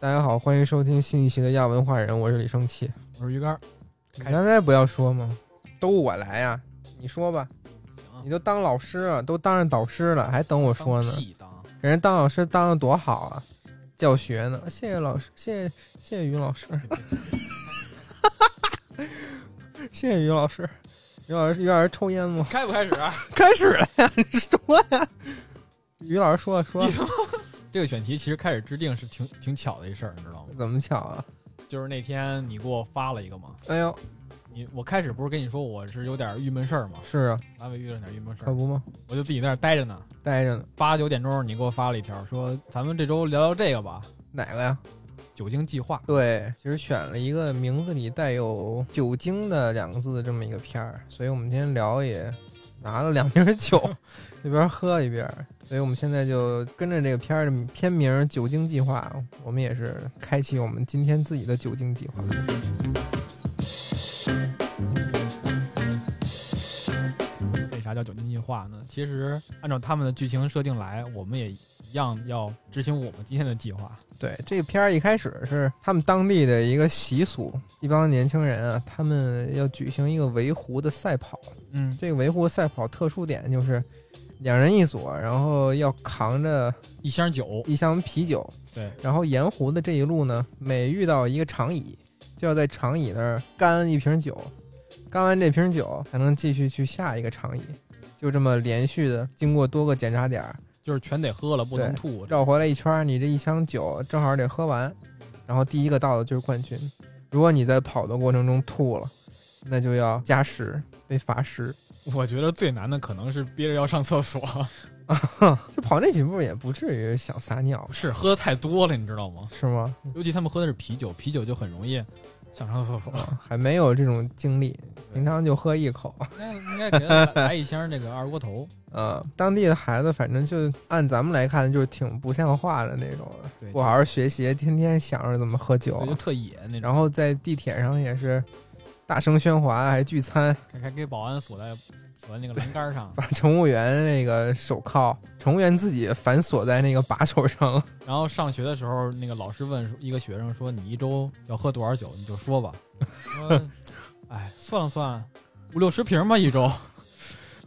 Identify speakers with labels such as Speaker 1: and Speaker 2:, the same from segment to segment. Speaker 1: 大家好，欢迎收听新一期的亚文化人，我是李生气。
Speaker 2: 我是鱼竿儿，
Speaker 1: 你
Speaker 2: 开
Speaker 1: 刚才不要说吗？都我来呀、你说吧
Speaker 2: 行。
Speaker 1: 你都当老师了，都当上导师了，还等我说呢
Speaker 2: 当？屁当，
Speaker 1: 给人当老师当的多好啊，教学呢。谢谢老师，谢谢谢谢于老 师，谢谢于老师。于老师，于老师抽烟吗？
Speaker 2: 开不开始啊？
Speaker 1: 开始了呀，你说呀。于老师说说
Speaker 2: 你 这个选题其实开始制定是挺挺巧的一事儿，你知道吗？
Speaker 1: 怎么巧啊？
Speaker 2: 就是那天你给我发了一个嘛，
Speaker 1: 哎呦，
Speaker 2: 你我开始不是跟你说我是有点郁闷事儿嘛，
Speaker 1: 是啊，
Speaker 2: 难为遇到点郁闷事
Speaker 1: 可
Speaker 2: 儿，
Speaker 1: 不吗？
Speaker 2: 我就自己在那儿待着呢。
Speaker 1: 待着呢，
Speaker 2: 八九点钟你给我发了一条，说咱们这周聊聊这个吧，
Speaker 1: 哪个呀？
Speaker 2: 酒精计划。
Speaker 1: 对，其实选了一个名字里带有“酒精”的两个字的这么一个片儿，所以我们今天聊也拿了两瓶酒，一边喝一边，所以我们现在就跟着这个片儿的片名儿《酒精计划》，我们也是开启我们今天自己的酒精计划。
Speaker 2: 为啥叫酒精计划呢？其实按照他们的剧情设定来，我们也一样要执行我们今天的计划。
Speaker 1: 对，这个片儿一开始是他们当地的一个习俗，一帮年轻人啊，他们要举行一个围湖的赛跑。
Speaker 2: 嗯，
Speaker 1: 这个围湖赛跑特殊点就是两人一组，啊然后要扛着。
Speaker 2: 一箱酒，
Speaker 1: 一箱啤酒，
Speaker 2: 对，
Speaker 1: 然后沿湖的这一路呢，每遇到一个长椅，就要在长椅那儿干一瓶酒，干完这瓶酒才能继续去下一个长椅，就这么连续的经过多个检查点儿，
Speaker 2: 就是全得喝了，不能
Speaker 1: 对
Speaker 2: 吐。
Speaker 1: 绕回来一圈儿，你这一箱酒正好得喝完，然后第一个到的就是冠军。如果你在跑的过程中吐了，那就要加时，被罚时。
Speaker 2: 我觉得最难的可能是憋着要上厕所，
Speaker 1: 就跑那几步也不至于想撒尿
Speaker 2: 不，是喝的太多了，你知道吗？
Speaker 1: 是吗？
Speaker 2: 尤其他们喝的是啤酒，啤酒就很容易想上厕所。
Speaker 1: 还没有这种经历，平常就喝一口。
Speaker 2: 那应该给他来来一箱这个二锅头，
Speaker 1: 呃，当地的孩子，反正就按咱们来看，就是挺不像话的那种的，
Speaker 2: 对
Speaker 1: 不好好学习，天天想着怎么喝酒
Speaker 2: 对，就
Speaker 1: 啊，
Speaker 2: 特野那种，
Speaker 1: 然后在地铁上也是大声喧哗，还聚餐，
Speaker 2: 还还给保安锁在锁在那个栏杆上，
Speaker 1: 把乘务员那个手铐，乘务员自己反锁在那个把手上。
Speaker 2: 然后上学的时候，那个老师问一个学生说：“你一周要喝多少酒？你就说吧。”说：“哎，算了算，五六十瓶吧，一周啊，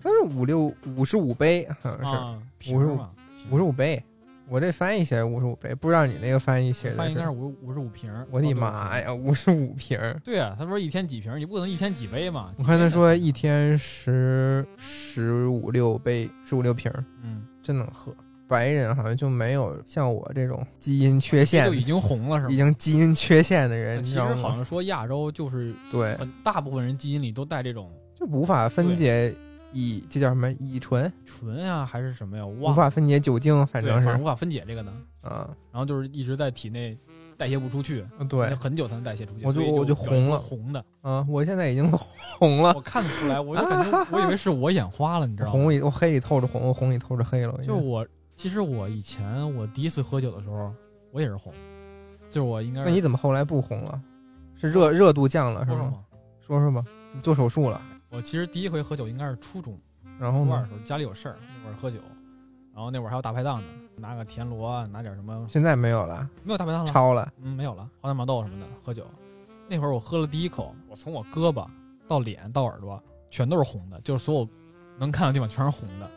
Speaker 1: 他是五六五十五杯，好像
Speaker 2: 啊瓶
Speaker 1: 55
Speaker 2: 嘛，
Speaker 1: 是五十五杯，我这翻译写五十五杯，不知道你那个翻译写
Speaker 2: 饭
Speaker 1: 的
Speaker 2: 应该是
Speaker 1: 是。
Speaker 2: 五五十五瓶。”
Speaker 1: 我的妈！呀，五十五瓶儿！
Speaker 2: 对啊，他说一天几瓶，你不可能一天几杯嘛。
Speaker 1: 我看他
Speaker 2: 几杯
Speaker 1: 说一天十十五六杯，十五六瓶儿。
Speaker 2: 的，嗯，
Speaker 1: 真能喝。白人好像就没有像我这种基因缺陷
Speaker 2: 就，已经红了是
Speaker 1: 已
Speaker 2: 吗？
Speaker 1: 经基因缺陷的人，哎你知
Speaker 2: 其实
Speaker 1: 道
Speaker 2: 好
Speaker 1: 吗？
Speaker 2: 像说亚洲就是
Speaker 1: 对，
Speaker 2: 很大部分人基因里都带这种
Speaker 1: 就无法分解乙，这叫什么乙醇，
Speaker 2: 醇呀、啊还是什么呀，我
Speaker 1: 无
Speaker 2: 忘了，
Speaker 1: 法分解酒精，反
Speaker 2: 对，
Speaker 1: 正
Speaker 2: 反
Speaker 1: 是
Speaker 2: 正无法分解这个呢。
Speaker 1: 啊，
Speaker 2: 然后就是一直在体内代谢不出去，
Speaker 1: 对
Speaker 2: 很久才能代谢出去，
Speaker 1: 我就
Speaker 2: 所以
Speaker 1: 我就
Speaker 2: 就
Speaker 1: 红了
Speaker 2: 红的。
Speaker 1: 啊，我现在已经红了，
Speaker 2: 我看得出来，我就 感觉我以为是我眼花了，你知道
Speaker 1: 红
Speaker 2: 吗？
Speaker 1: 里我黑里透着红，我红里透着黑了，我已
Speaker 2: 就是
Speaker 1: 经
Speaker 2: 我，其实我以前我第一次喝酒的时候，我也是红，就是我应该
Speaker 1: 那
Speaker 2: 是
Speaker 1: 你怎么后来不红了？是热热度降了是
Speaker 2: 说什
Speaker 1: 吗？
Speaker 2: 么？
Speaker 1: 说说吧，你做手术了，
Speaker 2: 我其实第一回喝酒应该是初中。
Speaker 1: 然后
Speaker 2: 初二的
Speaker 1: 呢？
Speaker 2: 时候家里有事儿，那会儿喝酒，然后那会儿还有大排档呢，拿个田螺啊，拿点什么，
Speaker 1: 现在没有了，
Speaker 2: 没有大排档了，
Speaker 1: 超了，
Speaker 2: 嗯，没有了，花生毛豆什么的喝酒。那会儿我喝了第一口，我从我胳膊到脸到耳朵全都是红的，就是所有能看的地方全是红的，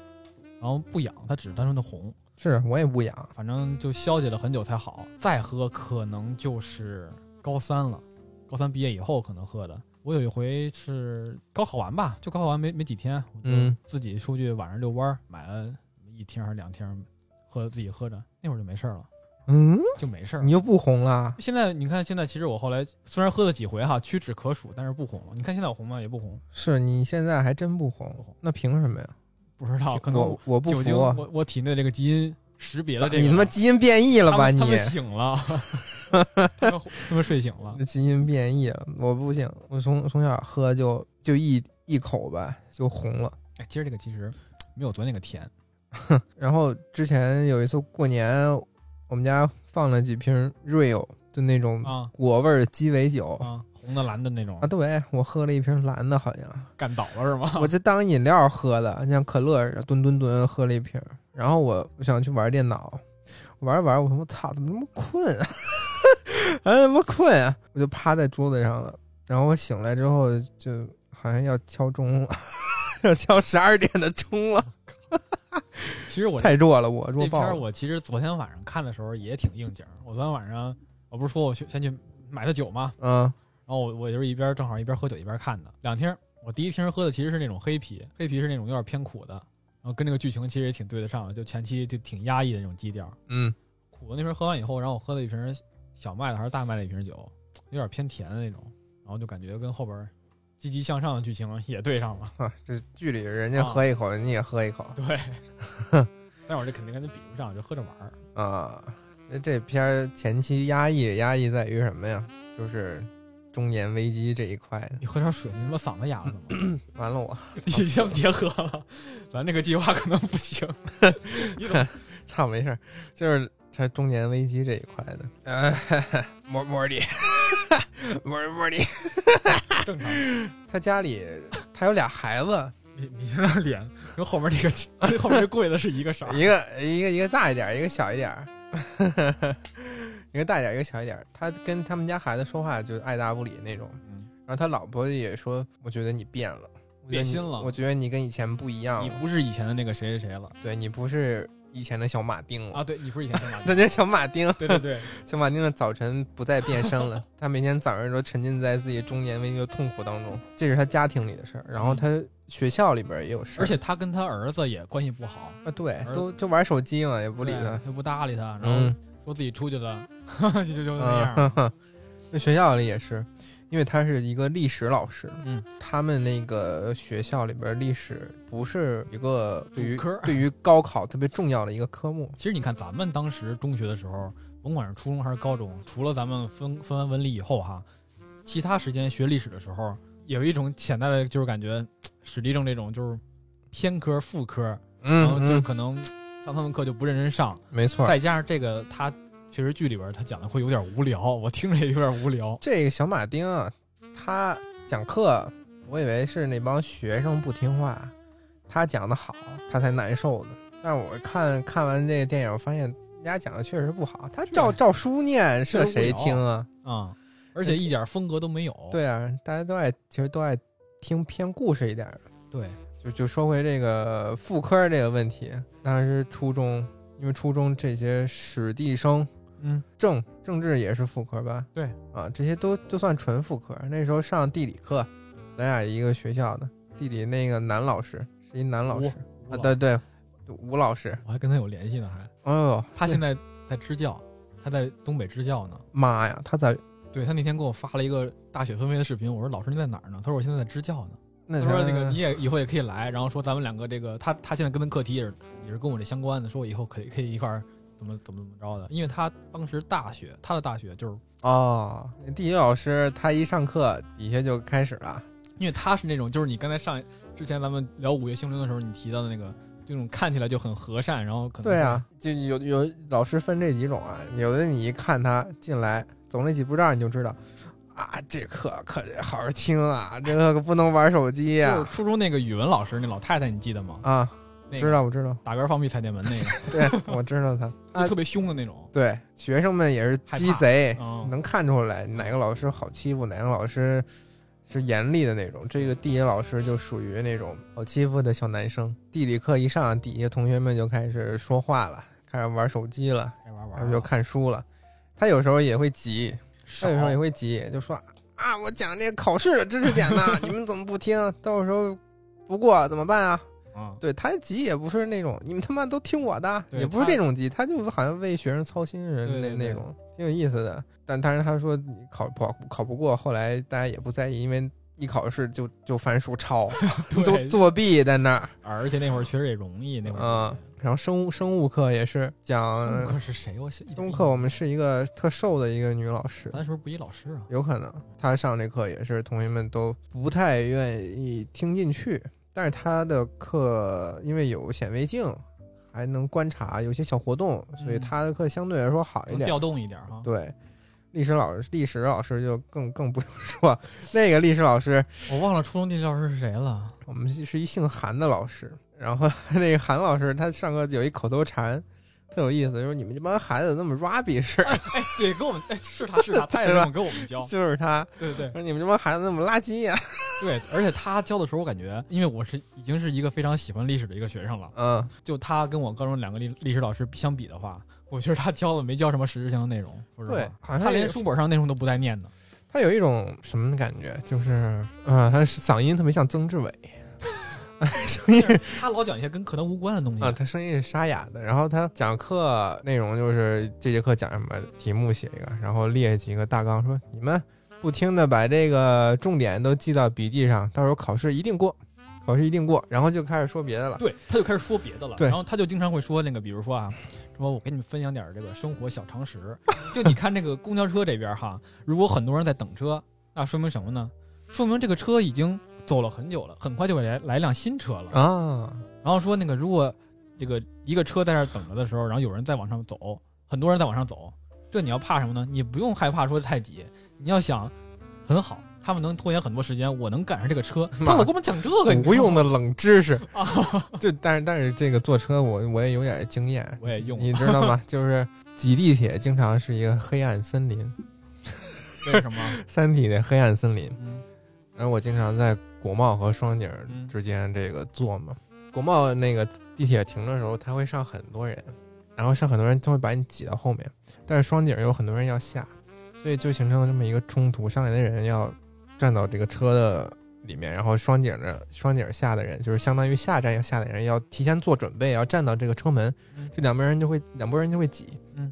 Speaker 2: 然后不痒，它只是单纯的红，
Speaker 1: 是我也不痒，
Speaker 2: 反正就消解了很久才好。再喝可能就是高三了，高三毕业以后可能喝的。我有一回是高考完吧，就高考完没没几天，我就
Speaker 1: 嗯
Speaker 2: 自己出去晚上遛弯儿，买了一听还是两听，喝自己喝着，那会儿就没事儿了，
Speaker 1: 嗯，
Speaker 2: 就没事儿了
Speaker 1: 你。又不红了，
Speaker 2: 现在你看，现在其实我后来虽然喝了几回哈，屈指可数，但是不红了。你看现在我红吗？也不红，
Speaker 1: 是你现在还真不
Speaker 2: 不
Speaker 1: 红
Speaker 2: 红，
Speaker 1: 那凭什么呀？
Speaker 2: 不 知道，可能
Speaker 1: 我我不
Speaker 2: 酒精，
Speaker 1: 服啊，
Speaker 2: 我我体内这个基因识别了这个，
Speaker 1: 你他妈基因变异了
Speaker 2: 他
Speaker 1: 吧
Speaker 2: 们
Speaker 1: 你
Speaker 2: 他？们醒了，他们 他们睡醒了。
Speaker 1: 这基因变异了，我不行，我从从小喝就就一一口吧就红了。
Speaker 2: 哎，今儿这个其实没有昨天那 个甜，
Speaker 1: 然后之前有一次过年，我们家放了几瓶 Rio，就那种
Speaker 2: 啊
Speaker 1: 果味儿鸡尾酒
Speaker 2: 啊，红的蓝的那种
Speaker 1: 啊，对我喝了一瓶蓝的，好像
Speaker 2: 干倒了是吗？
Speaker 1: 我就当饮料喝的，像可乐似的，吨吨吨喝了一瓶儿。然后我我想去玩电脑，玩着玩着，我他妈操，怎么那么困啊？ 哎，怎么困啊？我就趴在桌子上了。然后我醒来之后，就好像要敲钟了， 要敲十二点的钟了。
Speaker 2: 其实我这
Speaker 1: 太弱了，我弱
Speaker 2: 这片
Speaker 1: 爆
Speaker 2: 儿
Speaker 1: 了。
Speaker 2: 我其实昨天晚上看的时候也挺应景儿。我昨天晚上我不是说我去先去买的酒吗？
Speaker 1: 嗯
Speaker 2: 然后我我就是一边正好一边喝酒一边看的两听儿。我第一听儿喝的其实是那种黑啤，黑啤是那种有点偏苦的，然后跟这个剧情其实也挺对得上的，就前期就挺压抑的那种基调。
Speaker 1: 嗯，
Speaker 2: 苦的那瓶喝完以后，然后我喝了一瓶小麦的还是大麦的一瓶酒，有点偏甜的那种，然后就感觉跟后边儿积极向上的剧情 也对上了。
Speaker 1: 啊这剧里人家
Speaker 2: 啊
Speaker 1: 喝一口，你也喝一口
Speaker 2: 对，但是我这肯定跟他比不上，就喝着玩儿。
Speaker 1: 啊。这这片儿前期压抑压抑在于什么呀？就是中年危机这一块的。
Speaker 2: 你喝点水，你他妈嗓子哑了怎 么？
Speaker 1: 完了我，
Speaker 2: 你先别喝了，咱这个计划可能不行。你怎么
Speaker 1: 操，没事儿，就是他中年危机这一块的。呃，莫莫 里，莫莫里，
Speaker 2: 正常？
Speaker 1: 他家里他有俩孩子，
Speaker 2: 你你现在脸跟后面这个 跟后面这柜子是一个色儿。
Speaker 1: 一个一个一个大一点儿，一个小一点儿， 一个大一点儿，一个小一点儿。他跟他们家孩子说话就爱答不理那种。
Speaker 2: 嗯
Speaker 1: 然后他老婆也说：“我觉得你变了，我觉得
Speaker 2: 变
Speaker 1: 你
Speaker 2: 心了
Speaker 1: 我觉得你跟以前不一样
Speaker 2: 你
Speaker 1: 了，
Speaker 2: 不是以前的那个谁谁谁了
Speaker 1: 对你不是以前的小马丁了。
Speaker 2: 啊？对，你不是以前干嘛？
Speaker 1: 嗯 那叫小马丁，
Speaker 2: 对 对对，
Speaker 1: 小马丁的早晨不再变身 了。他每天早上都沉浸在自己中年危机的痛苦当中，这是他家庭里的事儿。然后他学校里边儿也有事儿，
Speaker 2: 嗯而且他跟他儿子也关系不好，
Speaker 1: 啊，对，
Speaker 2: 儿
Speaker 1: 都就玩手机嘛，也不理
Speaker 2: 对
Speaker 1: 他。
Speaker 2: 又不搭理他，然后
Speaker 1: 嗯，
Speaker 2: 说自己出去了， 就就那样。
Speaker 1: 啊， 那学校里也是，因为他是一个历史老师，
Speaker 2: 嗯，
Speaker 1: 他们那个学校里边历史不是一个对于
Speaker 2: 主科
Speaker 1: 对于高考特别重要的一个科目，
Speaker 2: 其实你看，咱们当时中学的时候，甭管是初中还是高中，除了咱们分分完文理以后哈，其他时间学历史的时候，有一种潜在的就是感觉，史地政这种就是偏科副科，然后
Speaker 1: 嗯
Speaker 2: 就
Speaker 1: 嗯，
Speaker 2: 可能上他们课就不认真上，
Speaker 1: 没错。
Speaker 2: 再加上这个他确实剧里边他讲的会有点无聊，我听着也有点无聊。
Speaker 1: 这个小马丁啊，他讲课，我以为是那帮学生不听话，他讲的好，他才难受呢。但是我看看完这个电影，我发现人家讲的确实不好，他照
Speaker 2: 对
Speaker 1: 照书念，
Speaker 2: 确
Speaker 1: 这
Speaker 2: 实无
Speaker 1: 谁
Speaker 2: 聊哦
Speaker 1: 听啊？
Speaker 2: 啊、而且一点风格都没有。
Speaker 1: 对啊，大家都爱，其实都爱听偏故事一点儿的。
Speaker 2: 对，
Speaker 1: 就就说回这个副科这个问题，当时初中，因为初中这些史地生
Speaker 2: 嗯，
Speaker 1: 政政治也是副科吧？
Speaker 2: 对
Speaker 1: 啊，这些都就算纯副科。那时候上地理课，咱俩一个学校的地理那个男老师是一男老师啊，对，对，吴老师。
Speaker 2: 我还跟他有联系呢，还
Speaker 1: 哎呦，
Speaker 2: 他现在在支教，他在东北支教呢。
Speaker 1: 妈呀，他在
Speaker 2: 对他那天给我发了一个大雪纷飞的视频，我说老师你在哪儿呢？他说我现在在支教呢。
Speaker 1: 那
Speaker 2: 他说那个
Speaker 1: 咱
Speaker 2: 你也以后也可以来，然后说咱们两个这个他他现在跟的课题也是也是跟我这相关的，说我以后可以可以一块儿怎么怎么怎么着的，因为他当时大学他的大学就是
Speaker 1: 哦，那地理老师他一上课底下就开始了。
Speaker 2: 因为他是那种就是你刚才上之前咱们聊午夜凶铃的时候你提到的那个这种看起来就很和善，然后可能
Speaker 1: 对 啊，就有有老师分这几种啊，有的你一看他进来走那几步道，你就知道啊，这课可得好好听啊，这个可不能玩手机
Speaker 2: 就
Speaker 1: 呀、
Speaker 2: 是初中那个语文老师那老太太你记得吗？
Speaker 1: 啊。
Speaker 2: 那
Speaker 1: 知
Speaker 2: 个
Speaker 1: 道我知道，
Speaker 2: 打嗝放屁踩电门那个
Speaker 1: 对我知道他。 啊
Speaker 2: 就特别凶的那种，
Speaker 1: 对，学生们也是
Speaker 2: 害怕
Speaker 1: 鸡贼，
Speaker 2: 嗯
Speaker 1: 能看出来哪个老师好欺负，哪个老师是严厉的那种。这个地理老师就属于那种好欺负的小男生。地理课一上，底下同学们就开始说话了，开始玩手机了，
Speaker 2: 该玩玩
Speaker 1: 然
Speaker 2: 啊
Speaker 1: 后就看书了。他有时候也会急，
Speaker 2: 少
Speaker 1: 他有时候也会急，就说啊，我讲这考试的知识点 呢，你们怎么不听？到时候不过怎么办啊？
Speaker 2: 啊
Speaker 1: 对他急也不是那种你们他妈都听我的，
Speaker 2: 对
Speaker 1: 也不是
Speaker 2: 他
Speaker 1: 这种急，他就好像为学生操心似的
Speaker 2: 对
Speaker 1: 那
Speaker 2: 对对
Speaker 1: 那种，挺有意思的。但但是他说你考不好考不过，后来大家也不在意，因为一考试就就翻书 抄，就
Speaker 2: 对
Speaker 1: 作弊在那儿。
Speaker 2: 而且那会儿确实也容易，那会儿
Speaker 1: 嗯，然后生物生物课也是
Speaker 2: 中
Speaker 1: 讲
Speaker 2: 课是谁？我想一点
Speaker 1: 生物
Speaker 2: 印
Speaker 1: 啊课，
Speaker 2: 象
Speaker 1: 我们是一个特瘦的一个女老 师，
Speaker 2: 咱是不是不一老师啊？
Speaker 1: 有可能他上这课也是同学们都不太愿意听进去，但是他的课因为有显微镜，还能观察有些小活动，所以
Speaker 2: 嗯
Speaker 1: 他的课相对来说好一
Speaker 2: 能
Speaker 1: 点。
Speaker 2: 调动一点哈。
Speaker 1: 对，历史老师历史老师就更更不用说，那个历史老师
Speaker 2: 我忘了初中地理老师是谁 了。
Speaker 1: 我们是一姓韩的老师，然后那个韩老师他上课有一口头禅，特有意思，就是你们这帮孩子那么 rubbish，，
Speaker 2: 哎，对，给我们哎是他是他，他也这么给我们 教
Speaker 1: 就是他，
Speaker 2: 对对对
Speaker 1: 说你们这帮孩子那么垃圾呀、
Speaker 2: 对，而且他教的时候，我感觉，因为我是已经是一个非常喜欢历史的一个学生了，
Speaker 1: 嗯，
Speaker 2: 就他跟我高中两个历历史老师相比的话，我觉得他教的没教什么实质性的内容，说实
Speaker 1: 对
Speaker 2: 话，，
Speaker 1: 好像
Speaker 2: 他连
Speaker 1: 有
Speaker 2: 书本上内容都不带念的。
Speaker 1: 他有一种什么感觉，就是啊、他是嗓音特别像曾志伟，声音是
Speaker 2: 他老讲一些跟课堂无关的东西。
Speaker 1: 啊、他声音是沙哑的。然后他讲课内容就是这节课讲什么，题目写一个，然后列几个大纲，说你们不听的把这个重点都记到笔记上，到时候考试一定过，考试一定过。然后就开始说别的了。
Speaker 2: 对，他就开始说别的了。
Speaker 1: 对
Speaker 2: 然后他就经常会说那个，比如说啊，说我给你们分享点儿这个生活小常识。就你看这个公交车这边儿哈，如果很多人在等车，那说明什么呢？说明这个车已经走了很久了，很快就会来来一辆新车了。
Speaker 1: 啊，
Speaker 2: 然后说那个如果这个一个车在那儿等着的时候，然后有人在往上走，很多人在往上走，这你要怕什么呢？你不用害怕说太挤，你要想很好，他们能拖延很多时间，我能赶上这 个车。
Speaker 1: 妈
Speaker 2: 他老跟我们讲这 个，你知道吗
Speaker 1: 无 用的冷知识。
Speaker 2: 啊！
Speaker 1: 就但是但是这个坐车我我也有点经验，
Speaker 2: 我也用
Speaker 1: 你知道吗？ 就是挤地铁经常是一个黑暗森林，《
Speaker 2: 为什么？
Speaker 1: 三体》的黑暗森林。
Speaker 2: 嗯
Speaker 1: 然后我经常在国贸和双井之间这个坐嘛，国贸那个地铁停的时候，它会上很多人，然后上很多人，它会把你挤到后面，但是双井有很多人要下，所以就形成了这么一个冲突，上来的人要站到这个车的里面，然后双井的双井下的人就是相当于下站要下的人要提前做准备，要站到这个车门，
Speaker 2: 嗯
Speaker 1: 这两拨人就会两拨人就会挤，
Speaker 2: 嗯，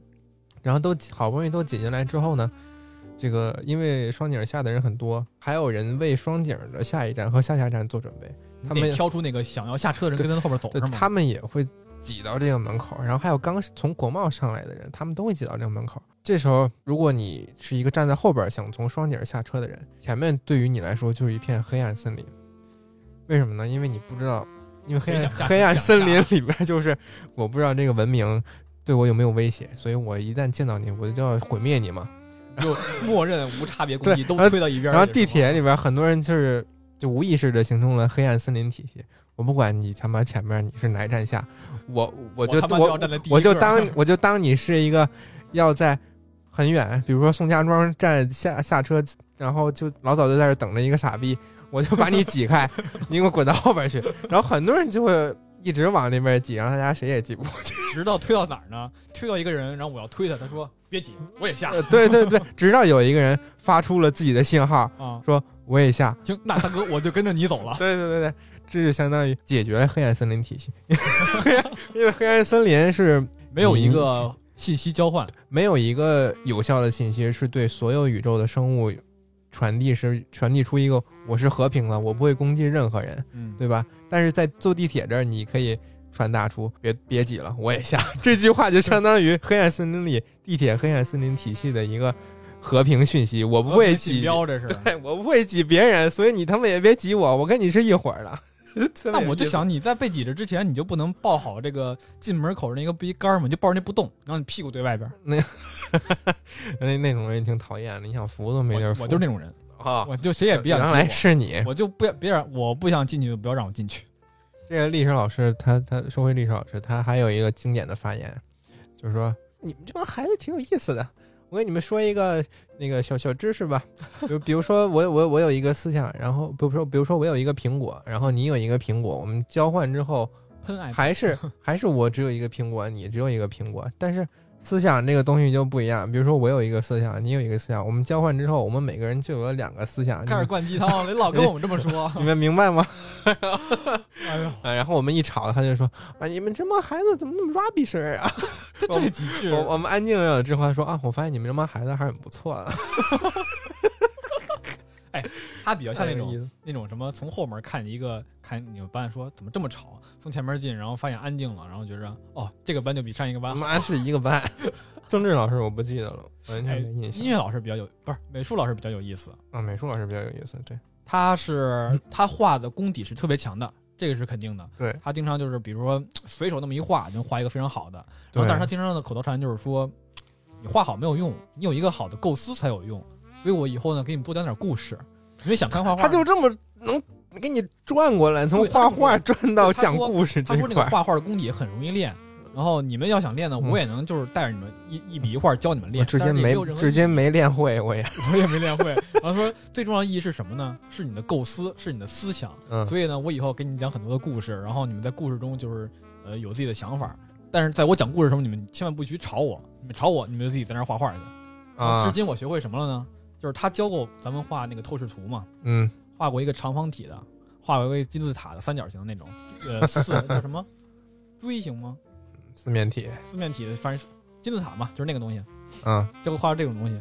Speaker 1: 然后都挤好不容易都挤进来之后呢，这个因为双井下的人很多，还有人为双井的下一站和下下站做准备，他
Speaker 2: 你
Speaker 1: 们
Speaker 2: 得挑出那个想要下车的人
Speaker 1: 对
Speaker 2: 跟他后边走
Speaker 1: 对
Speaker 2: 哦是吗？
Speaker 1: 他们也会挤到这个门口，然后还有刚从国贸上来的人，他们都会挤到这个门口。这时候，如果你是一个站在后边想从双井下车的人，前面对于你来说就是一片黑暗森林。为什么呢？因为你不知道，因为黑
Speaker 2: 谁
Speaker 1: 暗
Speaker 2: 想下
Speaker 1: 黑暗
Speaker 2: 谁
Speaker 1: 森
Speaker 2: 想下
Speaker 1: 林里边就是我不知道这个文明对我有没有威胁，所以我一旦见到你，我就要毁灭你嘛。
Speaker 2: 就默认无差别攻击，
Speaker 1: 对
Speaker 2: 都
Speaker 1: 然后
Speaker 2: 推到一边儿
Speaker 1: 然
Speaker 2: 去。
Speaker 1: 后地
Speaker 2: 是
Speaker 1: 铁里边很多人就是就无意识的形成了黑暗森林体系。我不管你他妈前面你是哪一站下，我我就
Speaker 2: 我他妈就要站在第一
Speaker 1: 我就
Speaker 2: 个
Speaker 1: 当我就当你是一个要在很远，比如说宋家庄站下下车，然后就老早就在这等着一个傻逼，我就把你挤开， 你给我滚到后边去。然后很多人就会一直往那边挤，然后大家谁也挤不过 去。
Speaker 2: 吧，直到推到哪儿呢？推到一个人，然后我要推他，他说别挤，我也下
Speaker 1: 呃对对对，直到有一个人发出了自己的信号，
Speaker 2: 啊。
Speaker 1: 说我也下，
Speaker 2: 行，那大哥我就跟着你走了。
Speaker 1: 对对对对，这就相当于解决了黑暗森林体系， 因为黑暗森林是
Speaker 2: 没有一
Speaker 1: 嗯
Speaker 2: 个信息交换，
Speaker 1: 没有一个有效的信息是对所有宇宙的生物传递，是传递出一个我是和平了，我不会攻击任何人，
Speaker 2: 嗯，
Speaker 1: 对吧？但是在坐地铁这儿，你可以传达出别别挤了，我也下这句话，就相当于黑暗森林里地铁黑暗森林体系的一个和平讯息，我不会挤。
Speaker 2: 标这是。
Speaker 1: 对， 我不会挤别人，所以你他妈也别挤我，我跟你是一伙儿的。特 别
Speaker 2: 但
Speaker 1: 有
Speaker 2: 我就
Speaker 1: 意思
Speaker 2: 想，你在被挤着之前，你就不能抱好这个进门口那个逼杆儿嘛，你就抱着那不动，然后你屁股对外边儿。
Speaker 1: 那那种人挺讨厌的，你想扶都没地儿扶。
Speaker 2: 我我就是那种人，
Speaker 1: 啊，
Speaker 2: 我就谁也别想
Speaker 1: 原来
Speaker 2: 挤
Speaker 1: 是你
Speaker 2: 我，。我就不要别让我不想进去，就不要让我进去。
Speaker 1: 这个历史老师，他他说回历史老师，他还有一个经典的发言，就是说你们这帮孩子挺有意思的。我给你们说一个那个小小知识吧，就比如说我我我有一个思想，然后比如说比如说我有一个苹果，然后你有一个苹果，我们交换之后，
Speaker 2: 喷爱
Speaker 1: 还 是还是我只有一个苹果，你只有一个苹果，但是思想这个东西就不一样。比如说我有一个思想，你有一个思想，我们交换之后，我们每个人就有了两个思想。你
Speaker 2: 开始
Speaker 1: 们
Speaker 2: 灌鸡汤，你老跟我们这么说。
Speaker 1: 你们明白吗？
Speaker 2: 哎呦，
Speaker 1: 啊然后我们一吵，他就说啊，你们这帮孩子怎么那么 rubbish 啊？
Speaker 2: 这这几句，
Speaker 1: 我我们安静了之后，他说啊，我发现你们这帮孩子还是很不错啊的，
Speaker 2: 他比较像那
Speaker 1: 哎有意
Speaker 2: 种
Speaker 1: 思
Speaker 2: 那种什么，从后门看一个看你们班说怎么这么吵，从前面进，然后发现安静了，然后觉着哦，这个班就比上一个班
Speaker 1: 他
Speaker 2: 好。
Speaker 1: 妈是一个班。 政治老师我不记得了，完
Speaker 2: 哎
Speaker 1: 全没印象
Speaker 2: 音。乐老师比较有，不是美术老师比较有意思。
Speaker 1: 啊，美术老师比较有意思，对，
Speaker 2: 他是他画的功底是特别强的，这个是肯定的。
Speaker 1: 嗯对
Speaker 2: 他经常就是比如说随手那么一画，就能画一个非常好的。然
Speaker 1: 对
Speaker 2: 后，哦但是他经常的口头禅就是说，你画好没有用，你有一个好的构思才有用。所以我以后呢，给你们多讲点故事，因为想看画画。
Speaker 1: 他就这么能给你转过来，从
Speaker 2: 对他
Speaker 1: 画
Speaker 2: 就
Speaker 1: 画转到
Speaker 2: 他
Speaker 1: 讲
Speaker 2: 说
Speaker 1: 故事这
Speaker 2: 他
Speaker 1: 一
Speaker 2: 说那个
Speaker 1: 块儿。
Speaker 2: 画画的功底很容易练，然后你们要想练呢，
Speaker 1: 嗯
Speaker 2: 我也能就是带着你们一一笔一画教你们
Speaker 1: 我
Speaker 2: 练，
Speaker 1: 至今
Speaker 2: 但是也
Speaker 1: 没
Speaker 2: 有任何
Speaker 1: 至今没练会，我也
Speaker 2: 我也没练会。然后说最重要的意义是什么呢？是你的构思，是你的思想。
Speaker 1: 嗯
Speaker 2: 所以呢，我以后给你讲很多的故事，然后你们在故事中就是呃有自己的想法。但是在我讲故事的时候，你们千万不许吵我，你们吵我，你们就自己在那儿画画去。至
Speaker 1: 啊
Speaker 2: 今我学会什么了呢？就是他教过咱们画那个透视图嘛，
Speaker 1: 嗯
Speaker 2: 画过一个长方体的，画过一个金字塔的三角形那种，呃，四叫什么锥形吗？
Speaker 1: 四嗯面体
Speaker 2: 四面体的，反正是金字塔嘛，就是那个东西，
Speaker 1: 啊
Speaker 2: 教我画这种东西，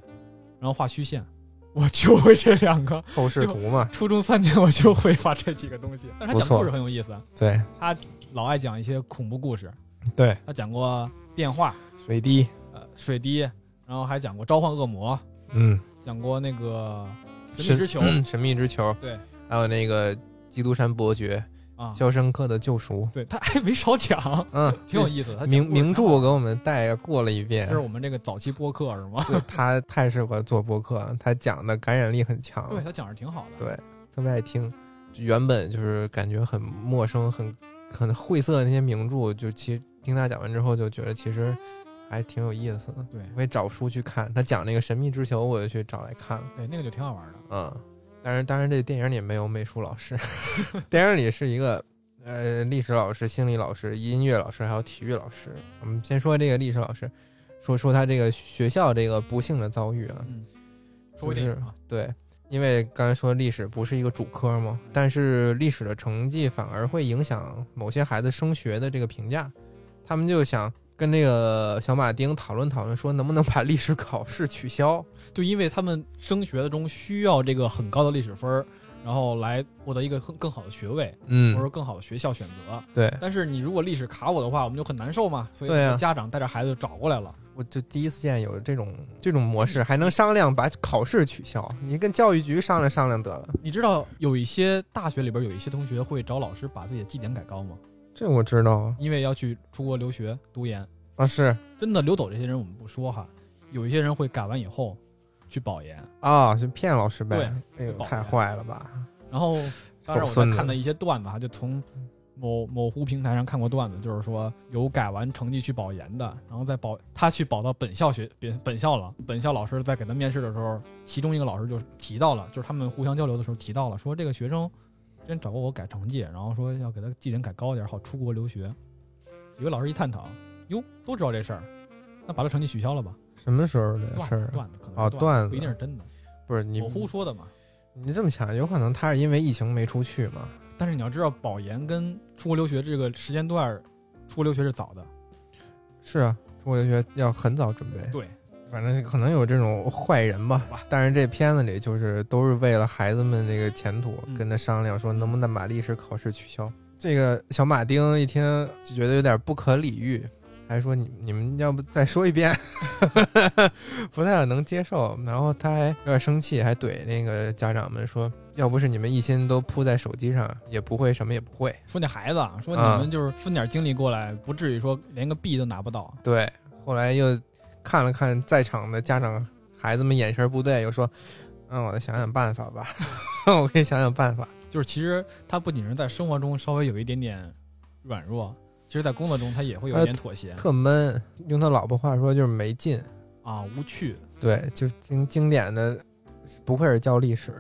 Speaker 2: 然后画虚线，我就会这两个。
Speaker 1: 透视图嘛，
Speaker 2: 初中三年我就会画这几个东西，但是他
Speaker 1: 不
Speaker 2: 讲
Speaker 1: 错
Speaker 2: 故事很有意思，啊
Speaker 1: 对
Speaker 2: 老爱讲一些恐怖故事，
Speaker 1: 对，
Speaker 2: 他讲过电话，
Speaker 1: 水滴，
Speaker 2: 呃，水滴，然后还讲过召唤恶魔，
Speaker 1: 嗯，
Speaker 2: 讲过那个神秘之球
Speaker 1: 嗯神秘之球，
Speaker 2: 对，
Speaker 1: 还有那个基督山伯爵，
Speaker 2: 啊，
Speaker 1: 《肖申克的救赎》，
Speaker 2: 对他还没少讲，
Speaker 1: 嗯，
Speaker 2: 挺有意思的。他讲
Speaker 1: 名
Speaker 2: 故事
Speaker 1: 名
Speaker 2: 挺好
Speaker 1: 著给我们带过了一遍
Speaker 2: 这，是我们这个早期播客是吗？
Speaker 1: 对他太适合做播客了，他讲的感染力很强，
Speaker 2: 对他讲的挺好的，
Speaker 1: 对特别爱听。原本就是感觉很陌生、很很晦涩的那些名著，就其实听他讲完之后，就觉得其实还挺有意思的。
Speaker 2: 对
Speaker 1: 我也找书去看，他讲那个《神秘之球》，我就去找来看了。
Speaker 2: 对，那个就挺好玩的。
Speaker 1: 嗯，当然，当然，这电影里没有美术老 师，电影里是一个呃历史老师、心理老师、音乐老师，还有体育老师。我们先说这个历史老师，说说他这个学校这个不幸的遭遇啊。
Speaker 2: 嗯，说回电影啊，
Speaker 1: 对，因为刚才说历史不是一个主科嘛，但是历史的成绩反而会影响某些孩子升学的这个评价。他们就想跟那个小马丁讨论讨论，说能不能把历史考试取消。
Speaker 2: 就因为他们升学的中需要这个很高的历史分儿，然后来获得一个更更好的学位，或者
Speaker 1: 嗯
Speaker 2: 说，更好的学校选择。
Speaker 1: 对，
Speaker 2: 但是你如果历史卡我的话，我们就很难受嘛。所
Speaker 1: 对
Speaker 2: 以
Speaker 1: 啊
Speaker 2: 家长带着孩子找过来了，
Speaker 1: 我就第一次见有这种这种模式，还能商量把考试取消。你跟教育局商量商量得了。
Speaker 2: 你知道有一些大学里边有一些同学会找老师把自己的绩点改高吗？
Speaker 1: 这我知道啊，
Speaker 2: 因为要去出国留学读研。
Speaker 1: 啊是
Speaker 2: 真的留斗这些人我们不说哈，有一些人会改完以后去保研，
Speaker 1: 啊，是骗老师呗？哎
Speaker 2: 对
Speaker 1: 呦，
Speaker 2: 保
Speaker 1: 太
Speaker 2: 研
Speaker 1: 坏了吧！
Speaker 2: 然后当
Speaker 1: 狗
Speaker 2: 时我在
Speaker 1: 孙子
Speaker 2: 看的一些段子哈，就从某某乎平台上看过段子，就是说有改完成绩去保研的，然后再保他去保到本校学本本校了，本校老师在给他面试的时候，其中一个老师就提到了，就是他们互相交流的时候提到了，说这个学生之前找过我改成绩，然后说要给他绩点改高点，好出国留学。几个老师一探讨，哟，都知道这事儿，那把这成绩取消了吧？
Speaker 1: 什么时候的
Speaker 2: 段
Speaker 1: 事
Speaker 2: 子
Speaker 1: 儿？
Speaker 2: 段子可能是
Speaker 1: 哦段子
Speaker 2: 不一定是真的，
Speaker 1: 不是你
Speaker 2: 我胡说的嘛。
Speaker 1: 你这么想，有可能他是因为疫情没出去嘛？
Speaker 2: 但是你要知道，保研跟出国留学这个时间段儿，出国留学是早的，
Speaker 1: 是啊，出国留学要很早准备。
Speaker 2: 对，
Speaker 1: 反正可能有这种坏人吧
Speaker 2: 哇。
Speaker 1: 但是这片子里就是都是为了孩子们这个前途，
Speaker 2: 嗯
Speaker 1: 跟他商量说能不能把历史考试取消。这个小马丁一听就觉得有点不可理喻，还说你你们要不再说一遍， 不太能接受。然后他还有点生气，还怼那个家长们说，要不是你们一心都扑在手机上，也不会什么也不会。
Speaker 2: 说那孩子啊，说
Speaker 1: 啊
Speaker 2: 你们就是分点精力过来，不至于说连个 B 都拿不到。
Speaker 1: 对，后来又看了看在场的家长孩子们眼神不对，又说：“嗯，我再想想办法吧， 我可以想想办法。
Speaker 2: 就是其实他不仅是在生活中稍微有一点点软弱，其实在工作中他也会有一点妥协”
Speaker 1: 特闷，用他老婆话说就是没劲。
Speaker 2: 啊，无趣。
Speaker 1: 对，就经经典的，不愧是教历史，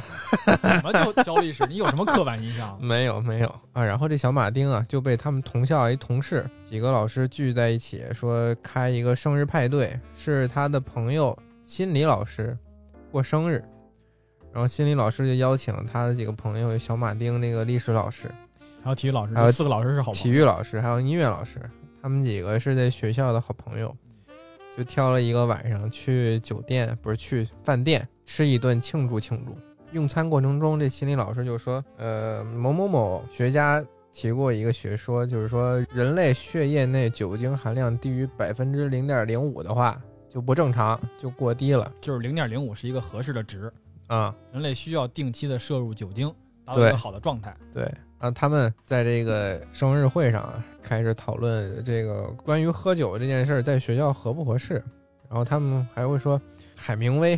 Speaker 2: 什么叫教历史？你有什么刻板印 象？
Speaker 1: 没有没有啊。然后这小马丁啊就被他们同校一同事几个老师聚在一起，说开一个生日派对，是他的朋友心理老师过生日，然后心理老师就邀请他的几个朋友，小马丁那个历史老师。
Speaker 2: 还有体育老师，
Speaker 1: 还有
Speaker 2: 这四个老师是好朋
Speaker 1: 体
Speaker 2: 友。
Speaker 1: 育老师还有音乐老师，他们几个是在学校的好朋友，就挑了一个晚上去酒店，不是去饭店吃一顿庆祝庆祝。用餐过程中，这心理老师就说：“呃，某某某学家提过一个学说，就是说人类血液内酒精含量低于百分之零点零五的话，就不正常，就过低了
Speaker 2: 就是零点零五是一个合适的值，
Speaker 1: 啊。
Speaker 2: 人类需要定期的摄入酒精，达到一
Speaker 1: 对
Speaker 2: 个好的状态。
Speaker 1: 对，啊，他们在这个生日会上啊开始讨论这个关于喝酒这件事儿在学校合不合适，然后他们还会说海明威，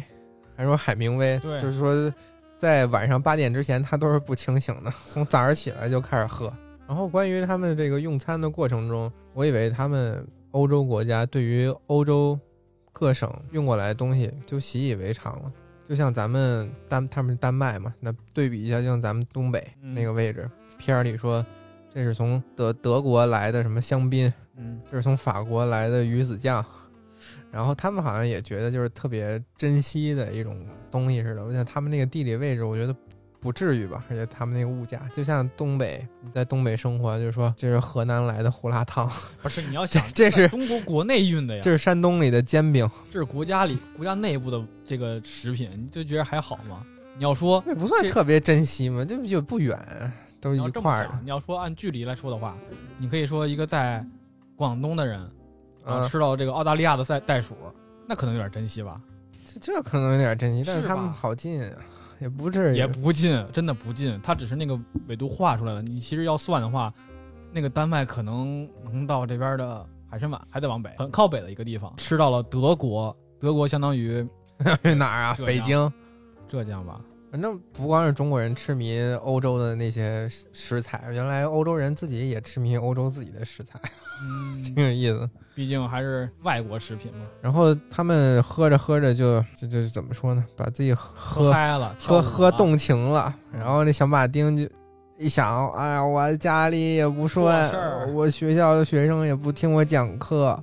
Speaker 1: 还说海明威，
Speaker 2: 对
Speaker 1: 就是说在晚上八点之前他都是不清醒的，从早上起来就开始喝，然后关于他们这个用餐的过程中，我以为他们欧洲国家对于欧洲各省运过来的东西就习以为常了，就像咱们丹他们是丹麦嘛，那对比一下，就像咱们东北
Speaker 2: 嗯
Speaker 1: 那个位置，片儿里说这是从德德国来的什么香槟，
Speaker 2: 嗯，
Speaker 1: 这是从法国来的鱼子酱，然后他们好像也觉得就是特别珍惜的一种东西似的。我想他们那个地理位置，我觉得不至于吧，而且他们那个物价，就像东北，你在东北生活，就是说这是河南来的胡辣汤，
Speaker 2: 不是你要想，
Speaker 1: 这是
Speaker 2: 中国国内运的呀，
Speaker 1: 这是山东里的煎饼，
Speaker 2: 这是国家里国家内部的这个食品，你就觉得还好吗？你要说
Speaker 1: 那不算
Speaker 2: 这
Speaker 1: 特别珍惜嘛，就也不远，都
Speaker 2: 你
Speaker 1: 是
Speaker 2: 要
Speaker 1: 一
Speaker 2: 这
Speaker 1: 块
Speaker 2: 么
Speaker 1: 儿的
Speaker 2: 想，你要说按距离来说的话，你可以说一个在广东的人，然后
Speaker 1: 啊。
Speaker 2: 吃到这个澳大利亚的袋袋鼠，那可能有点珍惜吧，
Speaker 1: 这这可能有点珍惜，但
Speaker 2: 是
Speaker 1: 是他们
Speaker 2: 吧
Speaker 1: 好近啊，也不至于。
Speaker 2: 也不近，真的不近，它只是那个纬度画出来的。你其实要算的话，那个丹麦可能能到这边的海参崴，还得往北，很靠北的一个地方，吃到了德国，德国相当于
Speaker 1: 去哪儿啊？
Speaker 2: 浙江
Speaker 1: 北京。
Speaker 2: 浙江吧，
Speaker 1: 反正不光是中国人痴迷欧洲的那些食食材，原来欧洲人自己也痴迷欧洲自己的食材，
Speaker 2: 嗯
Speaker 1: 挺有意思。
Speaker 2: 毕竟还是外国食品嘛，
Speaker 1: 然后他们喝着喝着就就就怎么说呢，把自己
Speaker 2: 喝
Speaker 1: 喝
Speaker 2: 嗨了，
Speaker 1: 喝
Speaker 2: 跳舞啊
Speaker 1: 喝
Speaker 2: 了，
Speaker 1: 动情了。
Speaker 2: 嗯
Speaker 1: 然后那小马丁就一想，哎呀，我家里也不顺
Speaker 2: 出了事儿，
Speaker 1: 我学校的学生也不听我讲课，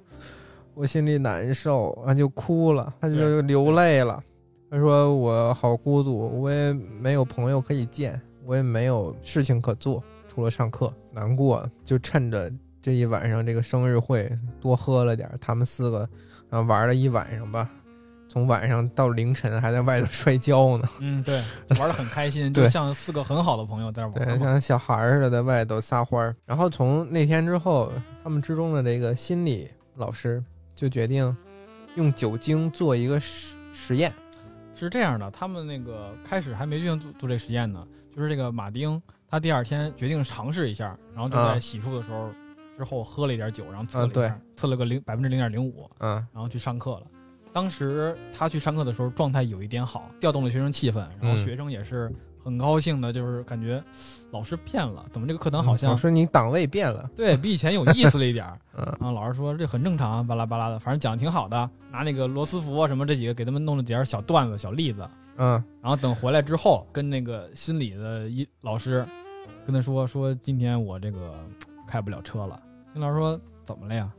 Speaker 1: 我心里难受，然后就哭了，他就
Speaker 2: 对
Speaker 1: 流泪了。他说：“我好孤独，我也没有朋友可以见，我也没有事情可做，除了上课，难过。就趁着这一晚上这个生日会多喝了点儿，他们四个啊玩了一晚上吧，从晚上到凌晨还在外头 摔跤呢。
Speaker 2: 嗯， 对，玩的很开心，
Speaker 1: 对
Speaker 2: 就像四个很好的朋友哦在那
Speaker 1: 对
Speaker 2: 玩，嘛，
Speaker 1: 像小孩儿似的在外头撒欢儿。然后从那天之后，他们之中的这个心理老师就决定用酒精做一个实实验。
Speaker 2: 是这样的，他们那个开始还没决定做做这实验呢，就是这个马丁他第二天决定尝试一下，然后就
Speaker 1: 啊
Speaker 2: 在洗漱的时候、之后喝了一点酒，然后测了一下，
Speaker 1: 啊
Speaker 2: 测了个零百分之零点零五，
Speaker 1: 嗯
Speaker 2: 然后去上课了。当时他去上课的时候状态有一点好，调动了学生气氛，然后
Speaker 1: 嗯
Speaker 2: 学生也是很高兴的，就是感觉老师变了，怎么这个课堂好像、
Speaker 1: 我嗯说你档位变了。
Speaker 2: 对比以前有意思了一点儿。
Speaker 1: 嗯
Speaker 2: 然后啊老师说这很正常啊，巴拉巴拉的，反正讲的挺好的，拿那个罗斯福啊什么这几个给他们弄了几点小段子、小例子。
Speaker 1: 嗯
Speaker 2: 然后等回来之后，跟那个心理的一老师跟他说说今天我这个开不了车了。新老师说怎么了呀？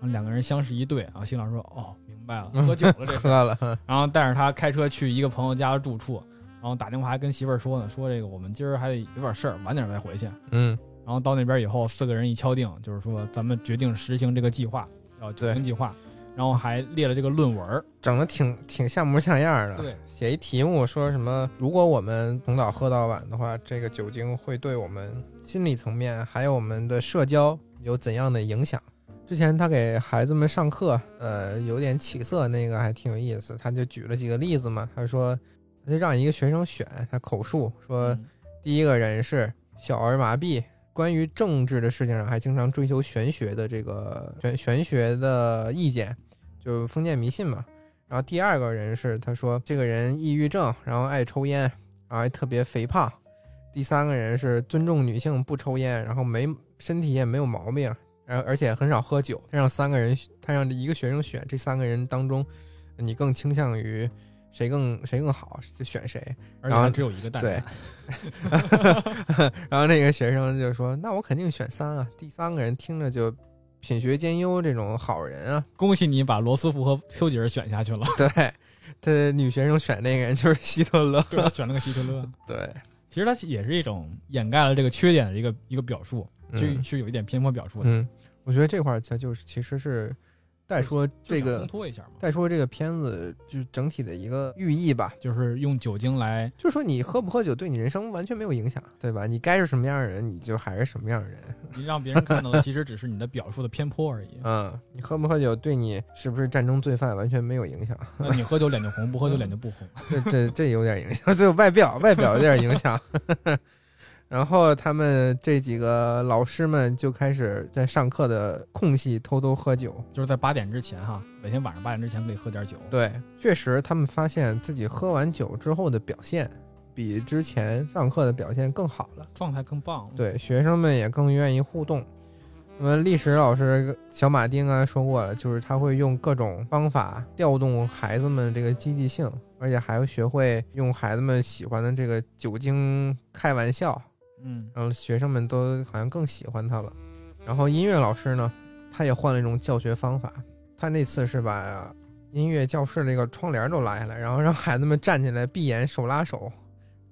Speaker 2: 然后两个人相视一对啊，新老师说哦明白了，喝酒了这是。
Speaker 1: 喝了。嗯
Speaker 2: 然后带着他开车去一个朋友家的住处，然后打电话还跟媳妇儿说呢，说这个我们今儿还得有点事儿，晚点再回去。
Speaker 1: 嗯，
Speaker 2: 然后到那边以后，四个人一敲定，就是说咱们决定实行这个计划，叫酒精计划，然后还列了这个论文儿，
Speaker 1: 整的挺挺像模像样的。
Speaker 2: 对，
Speaker 1: 写一题目说什么？如果我们从早喝到晚的话，这个酒精会对我们心理层面还有我们的社交有怎样的影响？之前他给孩子们上课，呃，有点起色，那个还挺有意思。他就举了几个例子嘛，他说，他就让一个学生选，他口述说，
Speaker 2: 嗯
Speaker 1: 第一个人是小儿麻痹，关于政治的事情上还经常追求玄学的这个玄玄学的意见，就封建迷信嘛。然后第二个人是他说这个人抑郁症，然后爱抽烟，然后还特别肥胖。第三个人是尊重女性，不抽烟，然后没身体也没有毛病，然后而且很少喝酒。他让三个人，他让一个学生选这三个人当中，你更倾向于谁更谁更好，就选谁。
Speaker 2: 而且
Speaker 1: 然后
Speaker 2: 还只有一个蛋。
Speaker 1: 对，然后那个学生就说：“那我肯定选三啊，第三个人听着就品学兼优这种好人啊。
Speaker 2: 恭喜你把罗斯福和丘吉尔选下去了，”
Speaker 1: 对，他女学生选那个人就是希特勒。
Speaker 2: 对，选了个希特勒。
Speaker 1: 对，
Speaker 2: 其实它也是一种掩盖了这个缺点的一个一个表述，是
Speaker 1: 嗯
Speaker 2: 是有一点偏颇表述的，
Speaker 1: 嗯，我觉得这块儿它就是其实是带出了
Speaker 2: 就
Speaker 1: 这
Speaker 2: 想
Speaker 1: 个
Speaker 2: 烘托一下嘛，
Speaker 1: 带出了这个片子就整体的一个寓意吧。
Speaker 2: 就是用酒精来
Speaker 1: 就是说，你喝不喝酒对你人生完全没有影响，对吧？你该是什么样的人，你就还是什么样的人。
Speaker 2: 你让别人看到的，其实只是你的表述的偏颇 而已。
Speaker 1: 嗯，你喝不喝酒对你是不是战争罪犯完全没有影响。
Speaker 2: 那你喝酒脸就红，不喝酒脸就不红。
Speaker 1: 这这这有点影响，对 外表外表有点影响。 然后他们这几个老师们就开始在上课的空隙偷偷喝酒。
Speaker 2: 就是在八点之前哈，每天晚上八点之前可以喝点酒。
Speaker 1: 对，确实他们发现自己喝完酒之后的表现比之前上课的表现更好了。
Speaker 2: 状态更棒。，
Speaker 1: 对，学生们也更愿意互动。那么历史老师小马丁刚才说过了，就是他会用各种方法调动孩子们这个积极性，而且还会学会用孩子们喜欢的这个酒精开玩笑，
Speaker 2: 嗯，
Speaker 1: 然后学生们都好像更喜欢他了。然后音乐老师呢，他也换了一种教学方法，他那次是把音乐教室那个窗帘都拉下来，然后让孩子们站起来闭眼手拉手，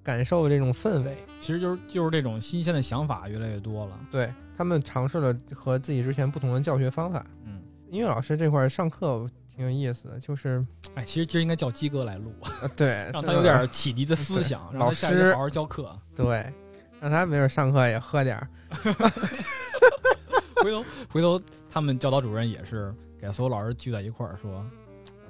Speaker 1: 感受这种氛围。
Speaker 2: 其实就是就是这种新鲜的想法越来越多了。
Speaker 1: 对他们尝试了和自己之前不同的教学方法。
Speaker 2: 嗯，
Speaker 1: 音乐老师这块儿上课挺有意思的，就是、
Speaker 2: 哎，其实今儿应该叫鸡哥来录，
Speaker 1: 呃、对，
Speaker 2: 让他有点启迪的思想，
Speaker 1: 对
Speaker 2: 让他下去
Speaker 1: 老师
Speaker 2: 好好教课。
Speaker 1: 对，让他没准上课也喝点儿。
Speaker 2: 回头 回头，他们教导主任也是给所有老师聚在一块儿说，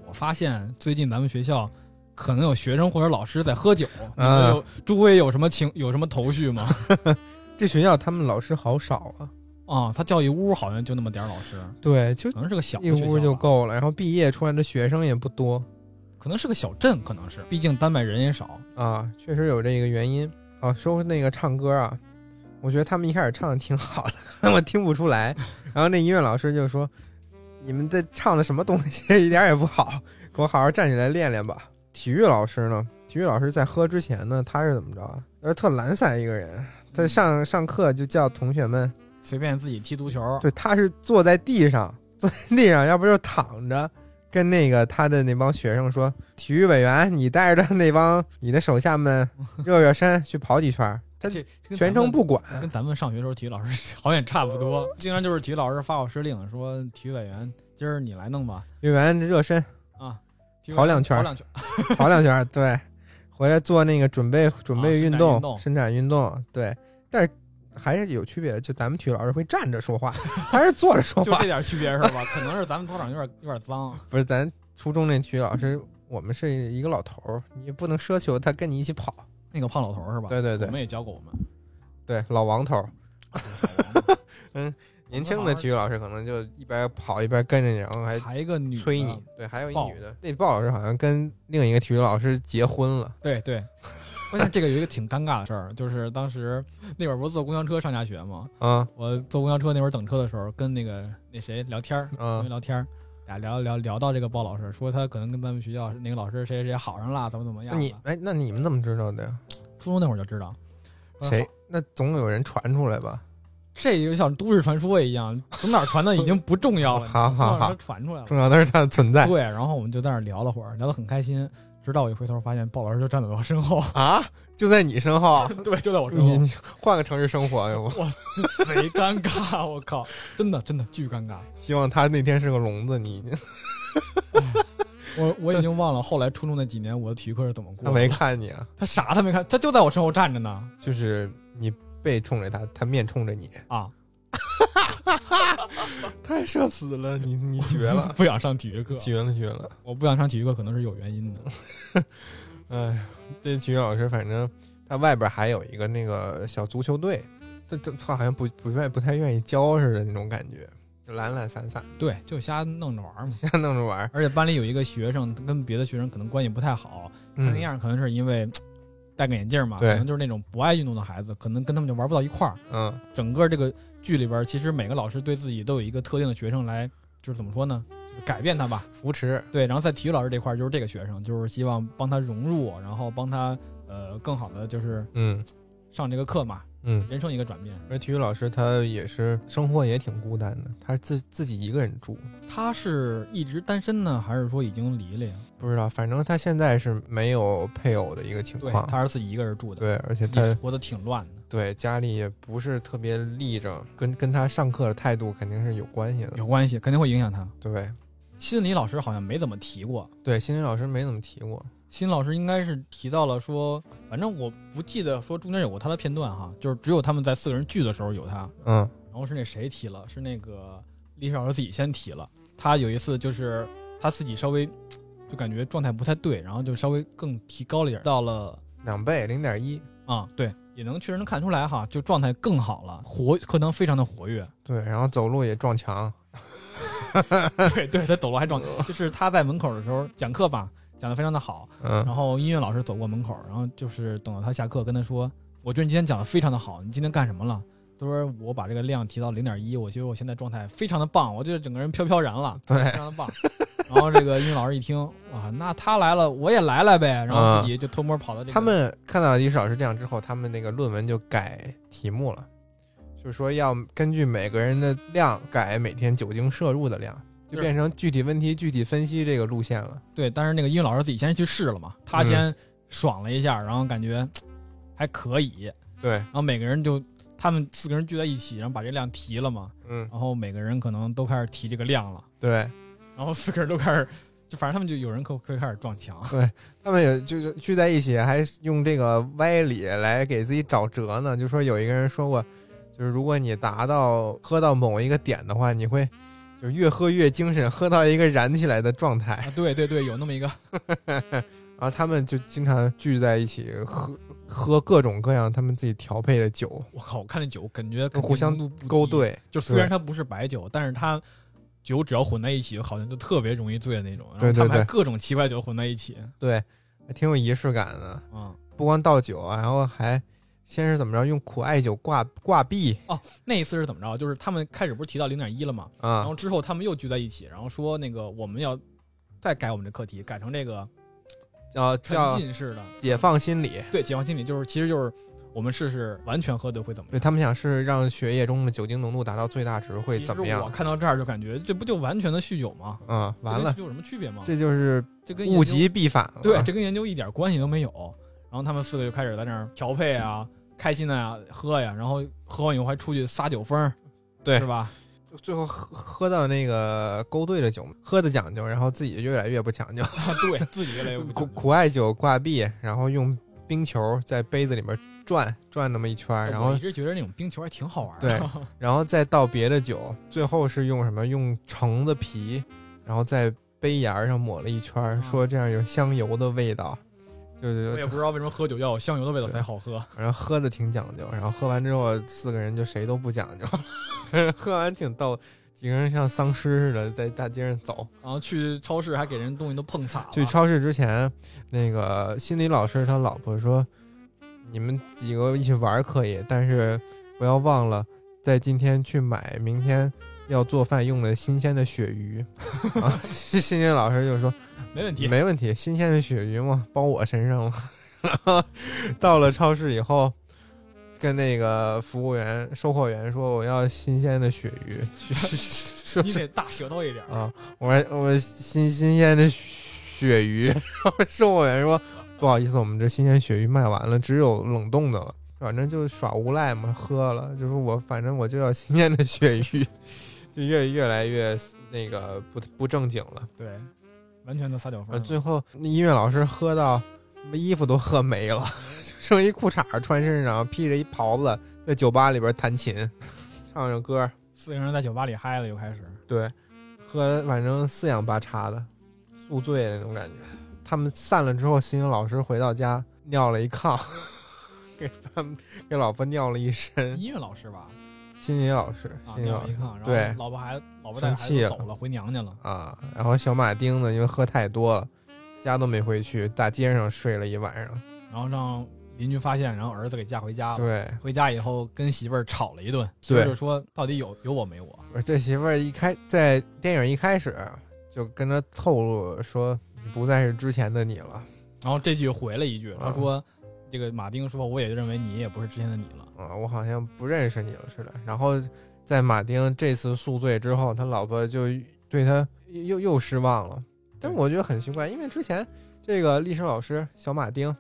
Speaker 2: 我发现最近咱们学校可能有学生或者老师在喝酒，你们
Speaker 1: 嗯
Speaker 2: 有诸位有什么情有什么头绪吗？
Speaker 1: 这学校他们老师好少啊，
Speaker 2: 啊，他叫一屋好像就那么点儿老师，
Speaker 1: 对，就
Speaker 2: 可能是个小的
Speaker 1: 一
Speaker 2: 学校啊
Speaker 1: 屋
Speaker 2: 吧
Speaker 1: 就，够了。然后毕业出来的学生也不多
Speaker 2: 可能是个小镇，可能是，毕竟丹麦人也少。
Speaker 1: 啊，确实有这个原因啊。说那个唱歌啊，我觉得他们一开始唱的挺好的， 我听不出来。然后那音乐老师就说：“你们这唱的什么东西， 一点儿也不好，给我好好站起来练练吧。”体育老师呢？体育老师在喝之前呢，他是怎么着啊？他特懒散一个人，他上上课就叫同学们，
Speaker 2: 随便自己踢足球，
Speaker 1: 对，他是坐在地上， 坐在地上，要不就躺着，跟那个他的那帮学生说，体育委员，你带着那帮你的手下们 热热身，去跑几圈儿，他
Speaker 2: 这这跟
Speaker 1: 全
Speaker 2: 咱们
Speaker 1: 程不管。
Speaker 2: 跟咱们上学的时候体育老师好像也差不多，经常就是体育老师发号施令说体育委员今儿你来弄吧
Speaker 1: 运动员热身，
Speaker 2: 啊，体育委员
Speaker 1: 跑两圈
Speaker 2: 跑两圈，
Speaker 1: 跑两 圈儿，对，回来做那个准备准备运动、
Speaker 2: 啊
Speaker 1: 伸展运动，对，但是还是有区别的，就咱们体育老师会站着说 话，他是坐着说
Speaker 2: 就
Speaker 1: 话
Speaker 2: 这，点区别是吧？ 可能是咱们操场有点有点脏，
Speaker 1: 不是咱初中那体育老师。我们是一个老头儿，你也不能奢求他跟你一起跑。
Speaker 2: 那个胖老头儿是吧？
Speaker 1: 对对对
Speaker 2: 我，们也教过我们。
Speaker 1: 对，老王头儿，年轻的体
Speaker 2: 去
Speaker 1: 育老师可能就一边跑一边跟着你，然后还
Speaker 2: 还一个女的
Speaker 1: 催你。，对，还有一
Speaker 2: 鲍
Speaker 1: 女的，那鲍老师好像跟另一个体育老师结婚了。
Speaker 2: 对对，关键这个有一个挺尴尬的事儿， 就是当时那会儿不是坐公交车上下学吗？
Speaker 1: 啊
Speaker 2: 我坐公交车那会儿等车的时候，跟那个那谁聊天儿，
Speaker 1: 啊
Speaker 2: 因为聊天儿，俩聊聊聊到这个鲍老师，说他可能跟咱们学校哪个老师谁谁谁好上了，怎么怎么
Speaker 1: 那
Speaker 2: 样了。
Speaker 1: 你哎，那你们怎么知道的呀？
Speaker 2: 初中那会儿就知道，呃
Speaker 1: 谁？那总有人传出来吧？
Speaker 2: 这就像都市传说一样，从哪儿传的已经不重要 了，
Speaker 1: 好好
Speaker 2: 重要
Speaker 1: 好
Speaker 2: 是它传出来了。
Speaker 1: 嗯重要的是它的存在
Speaker 2: 对，然后我们就在那儿聊了会儿，聊得很开心，直到我一回头发现鲍老师就站在我身后，
Speaker 1: 啊！就在你身后，啊
Speaker 2: 对，就在我身
Speaker 1: 你
Speaker 2: 后，
Speaker 1: 你换个城市生活，啊要不？
Speaker 2: 贼尴尬，我靠，真的真的巨尴尬。
Speaker 1: 希望他那天是个聋子，你
Speaker 2: 我我已经忘了后来初中那几年我的体育课是怎么过
Speaker 1: 他
Speaker 2: 的，
Speaker 1: 没看你啊，
Speaker 2: 他啥他没看，他就在我身后站着呢
Speaker 1: 就是你背冲着他，他面冲着你，
Speaker 2: 啊，，
Speaker 1: 太社死了，你你绝了
Speaker 2: 不想上体育课，
Speaker 1: 绝了绝了。
Speaker 2: 我不想上体育课可能是有原因的。
Speaker 1: 哎，这体育老师反正他外边还有一个那个小足球队，这这他好像不不愿不太愿意教似的那种感觉，就懒懒散 散，
Speaker 2: 对，就瞎弄着玩儿嘛。
Speaker 1: 瞎弄着玩儿。
Speaker 2: 而且班里有一个学生跟别的学生可能关系不太好，他那
Speaker 1: 嗯
Speaker 2: 样可能是因为嘖戴个眼镜嘛，可
Speaker 1: 对
Speaker 2: 能就是那种不爱运动的孩子，可能跟他们就玩不到一块儿。
Speaker 1: 嗯
Speaker 2: 整个这个剧里边儿，其实每个老师对自己都有一个特定的学生来，就是怎么说呢，就是改变他吧。
Speaker 1: 扶持，
Speaker 2: 对，然后在体育老师这块儿，就是这个学生，就是希望帮他融入，然后帮他呃更好的就是
Speaker 1: 嗯
Speaker 2: 上这个课嘛，
Speaker 1: 嗯。
Speaker 2: 人生一个转变。
Speaker 1: 而体育老师他也是生活也挺孤单的，他自自己一个人住，
Speaker 2: 他是一直单身呢，还是说已经离了呀？
Speaker 1: 不知道，反正他现在是没有配偶的一个情
Speaker 2: 对，
Speaker 1: 况。
Speaker 2: 他是自己一个人住的，
Speaker 1: 对，而且
Speaker 2: 自己
Speaker 1: 他
Speaker 2: 活得挺乱的。
Speaker 1: 对家里也不是特别立正，跟跟他上课的态度肯定是有关系的。
Speaker 2: 有关系，肯定会影响他。
Speaker 1: 对
Speaker 2: 心理老师好像没怎么提过，
Speaker 1: 对，心理老师没怎么提过，
Speaker 2: 心理老师应该是提到了说，反正我不记得说中间有过他的片段哈，就是只有他们在四个人聚的时候有他，
Speaker 1: 嗯，
Speaker 2: 然后是那谁提了，是那个历史老师自己先提了，他有一次就是他自己稍微就感觉状态不太对，然后就稍微更提高了一点，到了
Speaker 1: 两倍零点一，
Speaker 2: 啊、对，也能确实能看出来哈，就状态更好了，活课堂非常的活跃，
Speaker 1: 对，然后走路也撞墙，
Speaker 2: 对对，他走路还撞，就是他在门口的时候讲课吧，讲得非常的好。
Speaker 1: 嗯
Speaker 2: 然后音乐老师走过门口，然后就是等到他下课，跟他说：“我觉得你今天讲得非常的好，你今天干什么了？”他说：“我把这个量提到零点一，我觉得我现在状态非常的棒，我觉得整个人飘飘然了，非
Speaker 1: 对，
Speaker 2: 常的棒。”然后这个音乐老师一听，哇，那他来了，我也来来呗，然后自己就偷摸跑到这个
Speaker 1: 嗯他们看到李老师这样之后，他们那个论文就改题目了，就是说要根据每个人的量改每天酒精摄入的量，就变成具体问题具体分析这个路线了。
Speaker 2: 对，但是那个音乐老师自己先去试了嘛，
Speaker 1: 嗯
Speaker 2: 他先爽了一下，然后感觉嘖还可以，
Speaker 1: 对，
Speaker 2: 然后每个人就他们四个人聚在一起，然后把这量提了嘛，
Speaker 1: 嗯，
Speaker 2: 然后每个人可能都开始提这个量了，
Speaker 1: 对
Speaker 2: 然后四个人都开始，就反正他们就有人可可以开始撞墙，
Speaker 1: 他们也就是聚在一起，还用这个歪理来给自己找辙呢。就说有一个人说过，就是如果你达到喝到某一个点的话，你会就是越喝越精神，喝到一个燃起来的状态。
Speaker 2: 啊，对对对，有那么一个，
Speaker 1: 然后他们就经常聚在一起喝喝各种各样他们自己调配的酒，
Speaker 2: 我靠，我看那酒感觉
Speaker 1: 互相
Speaker 2: 度不低
Speaker 1: 勾，兑。
Speaker 2: 就虽然它不是白酒，但是它。酒只要混在一起，好像就特别容易醉的那种。然后
Speaker 1: 对对
Speaker 2: 他们还
Speaker 1: 对
Speaker 2: 各种奇怪酒混在一起，
Speaker 1: 对，还挺有仪式感的。
Speaker 2: 嗯，
Speaker 1: 不光倒酒啊，然后还先是怎么着，用苦艾酒挂挂壁
Speaker 2: 那一次是怎么着？就是他们开始不是提到零点一了嘛，然
Speaker 1: 啊
Speaker 2: 后，之后他们又聚在一起，然后说那个我们要再改我们的课题，改成这个
Speaker 1: 叫
Speaker 2: 沉
Speaker 1: 呃叫
Speaker 2: 浸式的，
Speaker 1: 解放心理。
Speaker 2: 对解放心理，就是其实就是我们试试完全喝醉会怎么
Speaker 1: 对
Speaker 2: 样。
Speaker 1: 他们想是让血液中的酒精浓度达到最大值会怎么
Speaker 2: 其实我
Speaker 1: 样？
Speaker 2: 看到这儿就感觉这不就完全的酗酒吗？
Speaker 1: 嗯，完
Speaker 2: 这跟
Speaker 1: 了
Speaker 2: 酗，酒有什么区别吗？
Speaker 1: 这啊就是
Speaker 2: 这跟研究
Speaker 1: 物极必反了。
Speaker 2: 对，这跟研究一点关系都没有。然后他们四个就开始在那儿调配啊，开心的呀、喝呀，然后喝完以后还出去撒酒疯儿，
Speaker 1: 对
Speaker 2: 是吧？
Speaker 1: 最后喝喝到那个勾兑的酒，喝的讲究，然后自己越来越不讲究。
Speaker 2: 啊对自己越来越不
Speaker 1: 苦
Speaker 2: 讲究
Speaker 1: 苦艾酒挂壁，然后用冰球在杯子里面转转那哦么一圈儿，然
Speaker 2: 我
Speaker 1: 后
Speaker 2: 一直觉得那种冰球还挺好玩儿 的。
Speaker 1: 对，然后再倒别的酒，最后是用什么？用橙子皮，然后在杯沿儿上抹了一圈儿，
Speaker 2: 啊
Speaker 1: 说这样有香油的味道，就
Speaker 2: 我
Speaker 1: 是
Speaker 2: 也不知道为什么喝酒要有香油的味道
Speaker 1: 对
Speaker 2: 才好喝。
Speaker 1: 反正喝的挺讲究。然后喝完之后，四个人就谁都不讲究， 喝完挺逗。几个人像丧尸似的在大街上走。
Speaker 2: 然后去超市还给人东西都碰洒了。
Speaker 1: 去超市之前，那个心理老师他老婆说：“你们几个一起玩儿可以，但是不要忘了在今天去买明天要做饭用的新鲜的鳕鱼。” 啊，心理老师就说
Speaker 2: 没 问：“题。
Speaker 1: 没问题，新鲜的鳕鱼嘛，包我身上了。”然后到了超市以后。跟那个服务员、售货员说我要新鲜的鳕 鱼，说
Speaker 2: 你得大舌头一点儿，
Speaker 1: 啊，我我新新鲜的鳕鱼， 然后售货员说不好意思，我们这新鲜鳕鱼卖完了，只有冷冻的了。反正就耍无赖嘛，喝了就是我，反正我就要新鲜的鳕鱼， 就越越来越那个不不正经了。
Speaker 2: 对，完全的撒酒疯
Speaker 1: 啊，
Speaker 2: 儿。
Speaker 1: 最后那音乐老师喝到衣服都喝没了， 就剩一裤衩儿穿身上，披着一袍子在酒吧里边弹琴，唱着歌儿，
Speaker 2: 四个人在酒吧里嗨了，又开始。
Speaker 1: 对，喝反正四仰八叉的，宿醉的那种感觉。他们散了之后，心理老师回到家尿了一炕， 给他们给老婆尿了一身。
Speaker 2: 音乐老师吧，
Speaker 1: 心理老师，
Speaker 2: 啊，
Speaker 1: 心理
Speaker 2: 尿
Speaker 1: 老
Speaker 2: 了
Speaker 1: 师
Speaker 2: 一炕，
Speaker 1: 对
Speaker 2: 然后老婆孩子，老婆带着孩
Speaker 1: 生气
Speaker 2: 子
Speaker 1: 了
Speaker 2: 走了，回娘家了。
Speaker 1: 啊，然后小马丁呢，因为喝太多了，家都没回去，大街上睡了一晚上。
Speaker 2: 然后让邻居发现，然后儿子给架回家了。
Speaker 1: 对，
Speaker 2: 回家以后跟媳妇儿吵了一顿，媳妇
Speaker 1: 对
Speaker 2: 儿就说到底有有我没我？
Speaker 1: 我这媳妇儿一开在电影一开始就跟他透露说，你不再是之前的你了。
Speaker 2: 然后这句回了一句，他
Speaker 1: 啊
Speaker 2: 说这个马丁说我也认为你也不是之前的你了。
Speaker 1: 啊，我好像不认识你了似的。然后在马丁这次宿醉之后，他老婆就对他又又失望了。但是我觉得很奇怪，因为之前这个历史老师小马丁，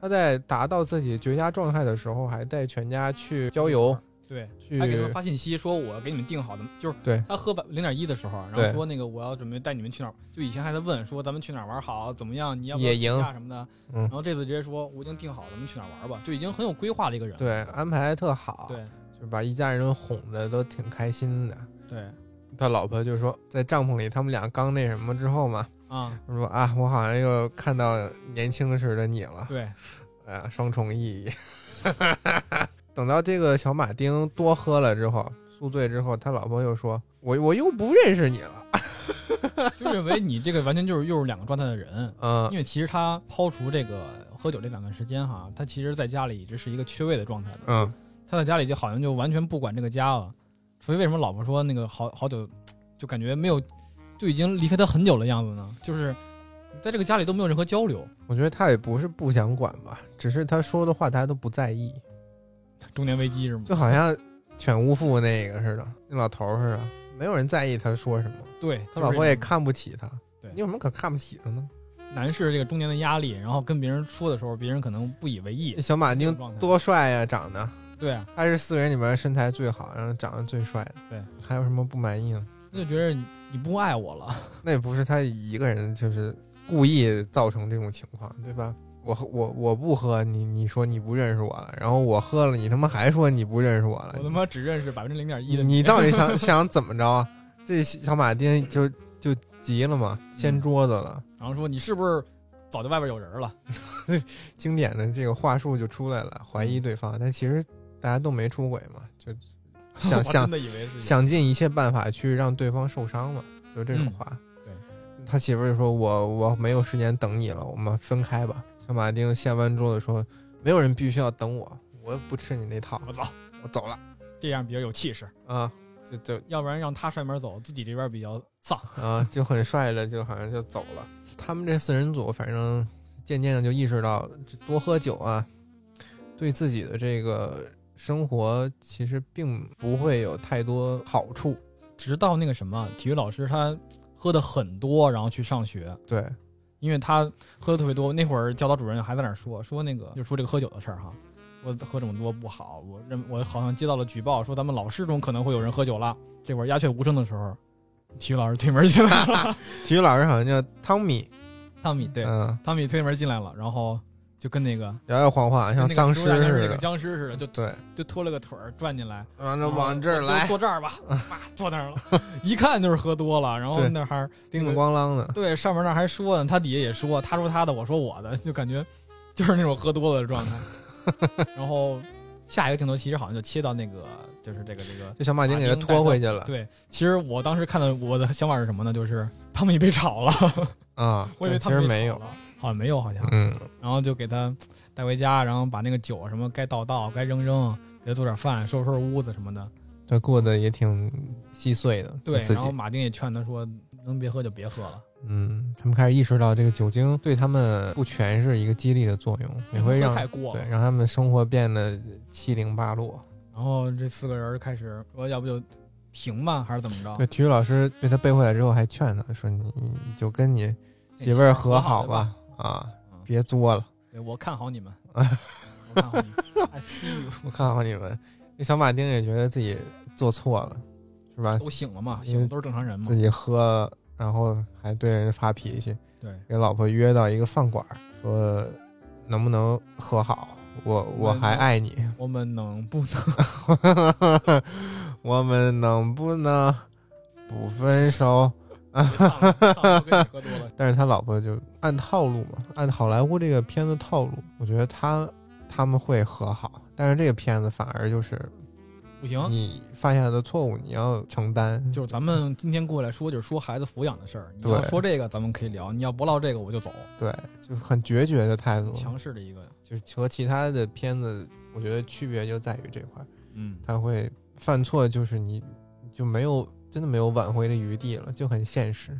Speaker 1: 他在达到自己绝佳状态的时候，还带全家去郊游，
Speaker 2: 对，
Speaker 1: 去
Speaker 2: 嗯还给他们发信息说，我给你们定好的，就是
Speaker 1: 对
Speaker 2: 他喝百零点一的时候，啊然后
Speaker 1: 对
Speaker 2: 说那个我要准备带你们去哪儿，就以前还在问说咱们去哪儿玩好，怎么样，你要不要
Speaker 1: 野营
Speaker 2: 请假什么的，
Speaker 1: 嗯
Speaker 2: 然后这次直接说我已经定好了，咱们去哪儿玩吧，就已经很有规划的一个人了，
Speaker 1: 对安排得特好，
Speaker 2: 对
Speaker 1: 就把一家人哄得都挺开心的。
Speaker 2: 对
Speaker 1: 他老婆就说，在帐篷里他们俩刚那什么之后嘛，
Speaker 2: 啊，
Speaker 1: 他说啊，我好像又看到年轻时的你了。
Speaker 2: 对，
Speaker 1: 呃，双重意义。 等到这个小马丁多喝了之后，宿醉之后，他老婆又说：“我我又不认识你了。”
Speaker 2: 就认为你这个完全就是又是两个状态的人。
Speaker 1: 嗯
Speaker 2: 因为其实他抛除这个喝酒这两段时间哈，他其实在家里一直是一个缺位的状态的。
Speaker 1: 嗯
Speaker 2: 他在家里就好像就完全不管这个家了，所以为什么老婆说那个好好久，就感觉没有，就已经离开他很久的样子呢？就是在这个家里都没有任何交流。
Speaker 1: 我觉得他也不是不想管吧，只是他说的话大家都不在意，
Speaker 2: 中年危机是吗？
Speaker 1: 就好像犬巫父那个似的，那老头儿似的，没有人在意他说什么，
Speaker 2: 对，
Speaker 1: 他老婆也，看不起他。
Speaker 2: 对
Speaker 1: 你有什么可看不起的呢？
Speaker 2: 男士这个中年的压力，然后跟别人说的时候，别人可能不以为意
Speaker 1: 这。小马丁多帅呀、长得
Speaker 2: 对啊，
Speaker 1: 他是四个人里面身材最好，然后长得最帅的。
Speaker 2: 对，
Speaker 1: 还有什么不满意呢？
Speaker 2: 他就觉得你你不爱我了。
Speaker 1: 那也不是他一个人，就是故意造成这种情况，对吧？我喝我我不喝，你你说你不认识我了，然后我喝了，你他妈还说你不认识我了，
Speaker 2: 我他妈只认识百分之零点
Speaker 1: 哎
Speaker 2: 一
Speaker 1: 你
Speaker 2: 的
Speaker 1: 你到底想 想怎么着啊？这小马丁就就急了嘛，
Speaker 2: 嗯
Speaker 1: 掀桌子了，
Speaker 2: 然后说你是不是早就外边有人了？
Speaker 1: 经典的这个话术就出来了，怀疑对方，但其实大家都没出轨嘛，就想
Speaker 2: 我
Speaker 1: 啊想
Speaker 2: 真的以为是有
Speaker 1: 想尽一切办法去让对方受伤嘛，就这种
Speaker 2: 嗯
Speaker 1: 话。
Speaker 2: 对，
Speaker 1: 他媳妇儿就说我我没有时间等你了，我们分开吧。小马丁掀完桌子说，没有人必须要等我，我不吃你那套，
Speaker 2: 我走，
Speaker 1: 我走了
Speaker 2: 这样比较有气势。
Speaker 1: 啊，就就
Speaker 2: 要不然让他摔门走，自己这边比较丧。
Speaker 1: 啊，就很帅的，就好像就走了。他们这四人组，反正渐渐的就意识到，这多喝酒啊，对自己的这个生活其实并不会有太多好处。
Speaker 2: 直到那个什么体育老师他喝的很多，然后去上学，
Speaker 1: 对，
Speaker 2: 因为他喝的特别多。那会儿教导主任还在那儿说说那个就说这个喝酒的事儿哈，说喝这么多不好。我认我好像接到了举报，说咱们老师中可能会有人喝酒了。这会儿鸦雀无声的时候，体育老师推门进来了，
Speaker 1: 体育老师好像叫汤米，
Speaker 2: 汤米对，
Speaker 1: 嗯，
Speaker 2: 汤米推门进来了，然后就跟那个
Speaker 1: 摇摇晃晃，像
Speaker 2: 跟那个
Speaker 1: 丧尸
Speaker 2: 植物大战
Speaker 1: 似
Speaker 2: 那个哦
Speaker 1: 的。
Speaker 2: 僵尸似的，就
Speaker 1: 对，
Speaker 2: 就拖了个腿儿转进来。
Speaker 1: 完了往这儿来，
Speaker 2: 坐坐这儿吧，啊，坐那 儿了，一看就是喝多了，然后
Speaker 1: 对
Speaker 2: 那还儿
Speaker 1: 叮了咣啷的。
Speaker 2: 对上面那儿还说呢，他底下也说，他说他的，我说我的，就感觉就是那种喝多了的 状态。然后下一个镜头其实好像就切到那个，就是这个这个，
Speaker 1: 这小马丁给他拖回去了
Speaker 2: 对，其实我当时看到我的想法是什么呢？就是他们也被炒了，
Speaker 1: 啊，
Speaker 2: 我以
Speaker 1: 但
Speaker 2: 为
Speaker 1: 其
Speaker 2: 他们
Speaker 1: 实
Speaker 2: 被
Speaker 1: 没
Speaker 2: 炒
Speaker 1: 有。
Speaker 2: 了，好像没有，好 像。
Speaker 1: 嗯，
Speaker 2: 然后就给他带回家，然后把那个酒什么该倒倒，该扔扔，给他做点饭，收拾收拾屋子什么的。
Speaker 1: 这过得也挺细碎的。
Speaker 2: 对，
Speaker 1: 自
Speaker 2: 然
Speaker 1: 己
Speaker 2: 后马丁也劝他说，能别喝就别喝了。
Speaker 1: 嗯，他们开始意识到这个酒精对他们不全是一个激励的作用，也会
Speaker 2: 嗯喝
Speaker 1: 让
Speaker 2: 太过
Speaker 1: 对
Speaker 2: 了。啊
Speaker 1: 让他们生活变得七零八落。
Speaker 2: 然后这四个人开始说，要不就停吧，还是怎么着
Speaker 1: 那？体育老师对他背回来之后还劝他说：“你你就跟你媳妇儿和好吧，啊，
Speaker 2: 嗯
Speaker 1: 别作了，
Speaker 2: 对我看好 你们，我看好你们，I see you。
Speaker 1: 我看好你们。”那小马丁也觉得自己做错了，是吧？
Speaker 2: 都醒了嘛，
Speaker 1: 因为
Speaker 2: 醒了都是正常人嘛
Speaker 1: 自。己喝了，然后还对人发脾气，
Speaker 2: 对，
Speaker 1: 给老婆约到一个饭馆儿，说能不能和好？我我还爱你，
Speaker 2: 我们能不能？
Speaker 1: 我们能不能不分手？
Speaker 2: 上了上了我跟你喝多了，
Speaker 1: 但是他老婆就按套路嘛，按好莱坞这个片子套路，我觉得他他们会和好，但是这个片子反而就是
Speaker 2: 不行。
Speaker 1: 你犯下的错误你要承担，
Speaker 2: 就是咱们今天过来说，就是说孩子抚养的事儿。你
Speaker 1: 对
Speaker 2: 要说这个，咱们可以聊；你要不唠这个，我就走。
Speaker 1: 对，就很决绝的态度，
Speaker 2: 强势的一个，
Speaker 1: 就是和其他的片子我觉得区别就在于这块儿，
Speaker 2: 嗯，
Speaker 1: 他会犯错，就是你你就没有真的没有挽回的余地了，就很现实。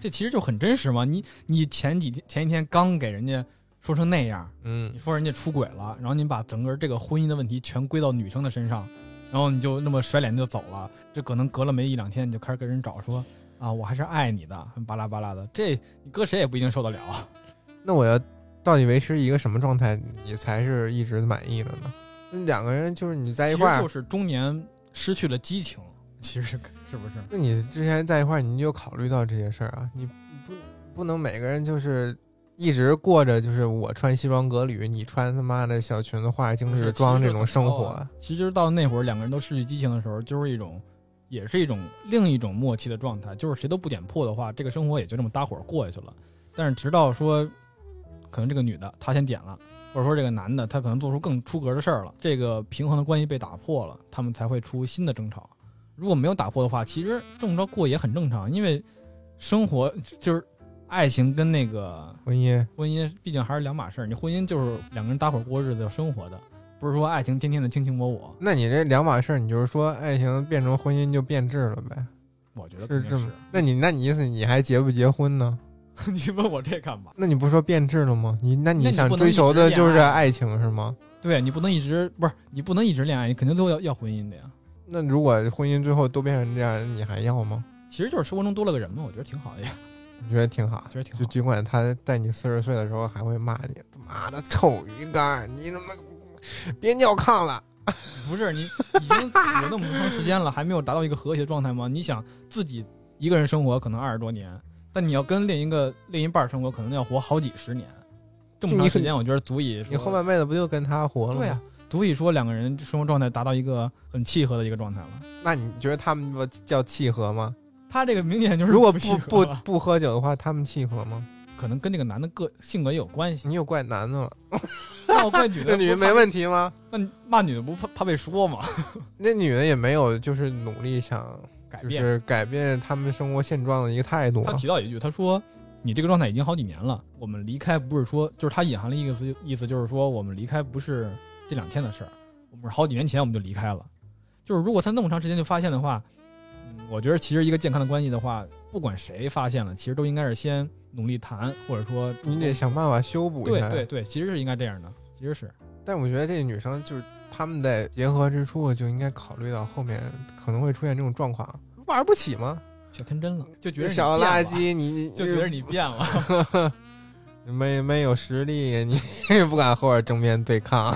Speaker 2: 这其实就很真实嘛。你你前几天前一天刚给人家说成那样，
Speaker 1: 嗯
Speaker 2: 你，说人家出轨了，然后你把整个这个婚姻的问题全归到女生的身上，然后你就那么甩脸就走了，这可能隔了没一两天，你就开始跟人找说啊，我还是爱你的，巴拉巴拉的，这你搁谁也不一定受得了。啊
Speaker 1: 那我要到底维持一个什么状态，你才是一直满意了呢？两个人就是你在一
Speaker 2: 其实
Speaker 1: 块儿
Speaker 2: 就，是中年失去了激情，其实是不是？
Speaker 1: 那你之前在一块儿，你就考虑到这些事儿啊，你不不能每个人就是一直过着就是我穿西装革履，你穿他妈的小裙子、化着精致妆这种生活。啊
Speaker 2: 其实到那会儿两个人都失去激情的时候，就是一种。也是一种另一种默契的状态，就是谁都不点破的话，这个生活也就这么搭伙儿过下去了。但是直到说，可能这个女的她先点了，或者说这个男的他可能做出更出格的事儿了，这个平衡的关系被打破了，他们才会出新的争吵。如果没有打破的话，其实这么着过也很正常，因为生活 就是爱情跟那个
Speaker 1: 婚姻
Speaker 2: 婚姻毕竟还是两码事儿。你婚姻就是两个人搭伙过日子生活的，不是说爱情天天的卿卿我我。
Speaker 1: 那你这两码事儿，你就是说爱情变成婚姻就变质了呗？
Speaker 2: 我觉得
Speaker 1: 是
Speaker 2: 肯
Speaker 1: 这
Speaker 2: 定
Speaker 1: 么
Speaker 2: 是。？
Speaker 1: 那你那你意思你还结不结婚呢？
Speaker 2: 你问我这干嘛？
Speaker 1: 那你不是说变质了吗？你那
Speaker 2: 那
Speaker 1: 你
Speaker 2: 你
Speaker 1: 想
Speaker 2: 不能
Speaker 1: 追
Speaker 2: 一直
Speaker 1: 求的
Speaker 2: 恋
Speaker 1: 就是
Speaker 2: 爱
Speaker 1: 爱情是吗？
Speaker 2: 对啊你不能一直不是你不能一直恋爱，你肯定最后要要婚姻的呀。
Speaker 1: 那如果婚姻最后都变成这样，你还要吗？
Speaker 2: 其实就是生活中多了个人嘛，我觉得挺好的呀。
Speaker 1: 你觉得挺好，
Speaker 2: 觉得挺好
Speaker 1: 就尽管他在你四十岁的时候还会骂你，他妈的臭鱼干儿，你他妈别尿炕了。
Speaker 2: 不是你已经处那么长时间了，还没有达到一个和谐状态吗？你想自己一个人生活可能二十多年，但你要跟另一个另一半生活，可能要活好几十年。这
Speaker 1: 就
Speaker 2: 么
Speaker 1: 你
Speaker 2: 长
Speaker 1: 很
Speaker 2: 时间，我觉得足以说
Speaker 1: 你后半辈子不就跟他活了吗？
Speaker 2: 对啊呀、足以说两个人生活状态达到一个很契合的一个状态了。
Speaker 1: 那你觉得他们不叫契合 吗？
Speaker 2: 他这个明显就是
Speaker 1: 如果
Speaker 2: 不契
Speaker 1: 不
Speaker 2: 合
Speaker 1: 不
Speaker 2: 了
Speaker 1: 不喝酒的话，他们契合吗？
Speaker 2: 可能跟这个男的个性格也有关系。
Speaker 1: 你有怪男的了，
Speaker 2: 那我怪女
Speaker 1: 那
Speaker 2: 的，
Speaker 1: 女的没问题吗？
Speaker 2: 那你骂女的不怕怕被说吗？
Speaker 1: 那女的也没有就是努力想
Speaker 2: 改
Speaker 1: 就
Speaker 2: 变。
Speaker 1: 是改变他们生活现状的一个态度啊
Speaker 2: 他
Speaker 1: 吗？
Speaker 2: 提到一句，他说：“你这个状态已经好几年了，我们离开不是说，就是他隐含了一个思意思，就是说我们离开不是这两天的事儿，我们是好几年前我们就离开了。就是如果他那么长时间就发现的话，嗯，我觉得其实一个健康的关系的话，不管谁发现了，其实都应该是先努力谈，或者说
Speaker 1: 你得想办法修补一
Speaker 2: 对
Speaker 1: 下。
Speaker 2: 对对，其实是应该这样的，其实是
Speaker 1: 但我觉得这女生就是他们在结合之初就应该考虑到后面可能会出现这种状况，玩不起吗？
Speaker 2: 小天真了，就觉得你
Speaker 1: 小
Speaker 2: 变
Speaker 1: 垃
Speaker 2: 了，
Speaker 1: 圾，你你
Speaker 2: 就觉得你变了。”
Speaker 1: 没没有实力，你 不敢和我正面对 抗，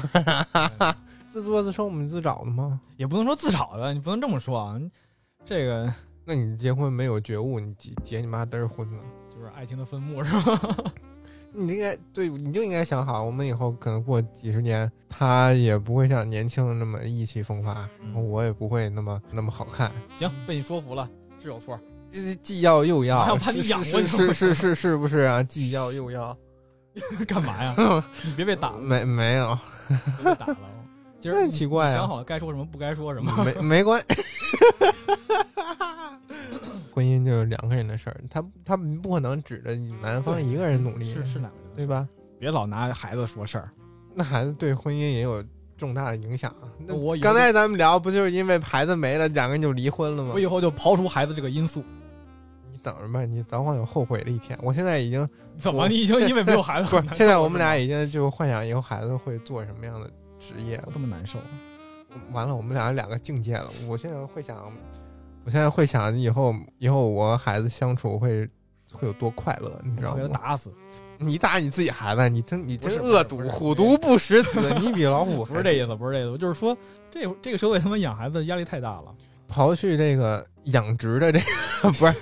Speaker 1: 自作自受，我们自找的吗？
Speaker 2: 也不能说自找的，你不能这么说啊。这个
Speaker 1: 那你结婚没有觉悟，你结结你妈嘚儿婚呢？
Speaker 2: 就是爱情的坟墓，是吧？
Speaker 1: 你应该对，你就应该想好，我们以后可能过几十年，他也不会像年轻那么意气风发，
Speaker 2: 嗯
Speaker 1: 然后我也不会那么那么好看。
Speaker 2: 行，被你说服了，是有错儿。
Speaker 1: 呃既要又
Speaker 2: 我还
Speaker 1: 要，
Speaker 2: 要把你
Speaker 1: 是
Speaker 2: 养
Speaker 1: 是
Speaker 2: 过去
Speaker 1: 是是是是不是啊？既要又 要，
Speaker 2: 干嘛呀？你别被打了，
Speaker 1: 没没有，
Speaker 2: 别被打了。今儿
Speaker 1: 那
Speaker 2: 你
Speaker 1: 奇怪啊
Speaker 2: 你想好了该说什么，不该说什么。
Speaker 1: 没没关。 婚姻就是两个人的事儿，他他不可能指着你男方一个人努力，
Speaker 2: 是是两个人的
Speaker 1: 对
Speaker 2: 事儿，
Speaker 1: 吧？
Speaker 2: 别老拿孩子说事儿。
Speaker 1: 那孩子对婚姻也有重大的影响啊。那
Speaker 2: 我以为
Speaker 1: 刚才咱们聊，不就是因为孩子没了，两个人就离婚了吗
Speaker 2: 我？以后就刨除孩子这个因素。
Speaker 1: 你等着吧，你早晚有后悔的一天。我现在已 经
Speaker 2: 怎么？
Speaker 1: 我
Speaker 2: 你已经因为没有 孩子
Speaker 1: 不
Speaker 2: 很
Speaker 1: 是
Speaker 2: 难，受
Speaker 1: 现
Speaker 2: 了
Speaker 1: 在我们俩已经就幻想以后孩子会做什么样的职业了
Speaker 2: 都。这么难受，啊
Speaker 1: 完了，我们俩两个境界了。我现在会想，我现在会想以后以后我和孩子相处会会有多快乐，你知道
Speaker 2: 我怕给他
Speaker 1: 吗？
Speaker 2: 打死。
Speaker 1: 你打你自己孩子，你真你
Speaker 2: 不
Speaker 1: 真
Speaker 2: 是
Speaker 1: 恶
Speaker 2: 不
Speaker 1: 毒
Speaker 2: 是，不是
Speaker 1: 虎毒不食子，你比老虎
Speaker 2: 不
Speaker 1: 还
Speaker 2: 是这意思，不是这意思，我就是说这这个社会他妈养孩子压力太大了，
Speaker 1: 刨去这个养殖的这个 不是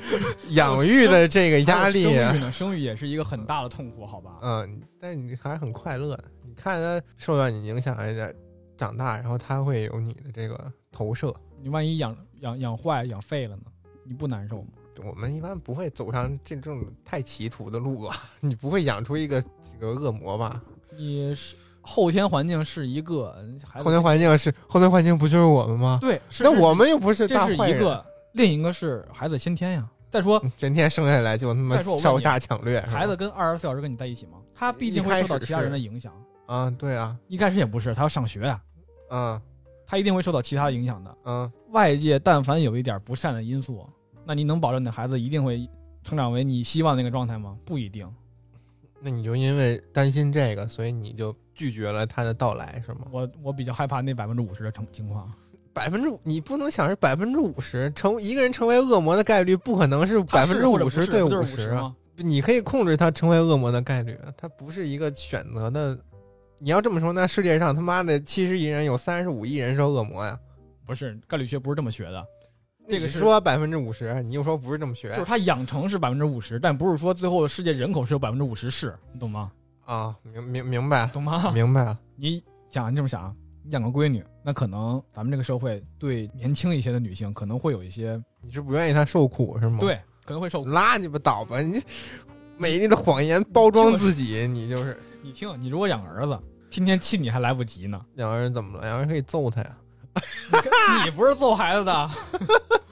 Speaker 1: 养育的这个压力，啊
Speaker 2: 还有生育呢，生育也是一个很大的痛苦，好吧？
Speaker 1: 嗯，但是你还是很快乐的。你看他受到你影响，哎而且长大，然后他会有你的这个投射。
Speaker 2: 你万一养养养坏、养废了呢？你不难受吗？
Speaker 1: 我们一般不会走上这种太歧途的路吧？你不会养出一个这个恶魔 吧？
Speaker 2: 你是后天环境是一个孩子
Speaker 1: 后天环境是后天环境不就是我们吗？
Speaker 2: 对，是
Speaker 1: 那
Speaker 2: 是
Speaker 1: 我们又不是
Speaker 2: 这
Speaker 1: 大
Speaker 2: 是
Speaker 1: 坏
Speaker 2: 一
Speaker 1: 人，嗯
Speaker 2: 个，另一个是孩子先天呀。再说，
Speaker 1: 整天生下来就他妈
Speaker 2: 再说我问
Speaker 1: 烧
Speaker 2: 你
Speaker 1: 杀抢掠，是吧
Speaker 2: 孩子跟二十四小时跟你在一起吗？他必定会受到其他人的影响。
Speaker 1: 啊，对啊，
Speaker 2: 一开始也不是，他要上学啊，
Speaker 1: 嗯
Speaker 2: 他一定会受到其他的影响的。
Speaker 1: 嗯，
Speaker 2: 外界但凡有一点不善的因素，那你能保证你的孩子一定会成长为你希望那个状态吗？不一定。
Speaker 1: 那你就因为担心这个，所以你就拒绝了他的到来，是吗？
Speaker 2: 我我比较害怕那百分之五十的成情况，
Speaker 1: 百分之五，你不能想是百分之五十成一个人成为恶魔的概率，不可能是百分之五十对
Speaker 2: 五
Speaker 1: 十啊。
Speaker 2: 吗？
Speaker 1: 你可以控制他成为恶魔的概率，他不是一个选择的。你要这么说，那世界上他妈的七十亿人有三十五亿人是恶魔呀？
Speaker 2: 不是，概率学不是这么学的。这个
Speaker 1: 你
Speaker 2: 是
Speaker 1: 说百分之五十，你又说不是这么学
Speaker 2: 就是它养成是百分之五十，但不是说最后世界人口是有百分之五十是，你懂吗？
Speaker 1: 啊？明明明白
Speaker 2: 懂吗
Speaker 1: 了，？明白了。
Speaker 2: 你想，你这么想，啊你养个闺女，那可能咱们这个社会对年轻一些的女性可能会有一些
Speaker 1: 你是不愿意他受苦是吗？，
Speaker 2: 对，可能会受。
Speaker 1: 拉你吧倒吧，你美丽的谎言包装自己，你就是
Speaker 2: 你听，你如果养儿子，天天气你还来不及呢。
Speaker 1: 两个人怎么了？两个人可以揍他呀。
Speaker 2: 你不是揍孩子的，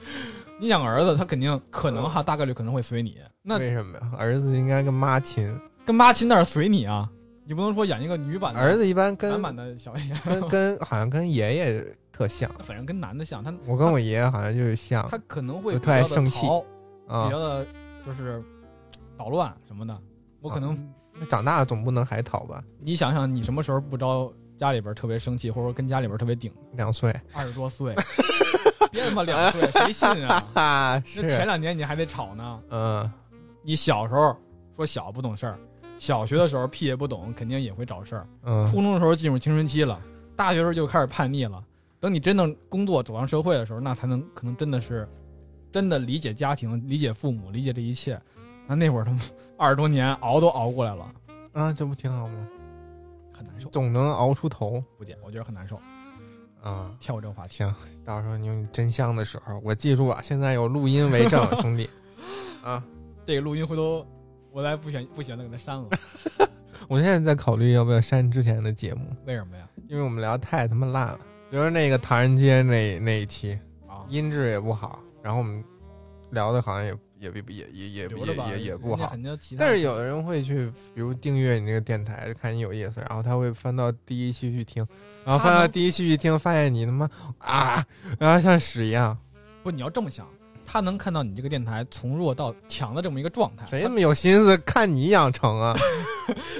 Speaker 2: 你养儿子，他肯定可能哈，大概率可能会随你。那
Speaker 1: 为什么呀？儿子应该跟妈亲，
Speaker 2: 跟妈亲那是随你啊，你不能说养一个女版的
Speaker 1: 儿子一般
Speaker 2: 男
Speaker 1: 跟
Speaker 2: 版的小爷，
Speaker 1: 跟跟好像跟爷爷特像，
Speaker 2: 反正跟男的像，他
Speaker 1: 我跟我爷爷好像就是像
Speaker 2: 他可能会
Speaker 1: 我
Speaker 2: 比
Speaker 1: 特爱
Speaker 2: 较的
Speaker 1: 啊生气
Speaker 2: 淘，
Speaker 1: 啊
Speaker 2: 比较。的就是捣乱什么的。我可能
Speaker 1: 啊那长大了总不能还讨吧？
Speaker 2: 你想想，你什么时候不招家里边特别生气，或者说跟家里边特别顶？
Speaker 1: 两岁，
Speaker 2: 二十多岁， 别他妈两岁，谁信啊？
Speaker 1: 哈
Speaker 2: 那前
Speaker 1: 是，
Speaker 2: 两年你还得吵呢。
Speaker 1: 嗯，
Speaker 2: 你小时候说小不懂事儿，小学的时候屁也不懂，肯定也会找事儿。
Speaker 1: 嗯，
Speaker 2: 初中的时候进入青春期了，大学时候就开始叛逆了。等你真正工作走上社会的时候，那才能可能真的是真的理解家庭、理解父母、理解这一切。那那会儿他们二十多年熬都熬过来了，
Speaker 1: 啊，这不挺好吗？
Speaker 2: 很难受，
Speaker 1: 总能熬出头
Speaker 2: 不见我觉得很难受。
Speaker 1: 啊！
Speaker 2: 跳过这个话题，
Speaker 1: 行，到时候你有你真相的时候，我记住啊，现在有录音 为证，兄弟。啊，
Speaker 2: 这个录音回头我来不选不选的给它删了，
Speaker 1: 我现在在考虑要不要删之前的节目，
Speaker 2: 为什么 呀？
Speaker 1: 因为我们聊得太他妈烂了，比如说那个唐人街那那一期，
Speaker 2: 啊，
Speaker 1: 音质也不好，然后我们聊的好像也也也也也也
Speaker 2: 留着吧，
Speaker 1: 也也不
Speaker 2: 人家
Speaker 1: 好。
Speaker 2: 肯定其他
Speaker 1: 但是有的人会去，比如订阅你这个电台，看你有意思，然后他会翻到第一期去听，然后翻到第一期去听，发现你他妈啊，然后像屎一样，
Speaker 2: 不，你要这么想，他能看到你这个电台从弱到强的这么一个状态，
Speaker 1: 谁他妈有心思看你养成啊？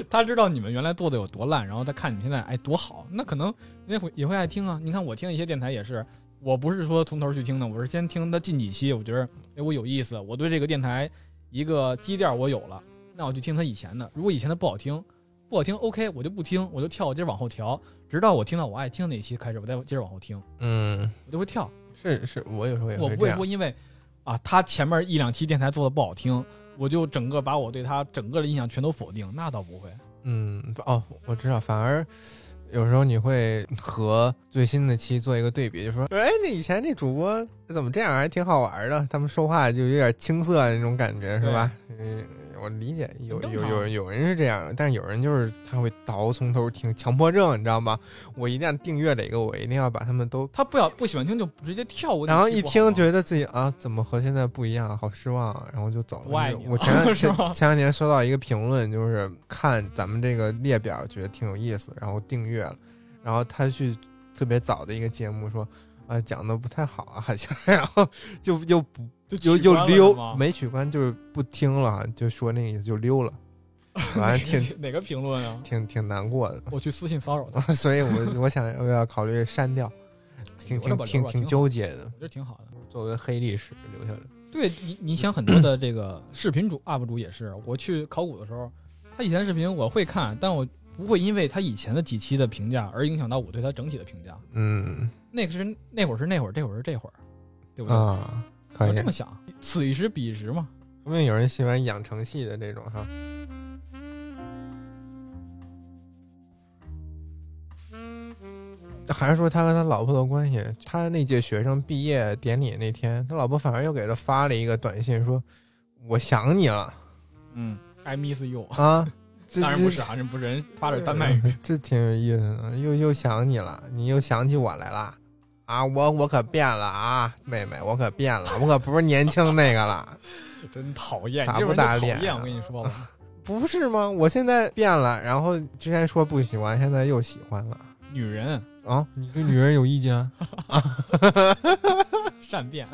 Speaker 2: 他知道你们原来做的有多烂，然后再看你现在哎多好，那可能人家会也会爱听啊。你看我听一些电台也是，我不是说从头去听的，我是先听他近几期，我觉得哎我有意思，我对这个电台一个基调我有了，那我就听他以前的。如果以前的不好听，不好听 OK 我就不听，我就跳，我接着往后调，直到我听到我爱听的那一期开始，我再接着往后听，
Speaker 1: 嗯，
Speaker 2: 我就会跳。
Speaker 1: 是是，我有时候也
Speaker 2: 我
Speaker 1: 会这
Speaker 2: 不会
Speaker 1: 样
Speaker 2: 说。因为啊，他前面一两期电台做的不好听，我就整个把我对他整个的印象全都否定，那倒不会。
Speaker 1: 嗯，哦，我知道，反而有时候你会和最新的期做一个对比，就说，哎，那以前那主播怎么这样，还挺好玩的，他们说话就有点青涩那种感觉，是吧？嗯，我理解，有
Speaker 2: 很正
Speaker 1: 有
Speaker 2: 常
Speaker 1: 有有人是这样的，但是有人就是他会倒从头听，强迫症，你知道吗？我一旦订阅了一个，我一定要把他们都。
Speaker 2: 他不要不喜欢听就直接跳过那
Speaker 1: 然后
Speaker 2: 期
Speaker 1: 一
Speaker 2: 不好
Speaker 1: 听
Speaker 2: 吗
Speaker 1: 觉得自己啊，怎么和现在不一样，好失望、啊，然后就走了。
Speaker 2: 不爱你
Speaker 1: 我
Speaker 2: 了
Speaker 1: 前两
Speaker 2: 是
Speaker 1: 前
Speaker 2: 吗
Speaker 1: 前两年收到一个评论，就是看咱们这个列表觉得挺有意思，然后订阅了，然后他去特别早的一个节目说，啊、讲的不太好啊，好像，然后就又不又
Speaker 2: 取
Speaker 1: 又
Speaker 2: 关了是
Speaker 1: 溜，
Speaker 2: 吗
Speaker 1: 没取关就是不听了，啊就说那意思就 溜了，反正哎挺
Speaker 2: 哪个评论啊？
Speaker 1: 挺挺难过的。
Speaker 2: 我去私信骚扰他，
Speaker 1: 所以我我想要不要考虑删掉，挺挺
Speaker 2: 留着吧留着
Speaker 1: 挺
Speaker 2: 吧
Speaker 1: 挺
Speaker 2: 挺
Speaker 1: 纠结的
Speaker 2: 我，觉得挺好的。
Speaker 1: 作为黑历史留下来。
Speaker 2: 对你，你想很多的这个视频主 UP 主也是，我去考古的时候，他以前的视频我会看，但我不会因为他以前的几期的评价而影响到我对他整体的评价。
Speaker 1: 嗯
Speaker 2: 那个是那会儿是那会儿，这会儿是这会儿，对不对？
Speaker 1: 啊，可
Speaker 2: 我
Speaker 1: 以
Speaker 2: 这，么想，此一时彼一时嘛。
Speaker 1: 说明有人喜欢养成系的这种哈。还是说他和他老婆的关系？他那届学生毕业典礼那天，他老婆反而又给他发了一个短信，说：“我想你了
Speaker 2: 嗯，I miss you。
Speaker 1: 啊！”这
Speaker 2: 当然不是
Speaker 1: 这
Speaker 2: 啊，人不是人发点丹麦语。
Speaker 1: 这挺有意思的，又又想你了，你又想起我来了啊！我我可变了啊，妹妹，我可变了，我可不是年轻那个了。
Speaker 2: 真讨厌，
Speaker 1: 打
Speaker 2: 你这
Speaker 1: 不
Speaker 2: 种人
Speaker 1: 打
Speaker 2: 就
Speaker 1: 脸
Speaker 2: 讨厌，
Speaker 1: 啊
Speaker 2: 我跟你说吧，
Speaker 1: 不是吗？我现在变了，然后之前说不喜欢，现在又喜欢了
Speaker 2: 女人
Speaker 1: 啊！你对女人有意见？
Speaker 2: 善变，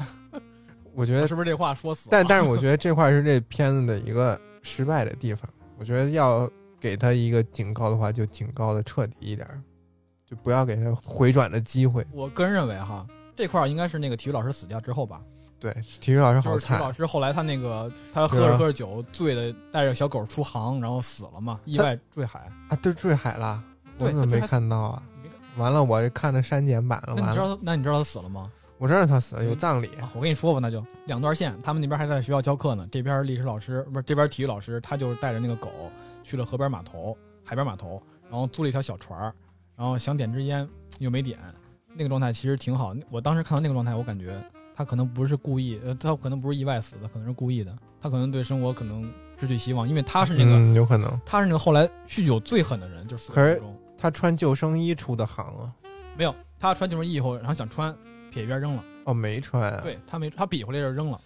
Speaker 1: 我觉得，
Speaker 2: 哎是不是这话说死了？
Speaker 1: 但但是我觉得这块是这片子的一个失败的地方。我觉得要给他一个警告的话，就警告的彻底一点儿，就不要给他回转的机会。
Speaker 2: 我个人认为哈，这块儿应该是那个体育老师死掉之后吧，
Speaker 1: 对，体育老师
Speaker 2: 就
Speaker 1: 好
Speaker 2: 是体育
Speaker 1: 惨，
Speaker 2: 老师后来他那个他喝
Speaker 1: 对
Speaker 2: 着
Speaker 1: 啊
Speaker 2: 喝着酒醉的，带着小狗出航，然后死了嘛，意外坠海。
Speaker 1: 啊，对，坠海了，我
Speaker 2: 对
Speaker 1: 怎么
Speaker 2: 他
Speaker 1: 没
Speaker 2: 坠海死
Speaker 1: 看到啊？
Speaker 2: 你没看
Speaker 1: 完了，我看了删减版了，
Speaker 2: 那你
Speaker 1: 完
Speaker 2: 知
Speaker 1: 了，
Speaker 2: 道那你知道他死了吗？
Speaker 1: 我知道他死了，有葬礼，
Speaker 2: 啊，我跟你说吧，那就两段线，他们那边还在学校教课呢，这边历史老师不是这边体育老师，他就带着那个狗去了河边码头、海边码头，然后租了一条小船儿，然后想点支烟又没点，那个状态其实挺好。我当时看到那个状态，我感觉他可能不是故意，呃，他可能不是意外死的，可能是故意的，他可能对生活可能失去希望，因为他是那个、
Speaker 1: 嗯，有可能
Speaker 2: 他是那个后来酗酒最狠的人，就是死
Speaker 1: 可
Speaker 2: 在
Speaker 1: 是
Speaker 2: 途中
Speaker 1: 他穿救生衣出的航啊。
Speaker 2: 没有他穿救生衣以后，然后想穿，撇一边扔了。
Speaker 1: 哦，没穿啊？
Speaker 2: 对他没他比划了一下扔了，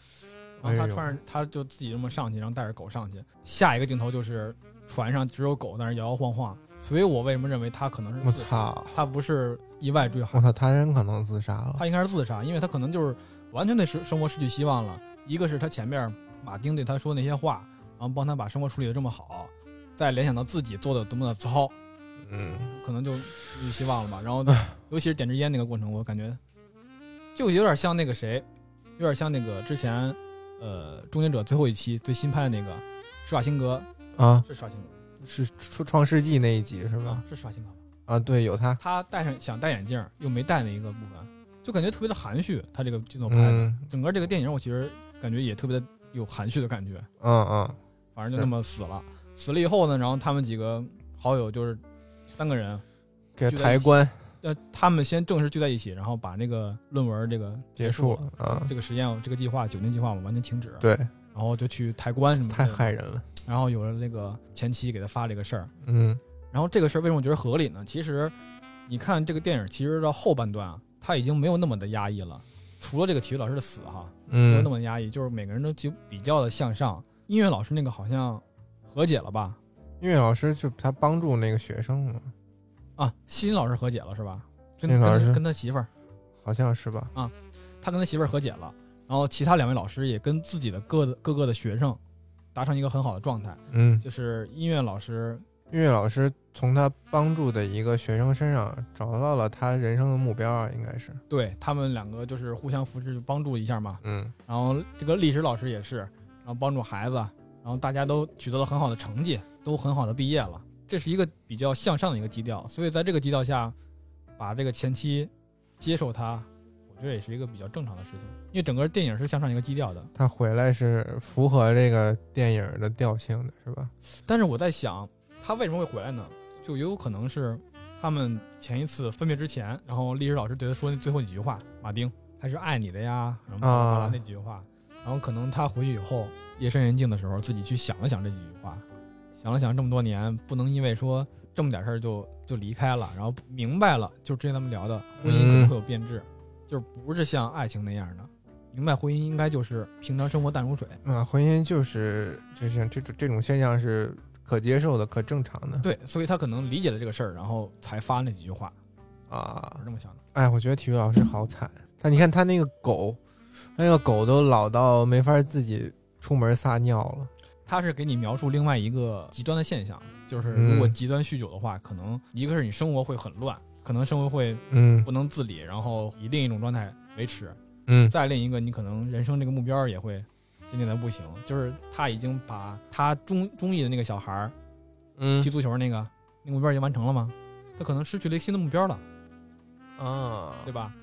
Speaker 2: 然后
Speaker 1: 哎
Speaker 2: 他
Speaker 1: 呦
Speaker 2: 穿着他就自己这么上去，然后带着狗上去。下一个镜头就是船上只有狗在那摇摇晃晃，所以我为什么认为他可能
Speaker 1: 我
Speaker 2: 是自杀，
Speaker 1: 操！
Speaker 2: 他不是意外坠海
Speaker 1: 我，操，他人可能自杀了。
Speaker 2: 他应该是自杀，因为他可能就是完全对生生活失去希望了。一个是他前面马丁对他说那些话，然后帮他把生活处理的这么好，再联想到自己做的多么的糟，
Speaker 1: 嗯，
Speaker 2: 可能就失去希望了吧。然后，尤其是点支烟那个过程，我感觉就有点像那个谁，有点像那个之前呃《终结者》最后一期最新拍的那个施瓦辛格，
Speaker 1: 啊，
Speaker 2: 是施瓦辛格
Speaker 1: 是创创世纪那一集是
Speaker 2: 是吧
Speaker 1: 吧？？
Speaker 2: 是施瓦辛格吧。
Speaker 1: 啊，对，有他。
Speaker 2: 他戴上想戴眼镜儿又没戴那一个部分，就感觉特别的含蓄。他这个镜头拍的，
Speaker 1: 嗯
Speaker 2: 整个这个电影我其实感觉也特别的有含蓄的感觉。
Speaker 1: 嗯嗯，
Speaker 2: 反正就那么死了，死了以后呢，然后他们几个好友就是三个人，
Speaker 1: 给
Speaker 2: 聚在一
Speaker 1: 抬
Speaker 2: 起
Speaker 1: 棺
Speaker 2: 呃，他们先正式聚在一起，然后把那个论文这个
Speaker 1: 结
Speaker 2: 束
Speaker 1: 束
Speaker 2: 了，嗯
Speaker 1: 啊，
Speaker 2: 这个实验这个计划九年计划我完全停止，
Speaker 1: 对，
Speaker 2: 然后就去抬棺什么的，
Speaker 1: 太害人了。
Speaker 2: 然后有了那个前妻给他发这个事儿，
Speaker 1: 嗯
Speaker 2: 然后这个事儿为什么我觉得合理呢？其实你看这个电影，其实到后半段啊，他已经没有那么的压抑了，除了这个体育老师的死哈，没有那
Speaker 1: 嗯
Speaker 2: 么压抑，就是每个人都就比较的向上。音乐老师那个好像和解了吧？
Speaker 1: 音乐老师就他帮助那个学生嘛，
Speaker 2: 啊，欣老师和解了是吧？跟
Speaker 1: 欣
Speaker 2: 跟
Speaker 1: 老师
Speaker 2: 他跟他媳妇儿，
Speaker 1: 好像是吧？
Speaker 2: 他跟他媳妇儿和解了，然后其他两位老师也跟自己的各各个的学生达成一个很好的状态，
Speaker 1: 嗯，
Speaker 2: 就是音乐老师
Speaker 1: 音乐老师从他帮助的一个学生身上找到了他人生的目标啊，应该是。
Speaker 2: 对他们两个就是互相扶持帮助一下嘛，
Speaker 1: 嗯
Speaker 2: 然后这个历史老师也是，然后帮助孩子，然后大家都取得了很好的成绩，都很好的毕业了，这是一个比较向上的一个基调，所以在这个基调下，把这个前妻接受他，我觉得也是一个比较正常的事情，因为整个电影是向上一个基调的，
Speaker 1: 他回来是符合这个电影的调性的，是吧？
Speaker 2: 但是我在想，他为什么会回来呢？就有可能是他们前一次分别之前，然后历史老师对他说那最后那几句话，马丁还是爱你的呀，然后巴拉巴拉
Speaker 1: 啊
Speaker 2: 那几句话，然后可能他回去以后夜深人静的时候，自己去想了想这几句话，想了想这么多年，不能因为说这么点事儿就就离开了，然后明白了，就之前咱们聊的，婚姻可能会有变质，就是不是像爱情那样的。明白婚姻应该就是平常生活淡如水，
Speaker 1: 啊，婚姻就是就是这种这种现象是可接受的、可正常的。
Speaker 2: 对，所以他可能理解了这个事儿，然后才发那几句话。我
Speaker 1: 啊
Speaker 2: 是，这么想的。
Speaker 1: 哎，我觉得体育老师好惨。他你看他那个狗，那个狗都老到没法自己出门撒尿了。
Speaker 2: 他是给你描述另外一个极端的现象，就是如果
Speaker 1: 嗯
Speaker 2: 极端酗酒的话，可能一个是你生活会很乱，可能生活会
Speaker 1: 嗯
Speaker 2: 不能自理，然后以另一种状态维持；
Speaker 1: 嗯
Speaker 2: 再另一个，你可能人生这个目标也会渐渐的不行。就是他已经把他中中意的那个小孩儿
Speaker 1: 嗯
Speaker 2: 踢足球那个那个目标已经完成了吗？他可能失去了一个新的目标了，
Speaker 1: 啊，
Speaker 2: 对吧？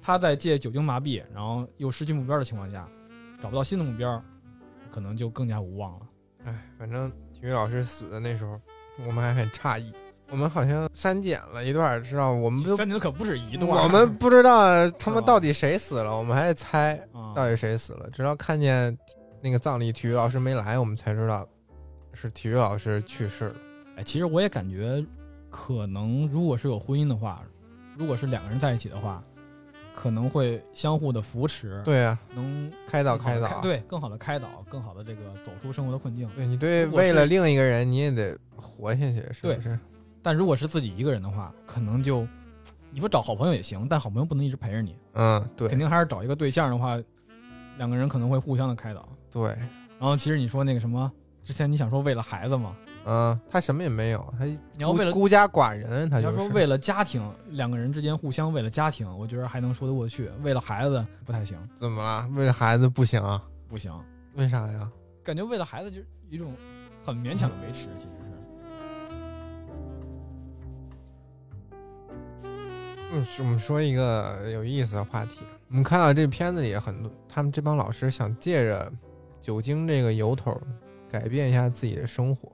Speaker 2: 他在借酒精麻痹，然后又失去目标的情况下，找不到新的目标，可能就更加无望了。
Speaker 1: 哎，反正体育老师死的那时候，我们还很诧异，我们好像删减了一段，知道我们都
Speaker 2: 删减的可不止一段儿，
Speaker 1: 我们不知道他
Speaker 2: 是
Speaker 1: 们
Speaker 2: 吧
Speaker 1: 到底谁死了，我们还在猜
Speaker 2: 啊，
Speaker 1: 到底谁死了，直到看见那个葬礼体育老师没来，我们才知道是体育老师去世了。
Speaker 2: 哎，其实我也感觉，可能如果是有婚姻的话，如果是两个人在一起的话，可能会相互的扶持，，
Speaker 1: 对啊，
Speaker 2: 能
Speaker 1: 开导
Speaker 2: 更好
Speaker 1: 开
Speaker 2: 地
Speaker 1: 导，
Speaker 2: 对，更好的开导，更好的这个走出生活的困境。
Speaker 1: 嗯对你对
Speaker 2: 如果是
Speaker 1: 为了另一个人，你也得活下去，是不
Speaker 2: 对
Speaker 1: 是？
Speaker 2: 但如果是自己一个人的话，可能就你说找好朋友也行，但好朋友不能一直陪着你，
Speaker 1: 嗯，对
Speaker 2: 肯定还是找一个对象的话，两个人可能会互相的开导。
Speaker 1: 对，
Speaker 2: 然后其实你说那个什么，之前你想说为了孩子嘛，
Speaker 1: 嗯，他什么也没有，他
Speaker 2: 你要为了
Speaker 1: 孤孤家寡人，他
Speaker 2: 你
Speaker 1: 就
Speaker 2: 要
Speaker 1: 是
Speaker 2: 说为了家庭，两个人之间互相为了家庭，我觉得还能说得过去。为了孩子不太行，
Speaker 1: 怎么了？为了孩子不行啊？
Speaker 2: 不行，
Speaker 1: 为啥呀？
Speaker 2: 感觉为了孩子就是一种很勉强的维持，其实是。
Speaker 1: 嗯，是我们说一个有意思的话题。我们看到这片子里很多，他们这帮老师想借着酒精这个由头，改变一下自己的生活，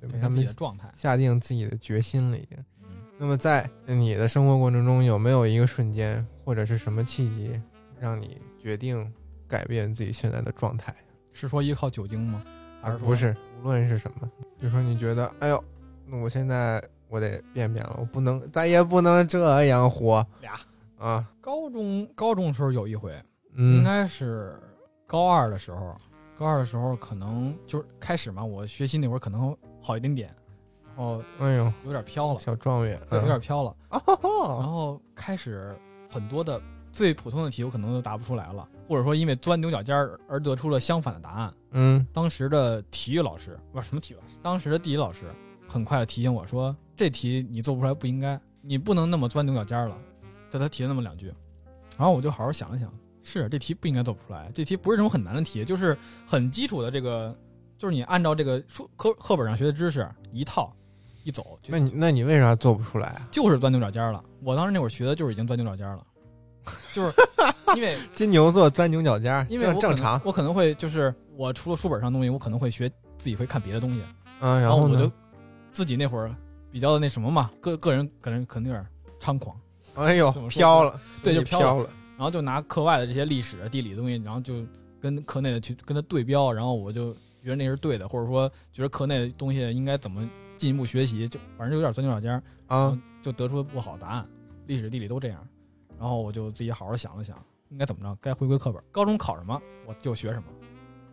Speaker 1: 对吧？
Speaker 2: 看
Speaker 1: 他
Speaker 2: 自己
Speaker 1: 们
Speaker 2: 的状态。
Speaker 1: 下定自己的决心了已经。
Speaker 2: 嗯，
Speaker 1: 那么在你的生活过程中，有没有一个瞬间或者是什么契机，让你决定改变自己现在的状态？
Speaker 2: 是说依靠酒精吗？还
Speaker 1: 而
Speaker 2: 是说
Speaker 1: 不？是，无论是什么，就说你觉得，哎呦，那我现在我得变变了，我不能咱也不能这样活
Speaker 2: 俩
Speaker 1: 啊，
Speaker 2: 高中高中时候有一回，应
Speaker 1: 嗯
Speaker 2: 该是高二的时候，高二的时候可能就是开始嘛，我学习那会儿可能好一点点，然后
Speaker 1: 哎呦，
Speaker 2: 有点飘了，
Speaker 1: 小状元，
Speaker 2: 哦 对，有点
Speaker 1: 嗯
Speaker 2: 飘了，
Speaker 1: 啊哈
Speaker 2: 然
Speaker 1: 哈，
Speaker 2: 后开始很多的最普通的题我可能都答不出来了，或者说因为钻牛角尖儿而得出了相反的答案。
Speaker 1: 嗯
Speaker 2: 当时的体育老师不是什么体育老师，当时的地理老师很快的提醒我说，这题你做不出来不应该，你不能那么钻牛角尖儿了。对他提了那么两句，然后我就好好想了想，是这题不应该做不出来，这题不是什么很难的题，就是很基础的这个，就是你按照这个书课课本上学的知识一套一走，就
Speaker 1: 那你那你为啥做不出来啊？
Speaker 2: 就是钻牛角尖儿了。我当时那会儿学的就是已经钻牛角尖儿了，就是 因为
Speaker 1: 金牛座钻牛角尖儿，
Speaker 2: 因为
Speaker 1: 这
Speaker 2: 我可
Speaker 1: 正
Speaker 2: 能
Speaker 1: 常，
Speaker 2: 我可能会就是我除了书本上的东西，我可能会学自己会看别的东西，
Speaker 1: 嗯，然
Speaker 2: 然后
Speaker 1: 后
Speaker 2: 我就
Speaker 1: 呢？
Speaker 2: 自己那会儿比较那什么嘛，个个人可能可能有点猖狂，
Speaker 1: 哎呦
Speaker 2: 怎么，说
Speaker 1: 飘了，
Speaker 2: 对就
Speaker 1: 你
Speaker 2: 飘
Speaker 1: 飘了，
Speaker 2: 然后就拿课外的这些历史、啊地理的东西，然后就跟课内的去跟它对标，然后我就觉得那是对的，或者说觉得课内的东西应该怎么进一步学习，就反正有点钻牛角尖儿，
Speaker 1: 啊，
Speaker 2: 就得出了不好答案，历史、地理都这样。然后我就自己好好想了想，应该怎么着，该回归课本。高中考什么我就学什么，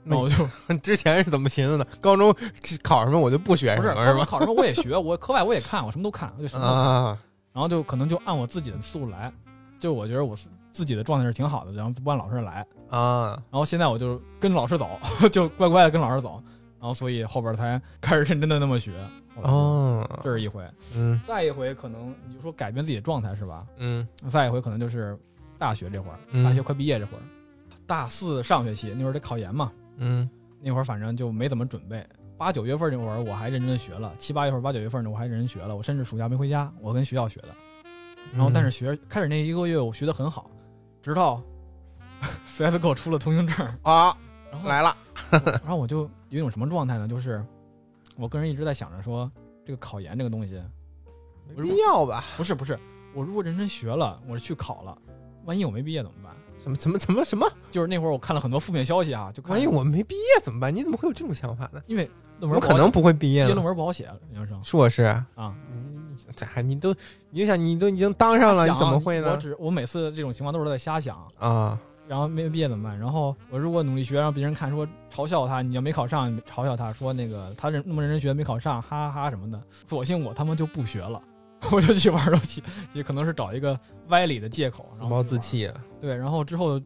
Speaker 1: 那
Speaker 2: 那
Speaker 1: 你
Speaker 2: 我就
Speaker 1: 之前是怎么寻思的？高中考什么我就不学
Speaker 2: 嗯不
Speaker 1: 什么
Speaker 2: 是高
Speaker 1: 是
Speaker 2: 中
Speaker 1: 吧？
Speaker 2: 考什么我也学，我课外我也看，我什么都看，我就什么都看。
Speaker 1: 啊，
Speaker 2: 然后就可能就按我自己的思路来，就我觉得我自自己的状态是挺好的，然后就不按老师来。
Speaker 1: 啊，
Speaker 2: 然后现在我就跟着老师走， 就乖乖的跟老师走，然后所以后边才开始认真的那么学。，
Speaker 1: 哦，
Speaker 2: 这是一回，
Speaker 1: 嗯
Speaker 2: 再一回可能你就说改变自己的状态是吧？
Speaker 1: 嗯
Speaker 2: 再一回可能就是大学这会儿，
Speaker 1: 嗯
Speaker 2: 大啊学快毕业这会儿，大四上学期那会儿得考研嘛，
Speaker 1: 嗯
Speaker 2: 那会儿反正就没怎么准备。八九月份那会儿我还认真的学了，七八月份、八九月份呢我还认真学了，我甚至暑假没回家，我跟学校学的。然
Speaker 1: 嗯
Speaker 2: 后但是学开始那一个月我学的很好，直到 CSGO 出了通行证，
Speaker 1: 啊
Speaker 2: 然后
Speaker 1: 来了，
Speaker 2: 然后我就有一种什么状态呢？就是我个人一直在想着说，这个考研这个东西，
Speaker 1: 没必要吧？
Speaker 2: 不是不是，我如果认真学了，我去考了，万一我没毕业怎么办？
Speaker 1: 什么什么什么什么？
Speaker 2: 就是那会儿我看了很多负面消息啊，就看
Speaker 1: 万一我没毕业怎么办？你怎么会有这种想法呢？
Speaker 2: 因为论
Speaker 1: 我
Speaker 2: 文不
Speaker 1: 可
Speaker 2: 好
Speaker 1: 能
Speaker 2: 写，
Speaker 1: 不会毕业
Speaker 2: 毕
Speaker 1: 了
Speaker 2: 业论，文不好写，研究生
Speaker 1: 硕士
Speaker 2: 啊。
Speaker 1: 你你这还你都你就想你都已经当上了，
Speaker 2: 想
Speaker 1: 你
Speaker 2: 啊
Speaker 1: 怎么会
Speaker 2: 我
Speaker 1: 呢？
Speaker 2: 只我每次这种情况都是在瞎想，
Speaker 1: 啊，
Speaker 2: 然后没毕业怎么办？然后我如果努力学，让别人看说嘲笑他，你要没考上，嘲笑他说那个他认那么认真学没考上，哈哈哈什么的。索性我他妈就不学了， 我就去玩儿游戏，也可能是找一个歪理的借口，然
Speaker 1: 自
Speaker 2: 后
Speaker 1: 暴
Speaker 2: 去
Speaker 1: 自
Speaker 2: 玩儿。
Speaker 1: 弃了，
Speaker 2: 对，然后之后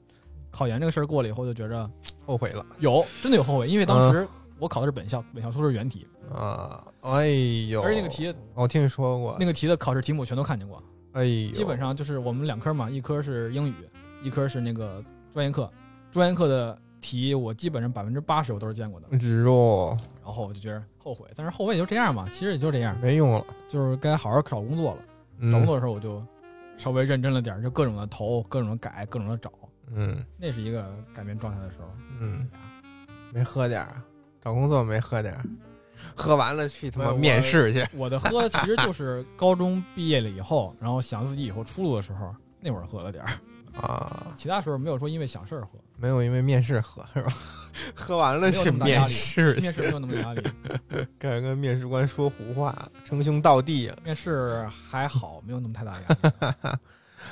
Speaker 2: 考研这个事儿过了以后，就觉着
Speaker 1: 后悔了
Speaker 2: 有真的有后悔，因为当
Speaker 1: 嗯
Speaker 2: 时我考的是本校，本校出的是原题，
Speaker 1: 啊！哎呦，
Speaker 2: 而且那个题
Speaker 1: 我听说过
Speaker 2: 那，个题的考试题目全都看见过，
Speaker 1: 哎呦，
Speaker 2: 基本上就是我们两科嘛，一科是英语，一科是那个专业课，专业课的。题我基本上百分之八十我都是见过的，
Speaker 1: 植入
Speaker 2: 然后我就觉得后悔，但是后悔也就这样嘛，其实也就这样，
Speaker 1: 没用了，
Speaker 2: 就是该好好找工作了。找
Speaker 1: 嗯
Speaker 2: 工作的时候我就稍微认真了点儿，就各种的投，各种的改，各种的找，
Speaker 1: 嗯
Speaker 2: 那是一个改变状态的时候。
Speaker 1: 嗯，没喝点儿啊，找工作没喝点儿，喝完了去他
Speaker 2: 没
Speaker 1: 妈
Speaker 2: 有我
Speaker 1: 面试去，
Speaker 2: 我的喝其实就是高中毕业了以后，然后想自己以后出路的时候，那会儿喝了点儿，
Speaker 1: 啊，
Speaker 2: 其他时候没有说因为想 事儿喝，
Speaker 1: 没有因为面试喝是吧？ 喝完了去
Speaker 2: 没有那么大压
Speaker 1: 面
Speaker 2: 力
Speaker 1: 试
Speaker 2: 面试没
Speaker 1: 去，
Speaker 2: 有那么压力，
Speaker 1: 敢跟面试官说胡话，称兄道弟啊！
Speaker 2: 面试还好，没有那么太大压力。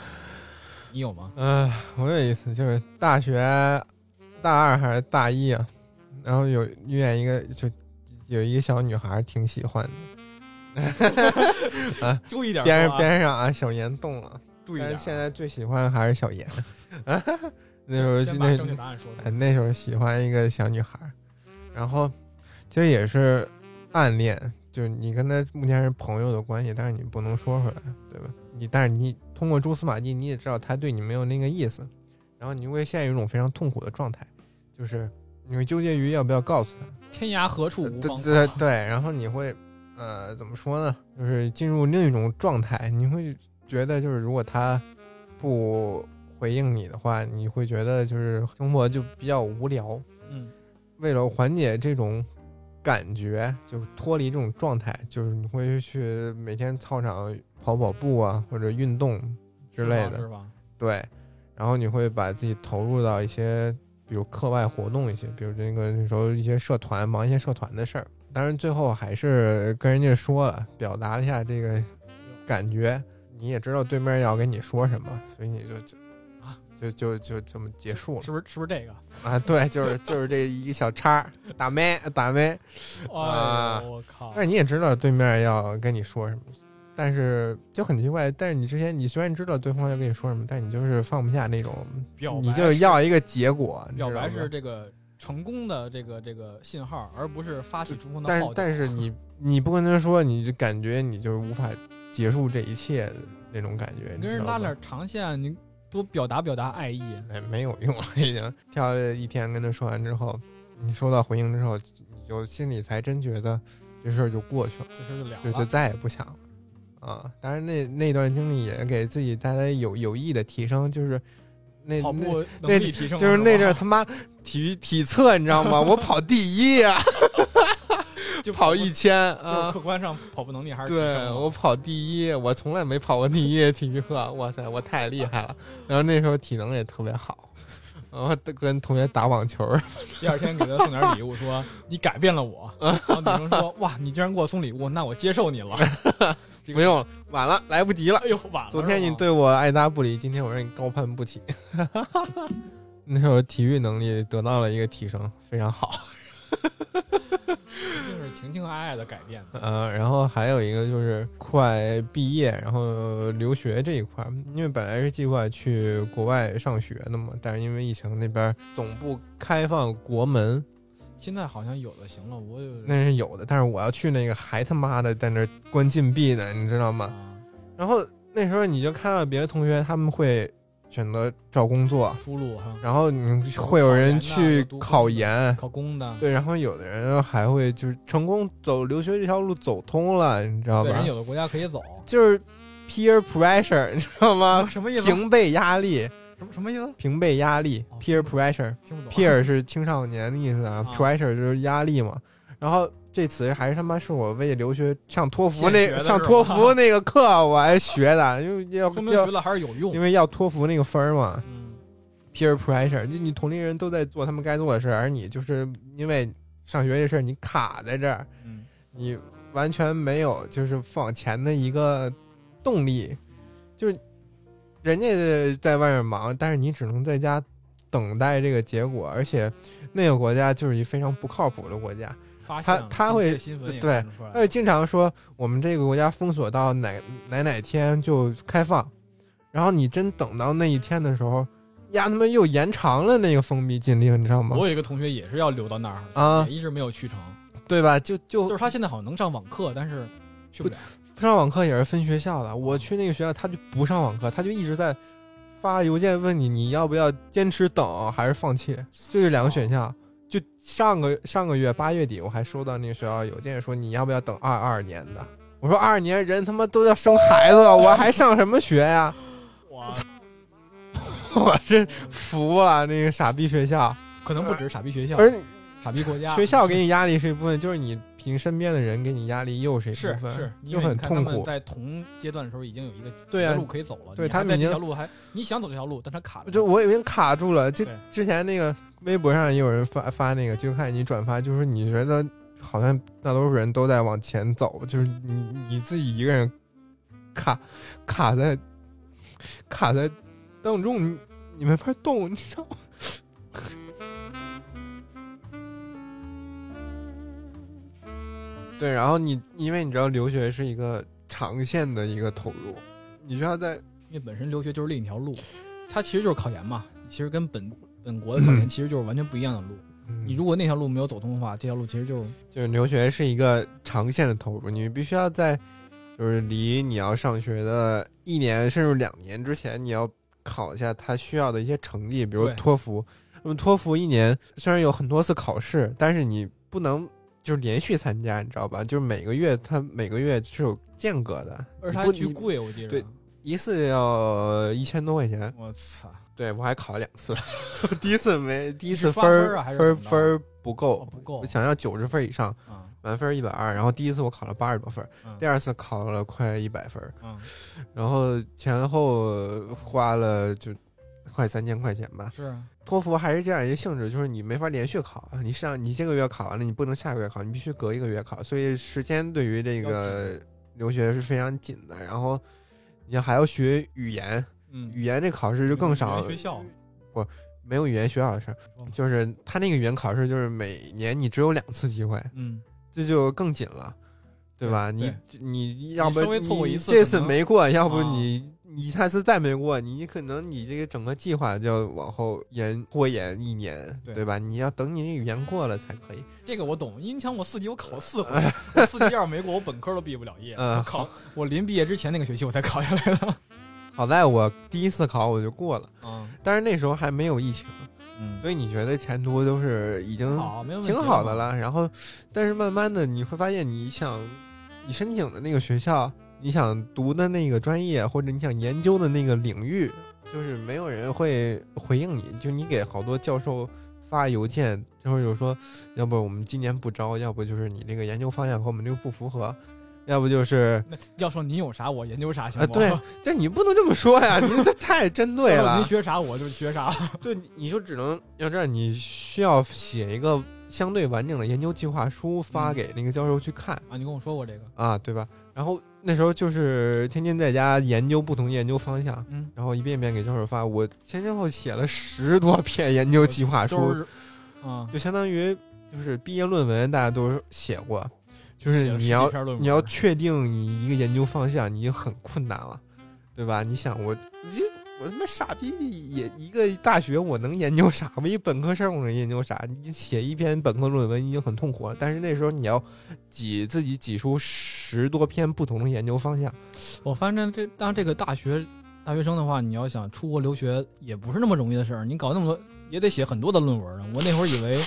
Speaker 2: 你有吗？
Speaker 1: 嗯、我有一次就是大学大二还是大一啊，然后有遇见一个就有一个小女孩儿挺喜欢的，
Speaker 2: 注意点
Speaker 1: 边边上啊小严动了，
Speaker 2: 注啊
Speaker 1: 但是现在最喜欢的还是小严。 啊那时候
Speaker 2: 先把
Speaker 1: 那
Speaker 2: 正确答案说出
Speaker 1: 哎，
Speaker 2: 来。
Speaker 1: 那时候喜欢一个小女孩儿，然后其实也是暗恋，就是你跟她目前是朋友的关系，但是你不能说出来，对吧？你但是你通过蛛丝马迹，你也知道她对你没有那个意思，然后你会陷入一种非常痛苦的状态，就是你会纠结于要不要告诉她，
Speaker 2: 天涯何处无芳
Speaker 1: 呃对
Speaker 2: 草
Speaker 1: 对？对，然后你会，呃，怎么说呢？就是进入另一种状态，你会觉得就是如果他不回应你的话，你会觉得就是生活就比较无聊。
Speaker 2: 嗯，
Speaker 1: 为了缓解这种感觉，就脱离这种状态，就是你会去每天操场跑跑步啊，或者运动之类的
Speaker 2: 是。吧？
Speaker 1: 对，然后你会把自己投入到一些，比如课外活动一些，比如这个那时候一些社团，忙一些社团的事儿，当然最后还是跟人家说了，表达了一下这个感觉，你也知道对面要跟你说什么，所以你就就
Speaker 2: 啊
Speaker 1: 就就就这么结束了
Speaker 2: 是不是是不是这个？哎
Speaker 1: 啊！对，就是就是这一个小叉儿打麦打麦，啊
Speaker 2: 哎呦，我靠
Speaker 1: 但！是你也知道对面要跟你说什么，但是就很奇怪，但是你之前你虽然知道对方要跟你说什么，但你就是放不下那种，
Speaker 2: 表白
Speaker 1: 你就是要一个结果，你知
Speaker 2: 表
Speaker 1: 道吗
Speaker 2: 白？是这个成功的这个这个信号，而不是发起冲锋的
Speaker 1: 但
Speaker 2: 号角。
Speaker 1: 但是你你不跟他说，你就感觉你就是无法结束这一切的那种感觉，
Speaker 2: 你跟人
Speaker 1: 你知道
Speaker 2: 拉
Speaker 1: 吗
Speaker 2: 点长线，啊你多表达表达爱意。
Speaker 1: 哎没有用了，已经跳了一天跟他说完之后，你收到回应之后，你就心里才真觉得这事儿就过去了。
Speaker 2: 这事儿就了
Speaker 1: 就就
Speaker 2: 了。
Speaker 1: 再也不想了啊！当然那，那段经历也给自己带来有有益的提升，就是那
Speaker 2: 跑
Speaker 1: 那
Speaker 2: 步
Speaker 1: 那
Speaker 2: 能力提升了，
Speaker 1: 就是
Speaker 2: 吧
Speaker 1: 那阵儿他妈体育体测，你知道吗？我跑第一 啊，
Speaker 2: 就
Speaker 1: 跑
Speaker 2: 步
Speaker 1: 一，千
Speaker 2: 就是
Speaker 1: 啊
Speaker 2: 客！观上跑步能力还是提升
Speaker 1: 对
Speaker 2: 了
Speaker 1: 我跑第一，我从来没跑过第一体育 课，哇塞，我太厉害了！然后那时候体能也特别好，然后跟同学打网球，
Speaker 2: 第二天给他送点礼物，说你改变了我。
Speaker 1: 嗯
Speaker 2: 然后女生说哇，你居然给我送礼物，那我接受你了。这个
Speaker 1: 没用了，晚了，来不及了。
Speaker 2: 哎呦，晚
Speaker 1: 嗯
Speaker 2: 了。
Speaker 1: 昨天
Speaker 2: 是
Speaker 1: 你
Speaker 2: 吗
Speaker 1: 对我爱答不理，今天我让你高攀不起。 那时候体育能力得到了一个提升，非常好。
Speaker 2: 就是情情爱爱的改变的。
Speaker 1: 呃，然后还有一个就是快毕业，然后留学这一块儿，因为本来是计划去国外上学的嘛，但是因为疫情那边总部开放国门，
Speaker 2: 现在好像有的行了，我有
Speaker 1: 那是有的，但是我要去那个还他妈的在那儿关禁闭呢，你知道吗？
Speaker 2: 啊
Speaker 1: 然后那时候你就看到别的同学他们会选择找工作，
Speaker 2: 出路哈，
Speaker 1: 然后你会有人去考研，
Speaker 2: 考公的，
Speaker 1: 对，然后有的人还会就是成功走留学这条路走通了，你知道
Speaker 2: 对
Speaker 1: 吧
Speaker 2: 人？有的国家可以走，
Speaker 1: 就是 peer pressure，你知道吗？
Speaker 2: 什么意思？
Speaker 1: 平辈压力，
Speaker 2: 什么什么意思？
Speaker 1: 平辈压力
Speaker 2: 哦
Speaker 1: ，peer pressure。
Speaker 2: 听不懂。
Speaker 1: peer 是青少年的意思啊
Speaker 2: 啊
Speaker 1: ，pressure 就是压力嘛。然后这词还是他妈是我为留学上托福那
Speaker 2: 现学的是吧
Speaker 1: 上托福那个课我还学的，因为要
Speaker 2: 说明
Speaker 1: 要
Speaker 2: 学了还是有用
Speaker 1: 因。为要托福那个分儿嘛。
Speaker 2: 嗯，
Speaker 1: peer pressure，就你同龄人都在做他们该做的事儿，而你就是因为上学这事儿你卡在这儿，
Speaker 2: 嗯，
Speaker 1: 你完全没有就是往前的一个动力，就是人家在外面忙，但是你只能在家等待这个结果，而且那个国家就是一非常不靠谱的国家，
Speaker 2: 发
Speaker 1: 他
Speaker 2: 现了
Speaker 1: 他
Speaker 2: 这
Speaker 1: 会
Speaker 2: 些新闻也
Speaker 1: 对
Speaker 2: 看得出来
Speaker 1: 他就经常说我们这个国家封锁到哪哪哪天就开放，然后你真等到那一天的时候，呀他妈又延长了那个封闭禁令，你知道吗？
Speaker 2: 我有一个同学也是要留到那儿，
Speaker 1: 啊
Speaker 2: 也一直没有去成。
Speaker 1: 对吧？就
Speaker 2: 就
Speaker 1: 就是
Speaker 2: 他现在好像能上网课，但是去不了。
Speaker 1: 上网课也是分学校
Speaker 2: 嗯
Speaker 1: 的，我去那个学校他就不上网课，他就一直在发邮件问你你要不要坚持等还是放弃，就是两个选
Speaker 2: 哦
Speaker 1: 项。就上个上个月八月底，我还收到那个学校邮件说你要不要等二二年的。我说二二年人他妈都要生孩子 了，我还上什么学呀？
Speaker 2: 哇，
Speaker 1: 我真服了那个傻逼学校，
Speaker 2: 可能不止傻逼学校，
Speaker 1: 而
Speaker 2: 傻逼国家。
Speaker 1: 学校给你压力是一部分，就是你凭身边的人给你压力又是一
Speaker 2: 是
Speaker 1: 部分，
Speaker 2: 是，因
Speaker 1: 就
Speaker 2: 为
Speaker 1: 很
Speaker 2: 你看他
Speaker 1: 痛
Speaker 2: 们
Speaker 1: 苦。
Speaker 2: 在同阶段的时候已经有一个
Speaker 1: 对啊
Speaker 2: 一个路可以走了，
Speaker 1: 对
Speaker 2: 你
Speaker 1: 他
Speaker 2: 还
Speaker 1: 们
Speaker 2: 在
Speaker 1: 已
Speaker 2: 这
Speaker 1: 经
Speaker 2: 条路还你想走这条路，但他卡着。
Speaker 1: 就我已经卡住了。就
Speaker 2: 对
Speaker 1: 之前那个微博上也有人发发那个，就看你转发，就是你觉得好像大多数人都在往前走，就是你你自己一个人卡卡在卡在当中，你你没法动，你知道吗？ 对，然后你因为你知道留学是一个长线的一个投入，你需要在
Speaker 2: 因为本身留学就是另一条路，它其实就是考研嘛，其实跟本本国的考研其实就是完全不一样的路。你
Speaker 1: 嗯
Speaker 2: 如果那条路没有走通的话，这条路其实就是
Speaker 1: 就是留学是一个长线的投入，你必须要在就是离你要上学的一年甚至两年之前，你要考一下他需要的一些成绩，比如
Speaker 2: 对
Speaker 1: 托福。那么托福一年虽然有很多次考试，但是你不能就是连续参加，你知道吧？就是每个月它每个月是有间隔的，
Speaker 2: 而
Speaker 1: 你
Speaker 2: 且它
Speaker 1: 不
Speaker 2: 还巨
Speaker 1: 你
Speaker 2: 贵，我记
Speaker 1: 对
Speaker 2: 着。
Speaker 1: 一次要一千多块钱。
Speaker 2: 我操，
Speaker 1: 对我还考了两次， 第一次没第一次
Speaker 2: 是刷
Speaker 1: 分
Speaker 2: 分儿啊还是
Speaker 1: 分儿
Speaker 2: 怎么着
Speaker 1: 分儿不
Speaker 2: 哦
Speaker 1: 够，
Speaker 2: 不够
Speaker 1: 我想要九十分以上。
Speaker 2: 啊！
Speaker 1: 满分一百二，然后第一次我考了八十多分儿，
Speaker 2: 嗯
Speaker 1: 第二次考了快一百分儿，
Speaker 2: 嗯，
Speaker 1: 然后前后花了就快三千块钱吧。
Speaker 2: 是啊，
Speaker 1: 托福还是这样一个性质，就是你没法连续考，你上你这个月考完了，你不能下个月考，你必须隔一个月考，所以时间对于这
Speaker 3: 要
Speaker 1: 个留学是非常紧的。然后你还要学语言，
Speaker 3: 嗯，
Speaker 1: 语言这考试就更
Speaker 2: 语
Speaker 1: 少
Speaker 2: 言，学校
Speaker 1: 没有语言学校的事儿
Speaker 2: 说吧，
Speaker 1: 就是他那个语言考试就是每年你只有两次机会，
Speaker 3: 嗯，
Speaker 1: 这就更紧了，对吧？
Speaker 3: 对
Speaker 1: 你你要不
Speaker 2: 稍微错过
Speaker 1: 你
Speaker 2: 一次
Speaker 1: 这
Speaker 2: 可
Speaker 1: 次
Speaker 2: 能
Speaker 1: 没过，要不
Speaker 2: 啊
Speaker 1: 你、你下次再没过，你可能你这个整个计划就要往后延拖延一年，
Speaker 2: 对
Speaker 1: 吧？你要等你语言过了才可以。
Speaker 2: 这个我懂，因为你想我四级我考了四回，我四级要是没过，我本科都毕不了业。
Speaker 1: 哎嗯
Speaker 2: 我考我临毕业之前那个学期我才考下来 的。
Speaker 1: 好在我第一次考我就过了，
Speaker 2: 嗯
Speaker 1: 但是那时候还没有疫情，
Speaker 2: 嗯，
Speaker 1: 所以你觉得前途都是已经
Speaker 2: 好，没有问题。
Speaker 1: 嗯挺好的，了。然后，但是慢慢的你会发现，你想你申请的那个学校，你想读的那个专业，或者你想研究的那个领域，就是没有人会回应你。就你给好多教授发邮件，教授就说，要不我们今年不招，要不就是你这个研究方向和我们这个不符合，要不就是
Speaker 2: 那要说你有啥我研究啥行
Speaker 1: 啊，
Speaker 2: 不？
Speaker 1: 对，这你不能这么说呀，你这太针 对
Speaker 2: 教授
Speaker 1: 了
Speaker 2: 您。学啥我就学啥。啊
Speaker 1: 对，你你就只能要这样，你需要写一个相对完整的研究计划书发
Speaker 2: 嗯
Speaker 1: 给那个教授去看、
Speaker 2: 啊，你跟我说过这个，
Speaker 1: 啊，对吧？然后那时候就是天天在家研究不同研究方向，
Speaker 2: 嗯，
Speaker 1: 然后一遍遍给教授发。我前前后后写了十多篇研究计划
Speaker 2: 都
Speaker 1: 书，
Speaker 2: 是，嗯，
Speaker 1: 就相当于就是毕业论文，大家都写过，就是
Speaker 2: 写了
Speaker 1: 你
Speaker 2: 十
Speaker 1: 要
Speaker 2: 几篇论文
Speaker 1: 你要确定你一个研究方向，你很困难了，对吧？你想我，你这我他妈傻逼也一个大学，我能研究啥？我一本科生我能研究啥？你写一篇本科论文已经很痛苦了，但是那时候你要挤自己挤出十多篇不同的研究方向，
Speaker 2: 我发现这当然这个大学大学生的话，你要想出国留学也不是那么容易的事儿，你搞那么多也得写很多的论文呢。我那会儿以为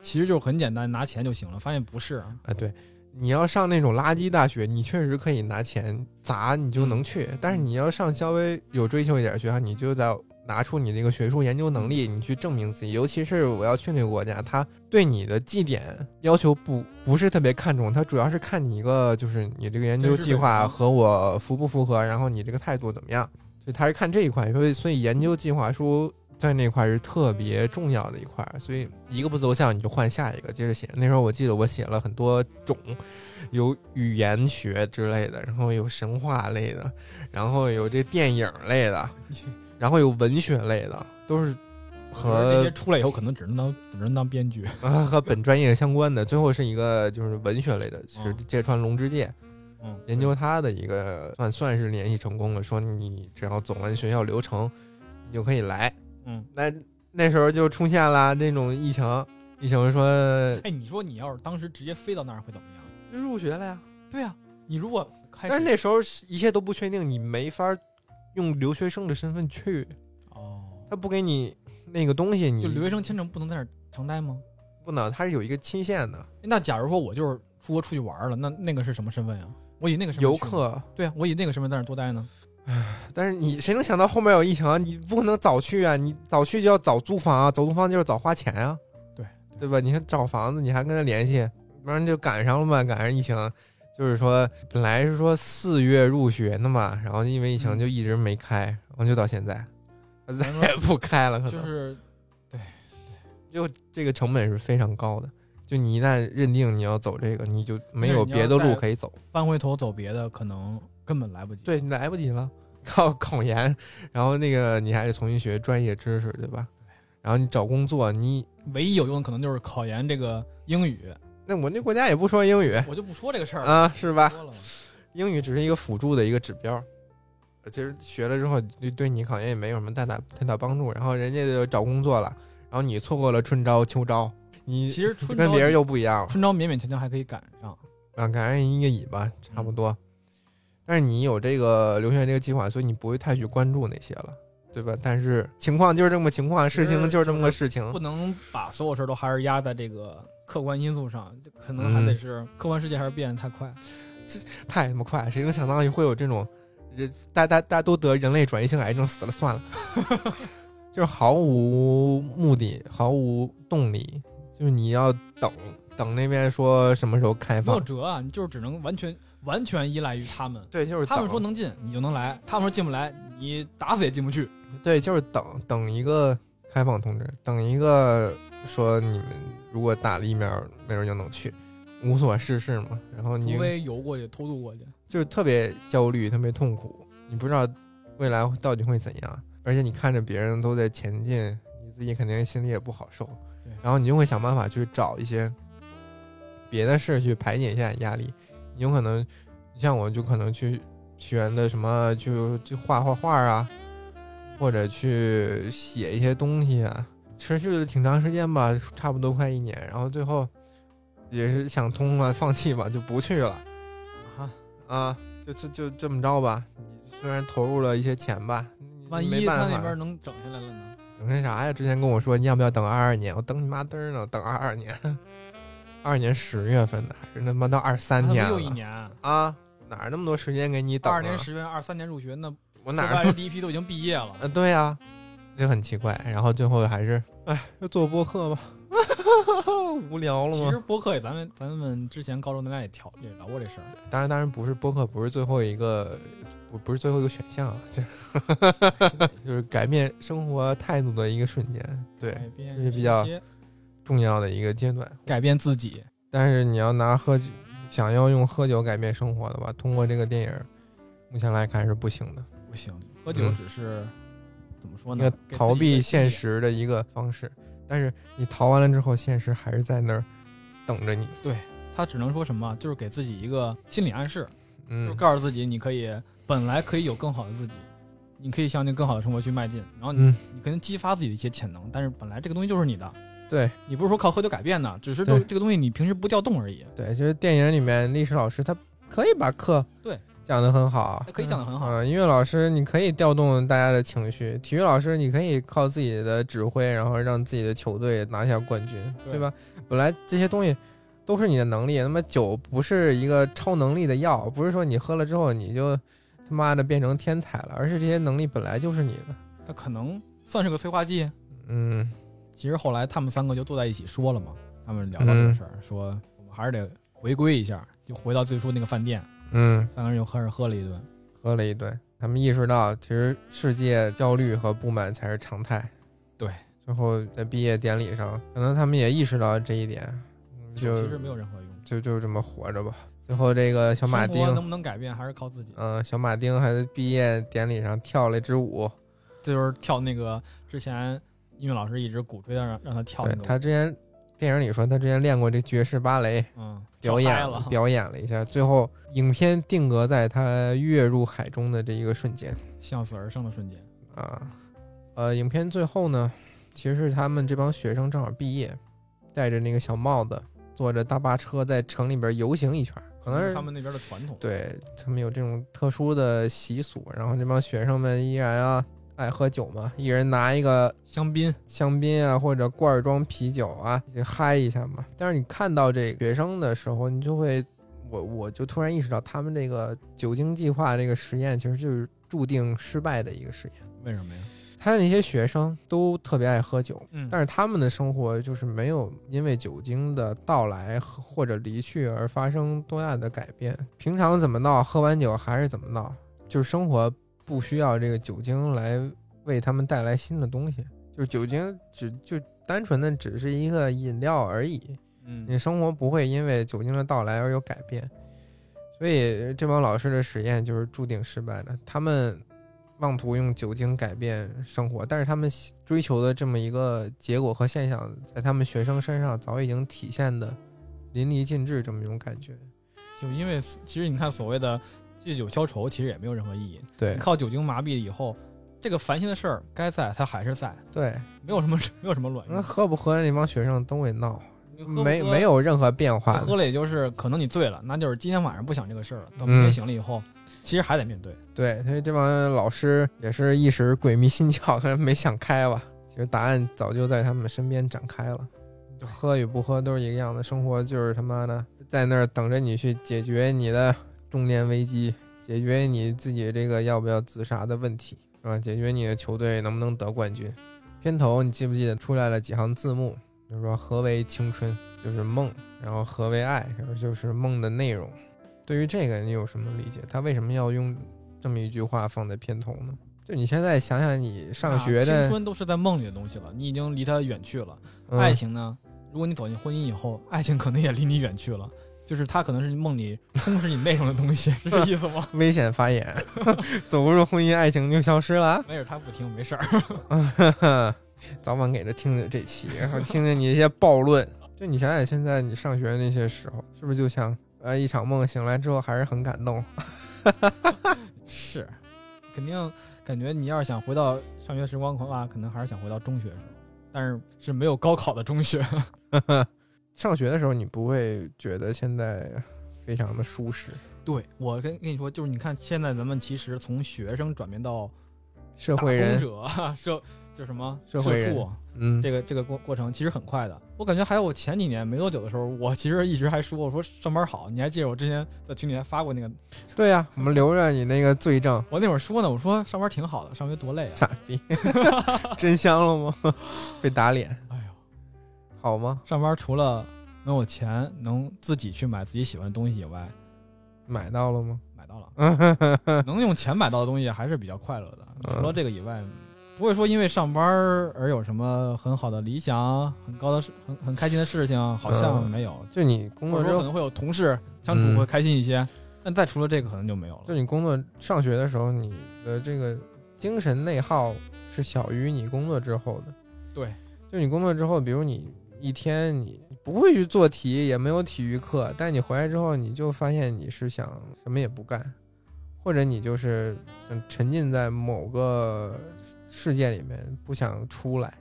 Speaker 2: 其实就是很简单，拿钱就行了，发现不是。
Speaker 1: 啊，对，你要上那种垃圾大学，你确实可以拿钱砸，你就
Speaker 2: 嗯
Speaker 1: 能去。但是你要上稍微有追求一点的学校，你就得拿出你这个学术研究能力，你去证明自己。尤其是我要去那个国家，他对你的绩点要求不不是特别看重，他主要是看你一个就是你这个研究
Speaker 2: 真实
Speaker 1: 计
Speaker 2: 水
Speaker 1: 划
Speaker 2: 平
Speaker 1: 和我符不符合，然后你这个态度怎么样。所以他是看这一块，所以所以研究计划书在那块是特别重要的一块，所以一个不奏效你就换下一个，接着写。那时候我记得我写了很多种，有语言学之类的，然后有神话类的，然后有这电影类的，然后有文学类的，都是
Speaker 2: 这
Speaker 1: 和
Speaker 2: 些出来以后可能只能当只能当编剧。
Speaker 1: 啊和本专业相关的。最后是一个就是文学类的，是
Speaker 2: 嗯
Speaker 1: 芥川龙之介，
Speaker 2: 嗯，
Speaker 1: 研究他的一个算算是联系成功了，说你只要走完学校流程，你就可以来。
Speaker 2: 嗯，
Speaker 1: 那那时候就出现了这种疫情，疫情说
Speaker 2: 哎，你说你要是当时直接飞到那儿会怎么样？
Speaker 1: 就入学了呀，
Speaker 2: 对呀、你如果开
Speaker 1: 啊但是那时候是一切都不确定，你没法用留学生的身份去，
Speaker 2: 哦，
Speaker 1: 他不给你那个东西，你
Speaker 2: 就留学生签证不能在那儿常待吗？
Speaker 1: 不能，他是有一个期限的，
Speaker 2: 那假如说我就是出国出去玩儿了，那那个是什么身份呀、我以那个身份
Speaker 1: 游
Speaker 2: 去吗，
Speaker 1: 客。
Speaker 2: 对啊，我以那个身份在那儿多待呢。
Speaker 1: 但是你谁能想到后面有疫情啊？你不可能早去啊！你早去就要早租房啊，早租房就是早花钱啊，
Speaker 2: 对
Speaker 1: 对吧？你还找房子，你还跟他联系，不然就赶上了嘛，赶上疫情。啊就是说，本来是说四月入学的嘛，然后因为疫情
Speaker 2: 嗯
Speaker 1: 就一直没开，然后就到现在，再
Speaker 2: 咱说
Speaker 1: 也不开了，可能
Speaker 2: 就是
Speaker 1: 就这个成本是非常高的。就你一旦认定你要走这个，你就没有别的路可以走，
Speaker 2: 翻回头走别的，可能根本来不及。
Speaker 1: 对你来不及了。靠 考研，然后那个你还得重新学专业知识，对吧？然后你找工作，你
Speaker 2: 唯一有用的可能就是考研这个英语，
Speaker 1: 那我那国家也不说英语
Speaker 2: 我就不说这个事儿了，
Speaker 1: 哎啊，是吧？
Speaker 2: 说了嘛
Speaker 1: 英语只是一个辅助的一个指标，呃其实学了之后对对你考研也没有什么太大太大帮助。然后人家就找工作了，然后你错过了春招秋招，你
Speaker 2: 其实春
Speaker 1: 跟
Speaker 2: 招
Speaker 1: 别人又不一样了。
Speaker 2: 春招勉勉强强还可以赶上，
Speaker 1: 啊，赶上一个尾巴差不多。但是你有这个留学这个计划，所以你不会太去关注那些了，对吧？但是情况就是这么个情况，
Speaker 2: 其实
Speaker 1: 事情就是这么个
Speaker 2: 就
Speaker 1: 事情
Speaker 2: 不。能把所有事儿都还是压在这个客观因素上，就可能
Speaker 1: 嗯
Speaker 2: 还得是客观世界还是变得太快。
Speaker 1: 太他妈快了，谁能想到会有这种，人大大大家都得人类转移性癌症死了算了， 就是毫无目的，毫无动力，就是你要等等那边说什么时候开
Speaker 2: 没有
Speaker 1: 放，
Speaker 2: 辙啊，你就是只能完全完全依赖于他们。
Speaker 1: 对，就是
Speaker 2: 他们
Speaker 1: 等
Speaker 2: 说能进，你就能来；他们说进不来，你打死也进不去。
Speaker 1: 对，就是等等一个开放通知，等一个说你们如果打了疫苗，没准就能去，无所事事嘛。然后你
Speaker 2: 除非游过去偷渡过去，
Speaker 1: 就是特别焦虑，特别痛苦，你不知道未来到底会怎样，而且你看着别人都在前进，你自己肯定心里也不好受
Speaker 2: 对，
Speaker 1: 然后你就会想办法去找一些别的事去排解一下压力。你有可能，你像我就可能去学的什么，就就画画画啊，或者去写一些东西啊，持续了挺长时间吧，差不多快一年，然后最后也是想通了，放弃吧，就不去了。
Speaker 2: 啊，
Speaker 1: 啊，就就就这么着吧。你虽然投入了一些钱吧，你
Speaker 2: 万
Speaker 1: 没
Speaker 2: 一
Speaker 1: 办
Speaker 2: 他
Speaker 1: 法
Speaker 2: 那边能整下来了呢？
Speaker 1: 整那啥呀？之前跟我说你要不要等二二年，我等你妈嘚儿呢，等二二年，二二年十月份的，还是他妈到二三
Speaker 2: 那
Speaker 1: 年
Speaker 2: 不
Speaker 1: 了
Speaker 2: 又一年啊，
Speaker 1: 啊？哪儿那么多时间给你等、
Speaker 2: 二
Speaker 1: 啊？
Speaker 2: 二年十月，二三年入学，那
Speaker 1: 我哪
Speaker 2: 说
Speaker 1: 儿
Speaker 2: 白了第一批都已经毕业 了，
Speaker 1: 呃，对呀、就很奇怪。然后最后还是，哎，就做播客吧， 无聊了
Speaker 2: 其
Speaker 1: 吗？
Speaker 2: 实播客也，咱们咱们之前高中咱俩也聊也聊过这事儿，
Speaker 1: 当然，当然不是播客，不是最后一个，不不是最后一个选项啊，就是 就是改变生活态度的一个瞬间，对，
Speaker 2: 改变
Speaker 1: 这是比较
Speaker 2: 世界
Speaker 1: 重要的一个阶段。
Speaker 2: 改变自己，
Speaker 1: 但是你要拿喝酒，想要用喝酒改变生活的话，通过这个电影，目前来看是不行的，
Speaker 2: 不行，喝酒
Speaker 1: 嗯
Speaker 2: 只是怎么说
Speaker 1: 一
Speaker 2: 呢
Speaker 1: 个？
Speaker 2: 给自己
Speaker 1: 逃
Speaker 2: 一
Speaker 1: 避
Speaker 2: 个
Speaker 1: 现
Speaker 2: 心理，
Speaker 1: 实的一个方式。但是你逃完了之后，现实还是在那儿等着你。
Speaker 2: 他只能说什么，就是给自己一个心理暗示，就是
Speaker 1: 嗯，
Speaker 2: 告诉自己，你可以本来可以有更好的自己，你可以向那更好的生活去迈进，然后你
Speaker 1: 嗯，
Speaker 2: 你可能激发自己的一些潜能，但是本来这个东西就是你的，
Speaker 1: 对
Speaker 2: 你不是说靠喝酒改变的，只是就
Speaker 1: 对
Speaker 2: 这个东西你平时不调动而已。
Speaker 1: 对，就是电影里面历史老师他可以把课
Speaker 2: 对
Speaker 1: 讲得很好，
Speaker 2: 可以讲得很好
Speaker 1: 嗯，音乐老师你可以调动大家的情绪，体育老师你可以靠自己的指挥，然后让自己的球队拿下冠军，
Speaker 2: 对
Speaker 1: 对吧？本来这些东西都是你的能力，那么酒不是一个超能力的药，不是说你喝了之后你就他妈的变成天才了，而是这些能力本来就是你的。
Speaker 2: 它可能算是个催化剂。
Speaker 1: 嗯，
Speaker 2: 其实后来他们三个就坐在一起说了嘛，他们聊到这
Speaker 1: 嗯
Speaker 2: 个事儿，说我们还是得回归一下，就回到最初那个饭店，
Speaker 1: 嗯，
Speaker 2: 三个人又喝着喝了一顿。
Speaker 1: 喝了一顿，他们意识到其实世界焦虑和不满才是常态。
Speaker 2: 对，
Speaker 1: 最后在毕业典礼上，可能他们也意识到这一点，嗯
Speaker 2: 酒
Speaker 1: 就
Speaker 2: 其实没有任何用，
Speaker 1: 就就这么活着吧。最后这个小马
Speaker 2: 生活能
Speaker 1: 丁，
Speaker 2: 不能改变还是靠自己。
Speaker 1: 嗯、小马丁还在毕业典礼上跳了一支舞，
Speaker 2: 这就是跳那个之前音乐老师一直鼓吹他让让他跳
Speaker 1: 对
Speaker 2: 那个
Speaker 1: 他
Speaker 2: 舞，
Speaker 1: 之前电影里说他之前练过这爵士芭蕾，
Speaker 2: 嗯，
Speaker 1: 表
Speaker 2: 跳嗨
Speaker 1: 演
Speaker 2: 了，
Speaker 1: 表演了一下，最后影片定格在他跃入海中的这一个瞬间
Speaker 2: 向死而生的瞬间。
Speaker 1: 啊，呃，影片最后呢，其实是他们这帮学生正好毕业，戴着那个小帽子，坐着大巴车在城里边游行一圈儿，可能是
Speaker 2: 嗯他们那边的传统，
Speaker 1: 对他们有这种特殊的习俗，然后这帮学生们依然啊爱喝酒嘛，一人拿一个
Speaker 2: 香槟
Speaker 1: 香槟啊或者罐儿装啤酒啊，就嗨一下嘛。但是你看到这个学生的时候，你就会，我我就突然意识到，他们这个酒精计划这个实验其实就是注定失败的一个实验。
Speaker 2: 为什么呀？
Speaker 1: 他的那些学生都特别爱喝酒，
Speaker 2: 嗯
Speaker 1: 但是他们的生活就是没有因为酒精的到来和或者离去而发生多大的改变。平常怎么闹，喝完酒还是怎么闹，就是生活不需要这个酒精来为他们带来新的东西。就是酒精只就单纯的只是一个饮料而已，你
Speaker 2: 嗯，
Speaker 1: 生活不会因为酒精的到来而有改变。所以这帮老师的实验就是注定失败的。他们妄图用酒精改变生活，但是他们喜追求的这么一个结果和现象，在他们学生身上早已经体现的淋漓尽致，这么一种感觉。
Speaker 2: 就因为其实你看所谓的借酒消愁，其实也没有任何意义。
Speaker 1: 对
Speaker 2: 你靠酒精麻痹以后，这个烦心的事儿该在它还是在，
Speaker 1: 对，
Speaker 2: 没有什么 没有什么卵
Speaker 1: 那
Speaker 2: 用。
Speaker 1: 喝不喝那帮学生都会闹，
Speaker 2: 你喝不
Speaker 1: 嗯没
Speaker 2: 喝
Speaker 1: 没有任何变
Speaker 2: 你
Speaker 1: 化的。
Speaker 2: 喝了，也就是可能你醉了，那就是今天晚上不想这个事儿了。等
Speaker 1: 嗯
Speaker 2: 明天醒了以后，其实还得面对。
Speaker 1: 对，所以这帮老师也是一时鬼迷心窍，可能没想开吧。其实答案早就在他们身边展开了，就喝与不喝都是一个样的，生活就是他妈的在那儿等着你去解决你的中年危机，解决你自己这个要不要自杀的问题，是吧？解决你的球队能不能得冠军。片头你记不记得出来了几行字幕？就是说何为青春，就是梦，然后何为爱，然后就是梦的内容。对于这个，你有什么理解？他为什么要用这么一句话放在片头呢？就你现在想想，你上学
Speaker 2: 啊青
Speaker 1: 的、
Speaker 2: 春都是在梦里的东西了，你已经离它远去了。
Speaker 1: 嗯
Speaker 2: 爱情呢，如果你走进婚姻以后，爱情可能也离你远去了，就是它可能是你梦里充斥你内容的东西，是这意思吗？
Speaker 1: 危险发言， 走入婚姻，爱情就消失了
Speaker 2: 没事，他不听，没事儿。
Speaker 1: 啊！早晚给他听听这期，然后听听你一些暴论。就你想想，现在你上学那些时候，是不是就像呃一场梦，醒来之后还是很感动？
Speaker 2: 是，肯定感觉你要是想回到上学时光的话，可能还是想回到中学时候，但是是没有高考的中学。
Speaker 1: 上学的时候，你不会觉得现在非常的舒适，
Speaker 2: 对我跟跟你说，就是你看现在咱们其实从学生转变到
Speaker 1: 社
Speaker 2: 打工
Speaker 1: 会人，
Speaker 2: 者 社就什么
Speaker 1: 社会
Speaker 2: 社
Speaker 1: 人
Speaker 2: 畜啊
Speaker 1: 嗯，
Speaker 2: 这个这个过过程其实很快的。我感觉还有我前几年没多久的时候，我其实一直还说我说上班好，你还记得我之前在群里还发过那个，
Speaker 1: 对呀、我们留着你那个罪证，
Speaker 2: 我那会儿说呢，我说上班挺好的，上学多累啊。
Speaker 1: 傻逼，真香了吗？ 被打脸
Speaker 2: 哎呦，
Speaker 1: 好吗？
Speaker 2: 上班除了能有钱，能自己去买自己喜欢的东西以外，
Speaker 1: 买到了吗？
Speaker 2: 买到了
Speaker 1: 嗯
Speaker 2: 能用钱买到的东西还是比较快乐的。
Speaker 1: 嗯
Speaker 2: 除了这个以外，不会说因为上班而有什么很好的理想、很高的事、很很开心的事情，好像
Speaker 1: 嗯
Speaker 2: 没有。
Speaker 1: 就你工
Speaker 2: 或
Speaker 1: 作
Speaker 2: 者
Speaker 1: 之
Speaker 2: 说可
Speaker 1: 后，
Speaker 2: 能会有同事相处
Speaker 1: 嗯
Speaker 2: 会开心一些，但再除了这个可能就没有了
Speaker 1: 就。你工作上学的时候，你的这个精神内耗是小于你工作之后的。
Speaker 2: 对，
Speaker 1: 就你工作之后，比如你一天你不会去做题，也没有体育课，但你回来之后，你就发现你是想什么也不干，或者你就是想沉浸在某个世界里面，不想出来。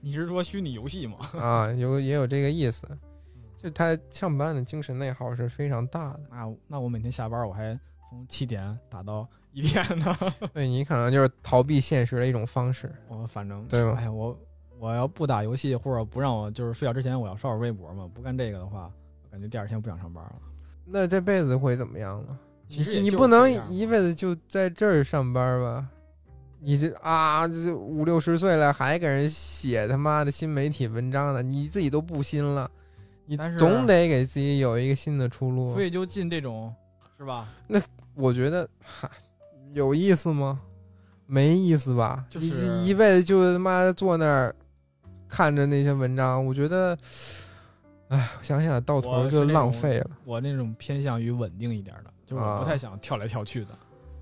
Speaker 2: 你是说虚拟游戏吗？
Speaker 1: 啊，有也有这个意思。就他上班的精神内耗是非常大的，
Speaker 2: 那那我每天下班我还从七点打到一点 呢。
Speaker 1: 对你可能就是逃避现实的一种方式。
Speaker 2: 我反正
Speaker 1: 对吧
Speaker 2: 哎呀，我我要不打游戏或者不让我就是睡觉之前我要刷会儿微博嘛，不干这个的话，我感觉第二天不想上班了。
Speaker 1: 那这辈子会怎么样呢？
Speaker 2: 其实也
Speaker 1: 你
Speaker 2: 就
Speaker 1: 不
Speaker 2: 是这
Speaker 1: 能
Speaker 2: 样
Speaker 1: 一辈子就在这儿上班吧？你这啊，这五六十岁了还给人写他妈的新媒体文章呢，你自己都不新了，你
Speaker 2: 但是啊
Speaker 1: 总得给自己有一个新的出路。啊
Speaker 2: 所以就进这种是吧？
Speaker 1: 我觉得哈有意思吗？没意思吧？
Speaker 2: 就
Speaker 1: 你
Speaker 2: 是
Speaker 1: 这一辈子就他妈坐那儿看着那些文章，我觉得，哎，想想到头
Speaker 2: 我是
Speaker 1: 就
Speaker 2: 那种
Speaker 1: 浪费了。
Speaker 2: 我那种偏向于稳定一点的，就是我
Speaker 1: 啊
Speaker 2: 不太想跳来跳去的。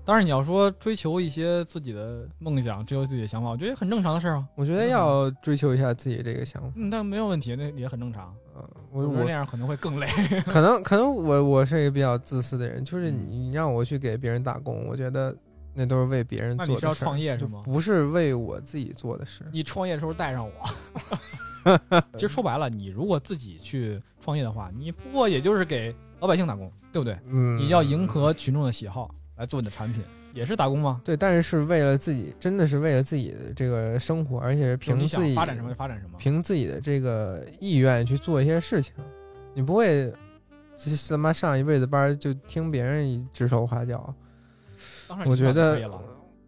Speaker 2: 当然，你要说追求一些自己的梦想，追求自己的想法，我觉得也很正常的事儿啊。
Speaker 1: 我觉得要追求一下自己这个想法。
Speaker 2: 嗯，但没有问题，那也很正常。
Speaker 1: 嗯，我
Speaker 2: 有人那
Speaker 1: 我
Speaker 2: 样可能会 更累。
Speaker 1: 可能可能我我是一个比较自私的人，就是
Speaker 2: 嗯
Speaker 1: 你让我去给别人打工，我觉得那都是为别人
Speaker 2: 那
Speaker 1: 做
Speaker 2: 你
Speaker 1: 的事
Speaker 2: 是要
Speaker 1: 儿，
Speaker 2: 创业是
Speaker 1: 就
Speaker 2: 吗
Speaker 1: 不是为我自己做的事。
Speaker 2: 你创业的时候带上我。 其实说白了，你如果自己去创业的话，你不过也就是给老百姓打工，对不对？
Speaker 1: 嗯，
Speaker 2: 你要迎合群众的喜好来做你的产品，也是打工吗？
Speaker 1: 对，但是是为了自己，真的是为了自己的这个生活，而且是
Speaker 2: 就是
Speaker 1: 凭
Speaker 2: 你
Speaker 1: 自
Speaker 2: 想
Speaker 1: 己
Speaker 2: 发展什么就发展什么。
Speaker 1: 凭自己的这个意愿去做一些事情，你不会这他妈上一辈子班儿就听别人指手画脚。
Speaker 2: 当然，
Speaker 1: 我觉得
Speaker 2: 可以了。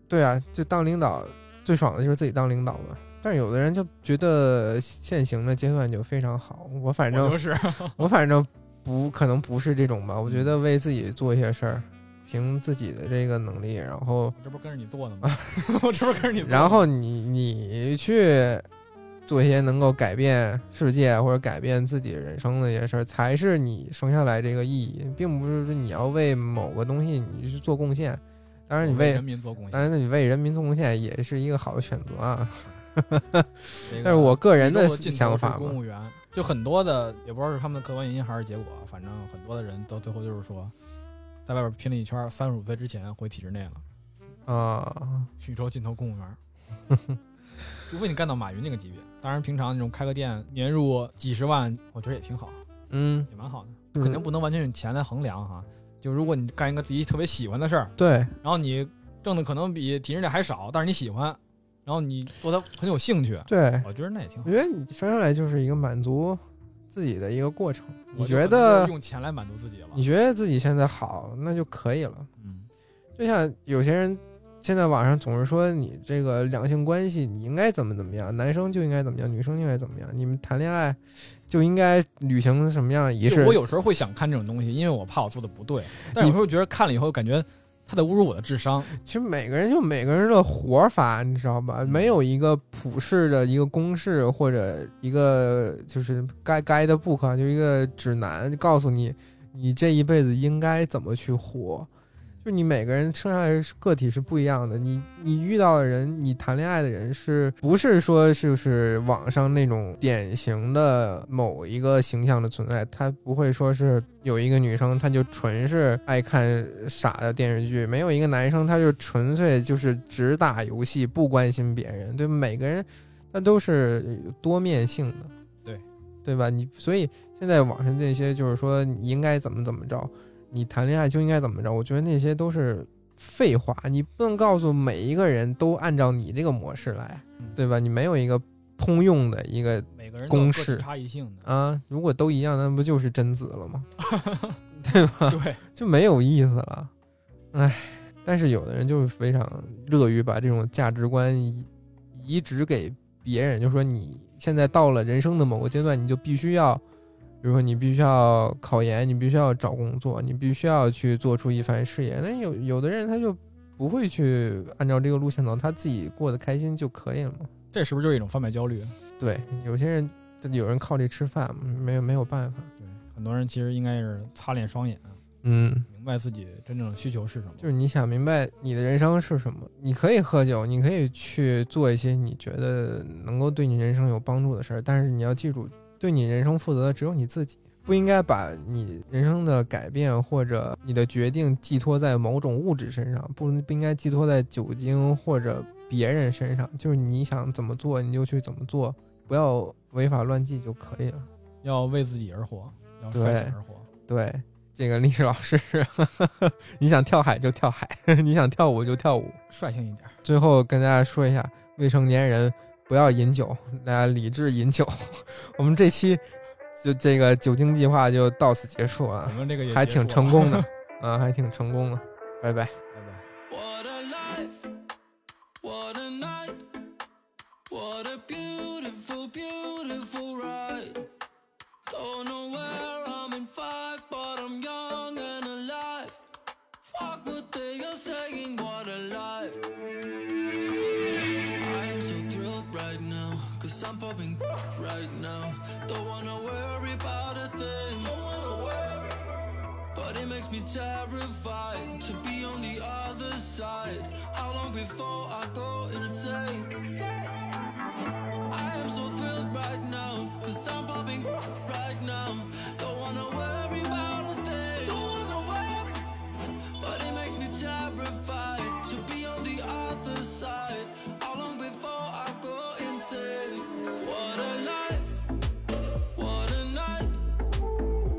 Speaker 1: 对啊，就当领导最爽的就是自己当领导嘛。但是有的人就觉得现行的阶段就非常好，我反
Speaker 2: 我
Speaker 1: 正
Speaker 2: 就是
Speaker 1: 我反正不可能不是这种吧。我觉
Speaker 2: 嗯
Speaker 1: 得为自己做一些事儿，凭自己的这个能力，然后
Speaker 2: 我这不是跟着你做呢吗？ 我这不是跟着你做呢吗。
Speaker 1: 然后你你去做一些能够改变世界啊或者改变自己人生的一些事儿，才是你生下来这个意义，并不是说你要为某个东西你去做贡献。当然，你
Speaker 2: 我为
Speaker 1: 为呃
Speaker 2: 人民做贡献。
Speaker 1: 当然你为人民做贡献也是一个好的选择啊。
Speaker 2: 这个
Speaker 1: 但是我个人的
Speaker 2: 宇宙尽头
Speaker 1: 想
Speaker 2: 是
Speaker 1: 法
Speaker 2: 公
Speaker 1: 嘛，
Speaker 2: 务员就很多的，也不知道是他们的客观原因还是结果，反正很多的人到最后就是说，在外边拼了一圈，三十五岁之前回体制内了，
Speaker 1: 啊，
Speaker 2: 宇宙尽头公务 员。除非你干到马云那个级别，当然平常那种开个店年入几十万，我觉得也挺好，
Speaker 1: 嗯，
Speaker 2: 也蛮好的。
Speaker 1: 嗯
Speaker 2: 肯定不能完全用钱来衡量哈。就如果你干一个自己特别喜欢的事儿，
Speaker 1: 对，
Speaker 2: 然后你挣的可能比体制内还少，但是你喜欢，然后你做它很有兴趣，
Speaker 1: 对，
Speaker 2: 我觉得那也挺好
Speaker 1: 我。觉得你生下来就是一个满足自己的一个过程。你
Speaker 2: 我就
Speaker 1: 觉
Speaker 2: 可能就
Speaker 1: 得
Speaker 2: 是用啊钱来满足自己了？
Speaker 1: 你觉得自己现在好，那就可以了。
Speaker 2: 嗯，
Speaker 1: 就像有些人现在网上总是说你这个两性关系你应该怎么怎么样，男生就应该怎么样，女生就应该怎么样，你们谈恋爱就应该履行什么样的仪
Speaker 2: 就
Speaker 1: 式
Speaker 2: 我。有时候会想看这种东西，因为我怕我做的不对，但有时候觉得看了以后感觉他在侮辱我的智商。
Speaker 1: 其实每个人有每个人的活法，你知道吧？没有一个普世的一个公式或者一个就是该该的 book，就一个指南，告诉你你这一辈子应该怎么去活。就你每个人生下来是个体是不一样的，你你遇到的人，你谈恋爱的人是不是说就是网上那种典型的某一个形象的存在？他不会说是有一个女生，她就纯是爱看傻的电视剧；没有一个男生，他就纯粹就是只打游戏，不关心别人。对每个人，他都是多面性的，
Speaker 2: 对
Speaker 1: 对吧？你所以现在网上这些就是说你应该怎么怎么着。你谈恋爱就应该怎么着？我觉得那些都是废话，你不能告诉每一个人都按照你这个模式来，
Speaker 2: 嗯
Speaker 1: 对吧？你没有一个通用的一个
Speaker 2: 每个人
Speaker 1: 公
Speaker 2: 都有各
Speaker 1: 式
Speaker 2: 自差异性 的，
Speaker 1: 啊，如果都一样，那不就是贞子了吗？
Speaker 2: 对，
Speaker 1: 就没有意思了，唉。但是有的人就是非常乐于把这种价值观移移植给别人，就说你现在到了人生的某个阶段，你就必须要，比如说你必须要考研，你必须要找工作，你必须要去做出一番事业。那有有的人他就不会去按照这个路线走，他自己过得开心就可以了嘛。
Speaker 2: 这是不是就是一种贩卖焦虑？啊
Speaker 1: 对，有些人有人靠这吃饭，没有没有办法。
Speaker 2: 对，很多人其实应该是擦亮双眼，啊
Speaker 1: 嗯，
Speaker 2: 明白自己真正的需求是什么。
Speaker 1: 就是你想明白你的人生是什么，你可以喝酒，你可以去做一些你觉得能够对你人生有帮助的事儿，但是你要记住，对你人生负责的只有你自己，不应该把你人生的改变或者你的决定寄托在某种物质身上，不不应该寄托在酒精或者别人身上，就是你想怎么做你就去怎么做，不要违法乱纪就可以了。
Speaker 2: 要为自己而活，要
Speaker 1: 对
Speaker 2: 率性而活。
Speaker 1: 对，这个历史老师， 你想跳海就跳海， 你想跳舞就跳舞。
Speaker 2: 率性一点，
Speaker 1: 最后跟大家说一下，未成年人不要饮酒，大家理智饮酒。 我们这期就这个酒精计划就到此结束
Speaker 2: 我
Speaker 1: 啊，
Speaker 2: 们这个也
Speaker 1: 还
Speaker 2: 结束
Speaker 1: 挺
Speaker 2: 了
Speaker 1: 成。功的啊，还挺成功的，拜拜。
Speaker 2: 拜拜
Speaker 3: What a life, what a night, what a beautiful, beautiful ride. Don't know where I'm in five, but I'm young and alive. Fuck what they are saying, what a life. I am so thrilled right now, cause I'm popping right now. Don't wanna worry about a thing. Don't wanna worry. But it makes me terrified to be on the other side. How long before I go insane? I am so thrilled right now, cause I'm popping right now. Don't wanna worry about a thing. But it makes me terrified to be on the other side. How long before I go insane? What a life, what a night.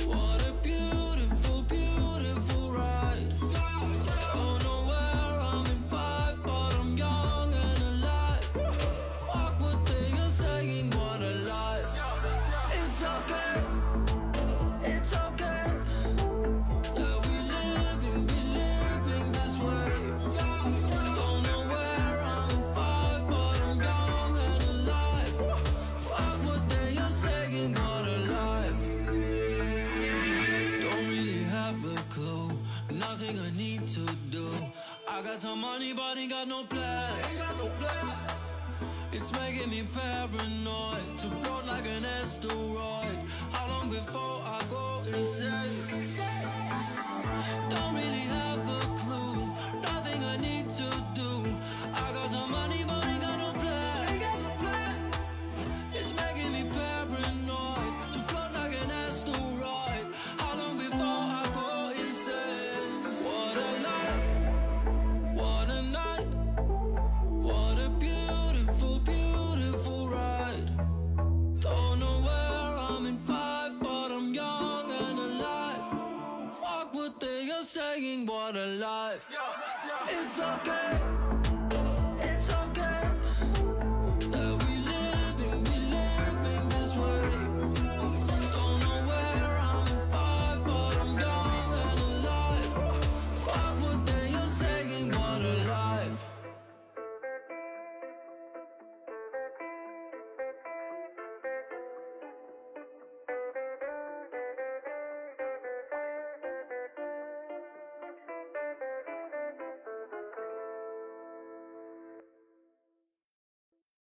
Speaker 3: What a beautiful, beautiful ride. Don't know where I'm in five, but I'm young and alive. Fuck what they are saying, what a life. It's okay, it's okay. Yeah, we living, we living this way. Don't know where I'm in five, but I'm young and alive. Fuck what they are saying, what a life. Don't really have a clue. Nothing I need to do. I got some money, but ain't got no plans. It's making me paranoid to float like an asteroid. How long before I go insane? Don't really have a clue. Nothing I need to do. I got some money, but ain't got no plans. It's making me paranoid to float like an asteroid. How long before I go insane? What a life, what a night, what a beautiful, beautiful ride. Don't know where I'm in five, but I'm young and alive. Fuck what they are saying, what a life. It's okay,